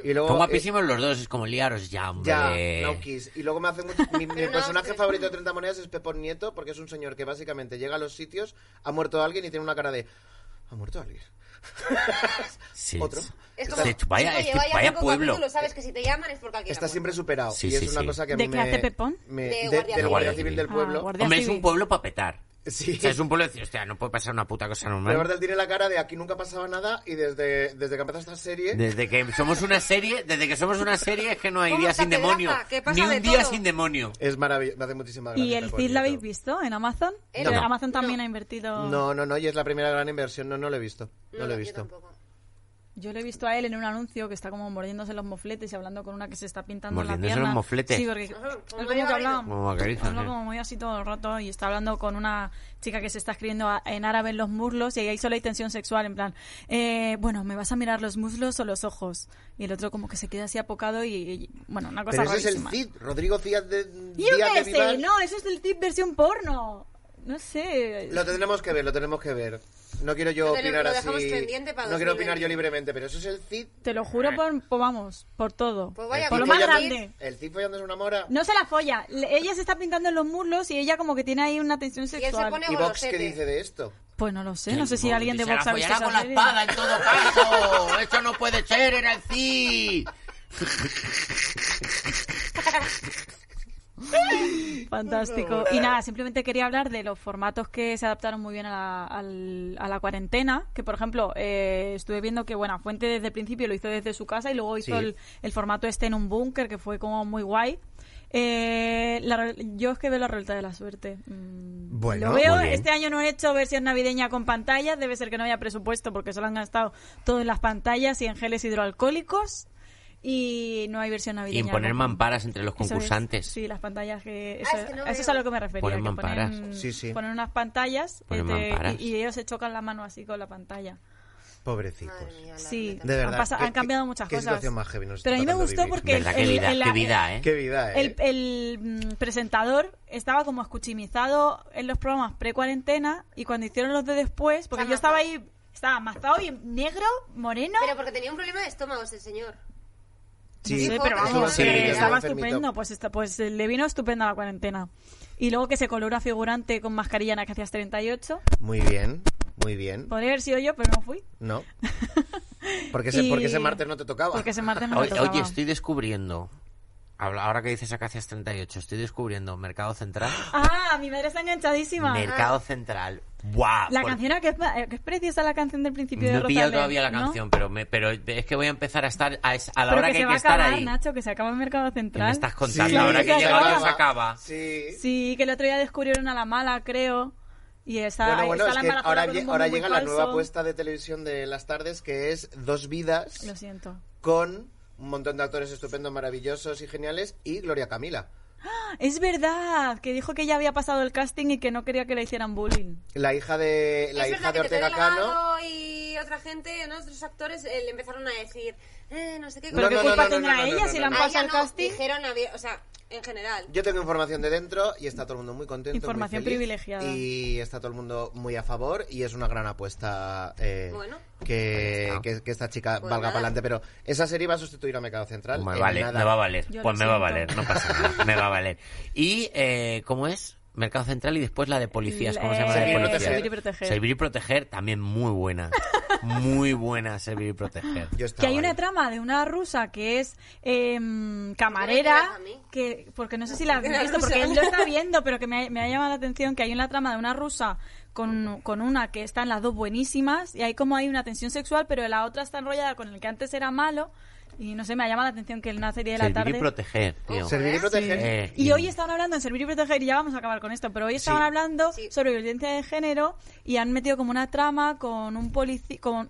B: Y luego,
D: Son
B: eh,
D: guapísimos los dos, es como liaros ya,
B: Ya,
D: hombre.
B: Naukis. Y luego me hace mucho... Mi, mi
F: Pero no,
B: personaje
F: pero-
B: favorito de 30 monedas es Pepón Nieto, porque es un señor que básicamente llega a los sitios, ha muerto alguien y tiene una cara de... ¿Ha muerto alguien?
D: Sí.
B: Otro.
F: Es
D: Sí,
F: como,
D: vaya,
F: chico,
D: es que
F: lleva ya
D: vaya
F: cinco
D: pueblo.
F: capítulos, sabes que si te llaman es porque alguien
B: Está
F: ha muerto.
B: siempre superado.
D: Sí,
B: y es
D: sí,
B: una
D: sí.
B: cosa que a
A: ¿De
B: mí
A: qué
B: me-
A: hace Pepón?
B: me-
F: De
B: de-
F: guardia
B: del
F: civil.
B: guardia civil del
A: Ah,
B: pueblo.
A: guardia
D: Hombre, es
A: civil.
D: un pueblo para petar.
B: Sí.
D: O sea, es un pueblo de decir, hostia, no puede pasar una puta cosa normal.
B: La verdad, tiene la cara de aquí nunca pasaba nada y desde, desde que empezó esta serie...
D: Desde que somos una serie, desde que somos una serie es que no hay
F: ¿Cómo
D: día
F: está
D: sin
F: que
D: demonio.
F: baja? ¿Qué pasa
D: Ni
F: de
D: un día
F: todo?
D: sin demonio.
B: Es maravilloso, me hace muchísima gracia.
A: ¿Y el
B: Cid
A: Cid la habéis visto en Amazon?
F: Eh,
A: Que
D: no.
A: Amazon también ha invertido...
B: No, no, no, y es la primera gran inversión, no, no lo he visto. No, lo he visto.
A: Yo le he visto a él en un anuncio que está como mordiéndose los mofletes y hablando con una que se está pintando
D: Mordiéndose
A: la pierna.
D: los mofletes.
A: Sí, porque
F: como
A: él como que
F: Mario
A: hablaba,
D: Como vaquerizo,
A: hablaba
D: sí.
A: como muy así todo el rato y está hablando con una chica que se está escribiendo a- en árabe en los muslos y ahí solo hay tensión sexual, en plan, eh, bueno, ¿me vas a mirar los muslos o los ojos? Y el otro como que se queda así apocado y, y- bueno, una cosa
B: Pero ese es el
A: rarísima.
B: Cid, Rodrigo Díaz de,
A: Yo
B: Díaz de
A: qué sé,
B: Vivar.
A: no, eso es el tip versión porno. No sé.
B: Lo tendremos que ver, lo tenemos que ver. No quiero yo
F: Lo tenemos-
B: opinar
F: lo dejamos
B: así.
F: pendiente para
B: no quiero
F: 2020.
B: opinar yo libremente, pero eso es el Cid.
A: Te lo
D: Eh.
A: juro por, por- vamos, por todo.
F: Pues vaya,
A: por lo
B: Cid
A: más
B: follándose-
A: grande.
B: El Cid follándose una mora.
A: No se la folla. Le- Ella se está pintando en los muslos y ella como que tiene ahí una tensión
F: él se
A: sexual.
F: pone-
B: ¿Y Vox qué
F: golosete.
B: dice de esto?
A: Pues no lo sé. No sé si alguien de
D: Se la
A: Vox ha visto esa
D: follará con la
A: serie.
D: espada en todo caso. Eso no puede ser, era el Cid.
A: Fantástico. Y nada, simplemente quería hablar de los formatos que se adaptaron muy bien a la, al- a la cuarentena. Que, por ejemplo, eh, estuve viendo que Buena Fuente desde el principio lo hizo desde su casa y luego hizo
D: Sí.
A: el, el formato este en un búnker, que fue como muy guay. Eh, la re- yo es que veo la realidad de la suerte. Mm,
D: Bueno,
A: lo veo.
D: muy bien.
A: Este año no he hecho versión navideña con pantallas. Debe ser que no haya presupuesto porque se lo han gastado todo en las pantallas y en geles hidroalcohólicos. Y no hay versión
D: Y
A: navideña.
D: en poner
A: con-
D: mamparas entre los
A: eso es.
D: concursantes.
A: sí, las pantallas que...
F: Ah,
A: Eso,
F: es que no
A: a eso es
F: veo.
A: a lo que me refería.
D: Ponen
A: que
D: mamparas.
A: Ponen,
B: Sí, sí.
A: ponen unas pantallas
D: Ponen
A: este,
D: mamparas.
A: y, y ellos se chocan la mano así con la pantalla.
B: Pobrecitos.
A: Sí,
B: De verdad.
A: han, pasa-
B: ¿Qué-
A: han cambiado
B: qué-
A: muchas
B: qué
A: cosas.
B: situación más heavy nos está
A: Pero a mí me
B: tocando
A: gustó
B: vivir?
A: porque...
D: ¿Verdad? Qué
A: el-
D: vida,
A: el- la-
D: qué vida, ¿eh?
B: Qué vida, ¿eh?
A: el, el, mm, presentador estaba como escuchimizado en los programas pre-cuarentena y cuando hicieron los de después, porque
F: Está
A: yo estaba
F: amazado.
A: ahí, estaba amazado y negro, moreno.
F: Pero porque tenía un problema de estómago ese señor.
A: Sí,
F: Sí,
A: pero
F: sí,
A: vamos,
F: sí,
A: que
F: sí,
A: estaba
B: sí, enfermito.
A: estupendo. Pues, esta- pues eh, le vino estupenda la cuarentena. Y luego que se coló una figurante con mascarilla en Acacias 38.
B: Muy bien, muy bien.
A: Podría haber sido yo, pero no fui.
B: No. Porque ese,
A: Y-
B: porque ese martes no te tocaba.
A: Porque ese martes no me
D: Oye,
A: tocaba.
D: oye, estoy descubriendo. habla- Ahora que dices Acacias 38, estoy descubriendo Mercado Central.
A: Ah, mi madre está enganchadísima.
D: Mercado Central. ¡Guau!
A: La
D: Por-
A: canción que es, eh, que es preciosa la canción del principio de
D: No he pillado
A: Rosalén,
D: todavía la
A: ¿no?
D: canción, pero, me, pero es que voy a empezar a estar a, es- a la
A: Pero
D: hora
A: que
D: que,
A: se
D: hay
A: va
D: que
A: a
D: estar
A: acabar,
D: ahí.
A: Nacho, que se acaba el mercado
D: ¿Qué me
A: central.
D: estás
B: Sí,
D: contando?
A: la
D: ahora
A: hora
D: que
A: que
D: llega la hora
A: acaba.
D: se acaba.
B: Sí.
A: Sí, que el otro día descubrieron a la mala, creo. Y está,
B: Bueno, bueno,
A: está
B: es
A: la
B: que
A: embarazada
B: ahora,
A: con un
B: lle-
A: bombo
B: ahora
A: muy
B: llega la nueva
A: falso.
B: apuesta de televisión de las tardes, que es Dos Vidas,
A: Lo siento.
B: con un montón de actores estupendos, maravillosos y geniales, y Gloria Camila.
A: Ah, Es verdad, que dijo que ya había pasado el casting y que no quería que le hicieran bullying.
B: La hija de, la
F: es
B: hija
F: verdad
B: de
F: que Pepe
B: Ortega Cano.
F: Delgado y otra gente, ¿no? otros actores, eh, le empezaron a decir, eh, no sé qué.
A: Pero
B: No,
A: qué
B: no, no,
A: culpa
B: no, no,
A: tendrá
B: no, no,
A: ella
B: no,
A: si
B: no,
A: la han
B: no.
A: pasado
F: Ah,
A: al
F: ya no,
A: casting.
F: dijeron, había- o sea, en general.
B: Yo tengo información de dentro y está todo el mundo muy contento. muy
A: Información
B: feliz,
A: privilegiada.
B: Y está todo el mundo muy a favor y es una gran apuesta eh,
F: Bueno.
B: que,
D: Ahí está.
B: que- que esta chica
F: Pues
B: valga
F: nada.
B: para adelante. Pero esa serie va a sustituir a Mercado Central.
D: Pues Me
B: en
D: vale,
B: nada.
D: me va a valer.
A: Yo lo
D: Pues me va a
A: siento.
D: valer, no pasa nada. Me va a valer. Y, eh, ¿cómo es? Mercado Central y después la de policías. ¿Cómo se llama? la de
B: Servir y proteger.
D: policías?
A: Servir Eh, y proteger.
D: Servir y proteger, también muy buena. Muy buena servir y proteger.
B: Yo
A: Que
B: estaba
A: hay
B: ahí.
A: una trama de una rusa que es em,
F: ¿No
A: camarera,
F: me digas a mí?
A: que porque no sé si la has
F: Era
A: visto,
F: rusa.
A: porque él lo está viendo, pero que me ha, me ha llamado la atención que hay una trama de una rusa con, con una que están las dos buenísimas y hay como hay una tensión sexual, pero la otra está enrollada con el que antes era malo y no sé, me ha llamado la atención que en una serie de la
D: Servir
A: tarde...
D: y proteger, tío.
B: Servir y proteger.
D: Eh,
A: Y hoy estaban hablando en servir y proteger, y ya vamos a acabar con esto, pero hoy estaban hablando
F: Sí.
A: sobre violencia de género y han metido como una trama con un policía, como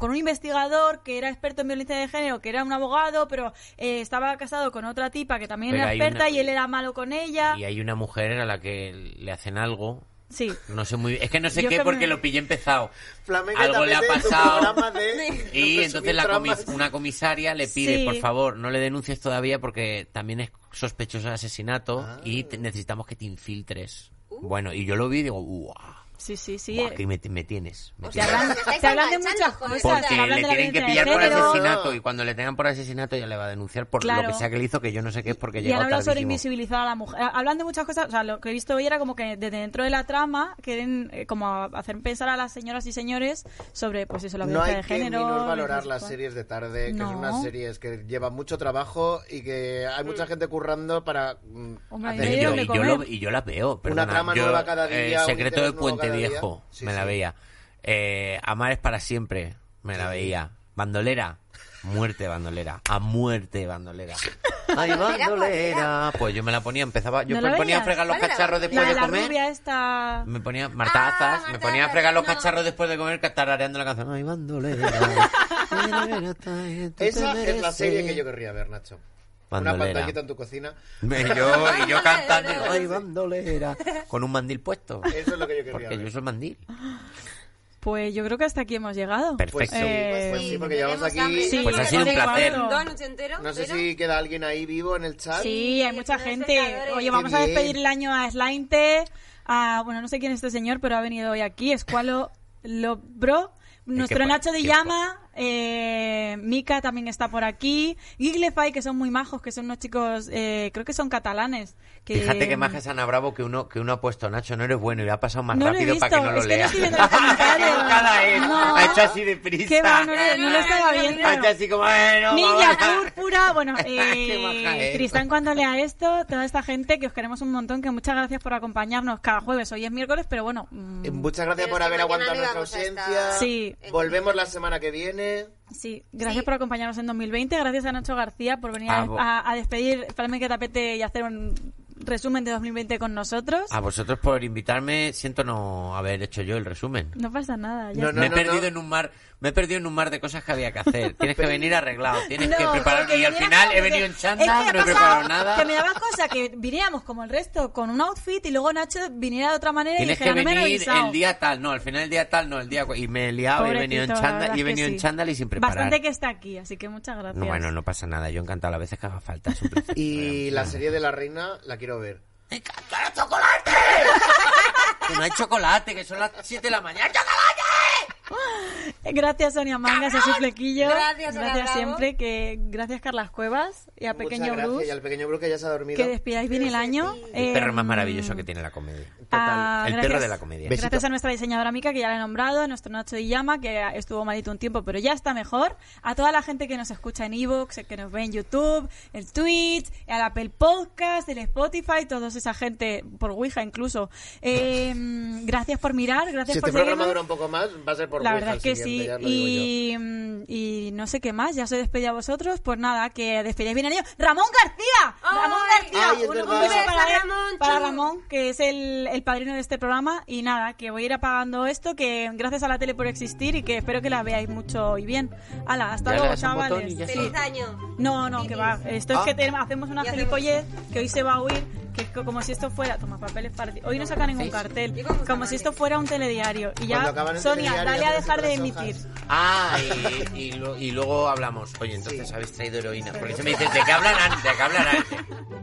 A: con un investigador que era experto en violencia de género, que era un abogado, pero eh, estaba casado con otra tipa que también
D: Pero
A: era
D: hay
A: experta
D: una-
A: y él era malo con ella.
D: Y hay una mujer a la que le hacen algo.
A: Sí.
D: No sé muy Es que no sé
A: Yo
D: qué
A: que
D: porque
A: me-
D: lo pillé empezado.
B: Flamenca
D: Algo le ha
B: también de tu
D: pasado.
B: programa de-
D: Y
B: de
D: entonces la
B: subir
D: comis-
B: tramas.
D: una comisaria le pide,
A: Sí.
D: por favor, no le denuncies todavía porque también es sospechoso de asesinato y te- necesitamos que te infiltres. Bueno, y yo lo vi y digo, ¡guau!
A: Sí, sí, sí.
D: Buah,
A: eh,
D: que me, me tienes. me
F: O
A: Te
D: tienes.
F: sea,
A: hablan,
F: me estáis
A: te hablan de
F: enganchando,
A: muchas
F: joder.
A: cosas.
D: Porque
A: te hablan
D: le
A: de la
D: tienen que
A: violencia
D: pillar
A: de
D: por
A: género,
D: asesinato y cuando le tengan por asesinato ya le va a denunciar por lo
A: Claro.
D: que sea que le hizo, que yo no sé qué es porque
A: Y
D: llegó
A: han hablado sobre
D: tardísimo.
A: invisibilizar a la mujer. Ah, Hablan de muchas cosas. O sea, lo que he visto hoy era como que desde dentro de la trama quieren eh, como a- hacer pensar a las señoras y señores sobre, pues eso, la
B: No
A: violencia
B: hay
A: de
B: que
A: género.
B: valorar
A: la
B: las series de tarde, que son unas
A: No.
B: series que llevan mucho trabajo y que hay mucha gente currando para mm,
A: Mm. Hombre,
B: hacer
A: hay
D: Y
A: medio
D: yo,
A: de
D: y, yo
A: comer.
D: lo- y yo las veo. Perdona.
B: trama
D: Yo,
B: nueva cada
D: eh,
B: día, un
D: secreto de
B: interés nuevo
D: Puente
B: cada día.
D: Viejo,
B: Sí,
D: me la
B: sí.
D: veía. Eh, Amar es para siempre, me la veía. Bandolera, muerte bandolera. A muerte bandolera. Ay, bandolera. Pues yo me la ponía, empezaba. Yo
A: pues, ¿No
D: me
A: la
D: ponía a
A: veías?
D: fregar los
F: ¿Cuál era?
D: cacharros
A: La,
D: después
A: de
D: de
A: la
D: comer.
A: rubia esta.
D: Me ponía Marta
F: Ah,
D: Azas, me
F: Marta
D: ponía a
F: Azas,
D: fregar los
F: no.
D: cacharros después de comer, tarareando la canción. Ay, bandolera.
B: Esa es la serie
A: eh,
B: que yo querría ver, Nacho. Una
D: Bandolera.
B: pantallita en tu cocina.
D: Me- yo, y yo cantando, ay, bandolera, con un mandil puesto.
B: Eso es lo que yo querría
D: Porque yo
B: ver.
D: uso mandil.
A: Pues yo creo que hasta aquí hemos llegado.
B: Pues
D: Perfecto.
B: sí,
A: Eh,
B: pues sí, porque
F: tenemos
B: llevamos aquí...
F: hambre.
A: Sí,
D: Pues ha sido un
A: hora y
D: placer.
A: cuarto.
F: Donuts entero.
B: No sé
F: pero-
B: si queda alguien ahí vivo en el chat.
A: Sí, hay mucha
F: Diecinueve
A: gente.
F: espectadores.
A: Oye, vamos
B: Qué
A: a
B: bien.
A: despedir el año a Slainte, a, bueno, no sé quién es este señor, pero ha venido hoy aquí, Escualo Lobro, nuestro
D: que pa-
A: Nacho de
D: que
A: Llama, eh, Mika también está por aquí, Giglefy, que son muy majos, que son unos chicos, eh, creo que son catalanes. Que,
D: Fíjate que más que Sana Bravo que uno, que uno ha puesto, Nacho, no eres bueno y ha pasado más
A: No lo he
D: rápido para que
A: visto,
D: no lo
A: es que no
D: leas.
A: estoy viendo los comentarios.
D: Educada es,
A: No.
D: Ha hecho así deprisa.
A: Qué va, no lo- no lo estaba
D: Ha
A: viendo.
D: hecho así como, eh, no,
A: Ninja
D: vamos a-
A: Púrpura, bueno,
D: Qué maja
A: eh,
D: es.
A: Tristán cuando lea esto, toda esta gente que os queremos un montón, que muchas gracias por acompañarnos cada jueves, hoy es miércoles, pero bueno, mm,
B: Eh, Muchas gracias
F: Pero
B: por
F: es que
B: haber
F: mañana
B: aguantado
F: no
B: nuestra
F: íbamos a estar.
B: ausencia.
A: Sí.
B: Volvemos la semana que viene.
A: sí, gracias por acompañarnos en 2020, gracias a Nacho García por venir
D: A
A: a,
D: vo-
A: a- a despedir Flamenca Tapete y hacer un resumen de 2020 con nosotros.
D: A vosotros por invitarme, siento no haber hecho yo el resumen.
A: No pasa nada, ya
B: No,
A: está.
D: me he perdido
B: no.
D: en un mar, me he perdido en un mar de cosas que había que hacer. Tienes que venir arreglado, tienes que
A: No,
D: preparar
A: porque
D: y al
A: viniera
D: final
A: como
D: he
A: que-
D: venido en
A: es que me
D: chándal, no he
A: ha
D: preparado
A: pasado
D: nada.
A: Que me daba cosa que viníamos como el resto con un outfit y luego Nacho viniera de otra manera
D: Tienes
A: y
D: que
A: dijera, no me han
D: venir el
A: avisado".
D: día tal, no, al final el día tal, no, el día cu- y me he liado, y he venido en
A: Pobrecito, la
D: chándal,
A: verdad
D: y he
A: es que
D: venido en
A: sí.
D: chándal y sin preparar.
A: Bastante que está aquí, así que muchas gracias.
D: No, bueno, no pasa nada, yo encantado las veces que haga falta. es un placer.
B: Y
D: Bueno,
B: la
D: no.
B: serie de la reina la quiero ver.
D: Que no hay chocolate, que son las 7 de la mañana.
A: Gracias Sonia Mangas, a su flequillo.
F: Gracias, Sonia Bravo.
A: siempre que gracias Carlas Cuevas y a
B: Muchas
A: Pequeño
B: gracias.
A: Bruce
B: Y al pequeño Bruce que ya se ha dormido.
A: que despidáis bien el año.
D: El
A: Eh,
D: perro más maravilloso que tiene la comedia.
A: ah,
D: El
A: gracias-
D: perro de la comedia.
B: Besito.
A: Gracias a nuestra diseñadora Mica, que ya la he nombrado, a nuestro Nacho de Llama, que estuvo malito un tiempo, pero ya está mejor. A toda la gente que nos escucha en Evox, que nos ve en YouTube, el Twitch, al Apple Podcast, el Spotify, toda esa gente, por Ouija incluso. Eh, gracias por mirar, gracias
B: Si
A: por
B: este programa
A: seguirnos.
B: dura un poco más, va a ser por
A: la
B: Ouija
A: verdad
B: el
A: es que
B: siguiente,
A: sí.
B: ya os lo digo yo.
A: Y, mm, y no sé qué más, ya se despedía a vosotros. Pues nada, que despedíais bien a ellos. ¡Ramón García! ¡Ramón García!
B: Ay, es
A: Un- un,
B: verdad.
A: beso para, él,
F: Ramón,
A: para
F: chao.
A: Ramón, que es el, el padrino de este programa. Y nada, que voy a ir apagando esto, que gracias a la tele por existir y que espero que la veáis mucho y bien. Hala, hasta
D: Ya le
A: luego,
D: das un botón y
A: chavales.
D: ya
A: Sí.
F: Feliz año.
A: No, no, que va. Esto
B: Ah.
A: es que te- hacemos una
F: Y hacemos-
A: gilipollez que hoy se va a oír, que es co- como si esto fuera. Toma, papeles para ti. Hoy no saca ningún cartel.
F: Yo con
A: Como si esto fuera un telediario. Y
B: Cuando
A: ya,
B: acaban el
A: Sonia,
B: telediario,
A: dale a
B: hacemos
A: dejar de
B: otras
A: emitir.
B: hojas.
D: Ah, y, y lo- y luego hablamos. Oye, entonces habéis traído heroína. Porque se me dice, ¿de qué hablarán? ¿De qué hablarán?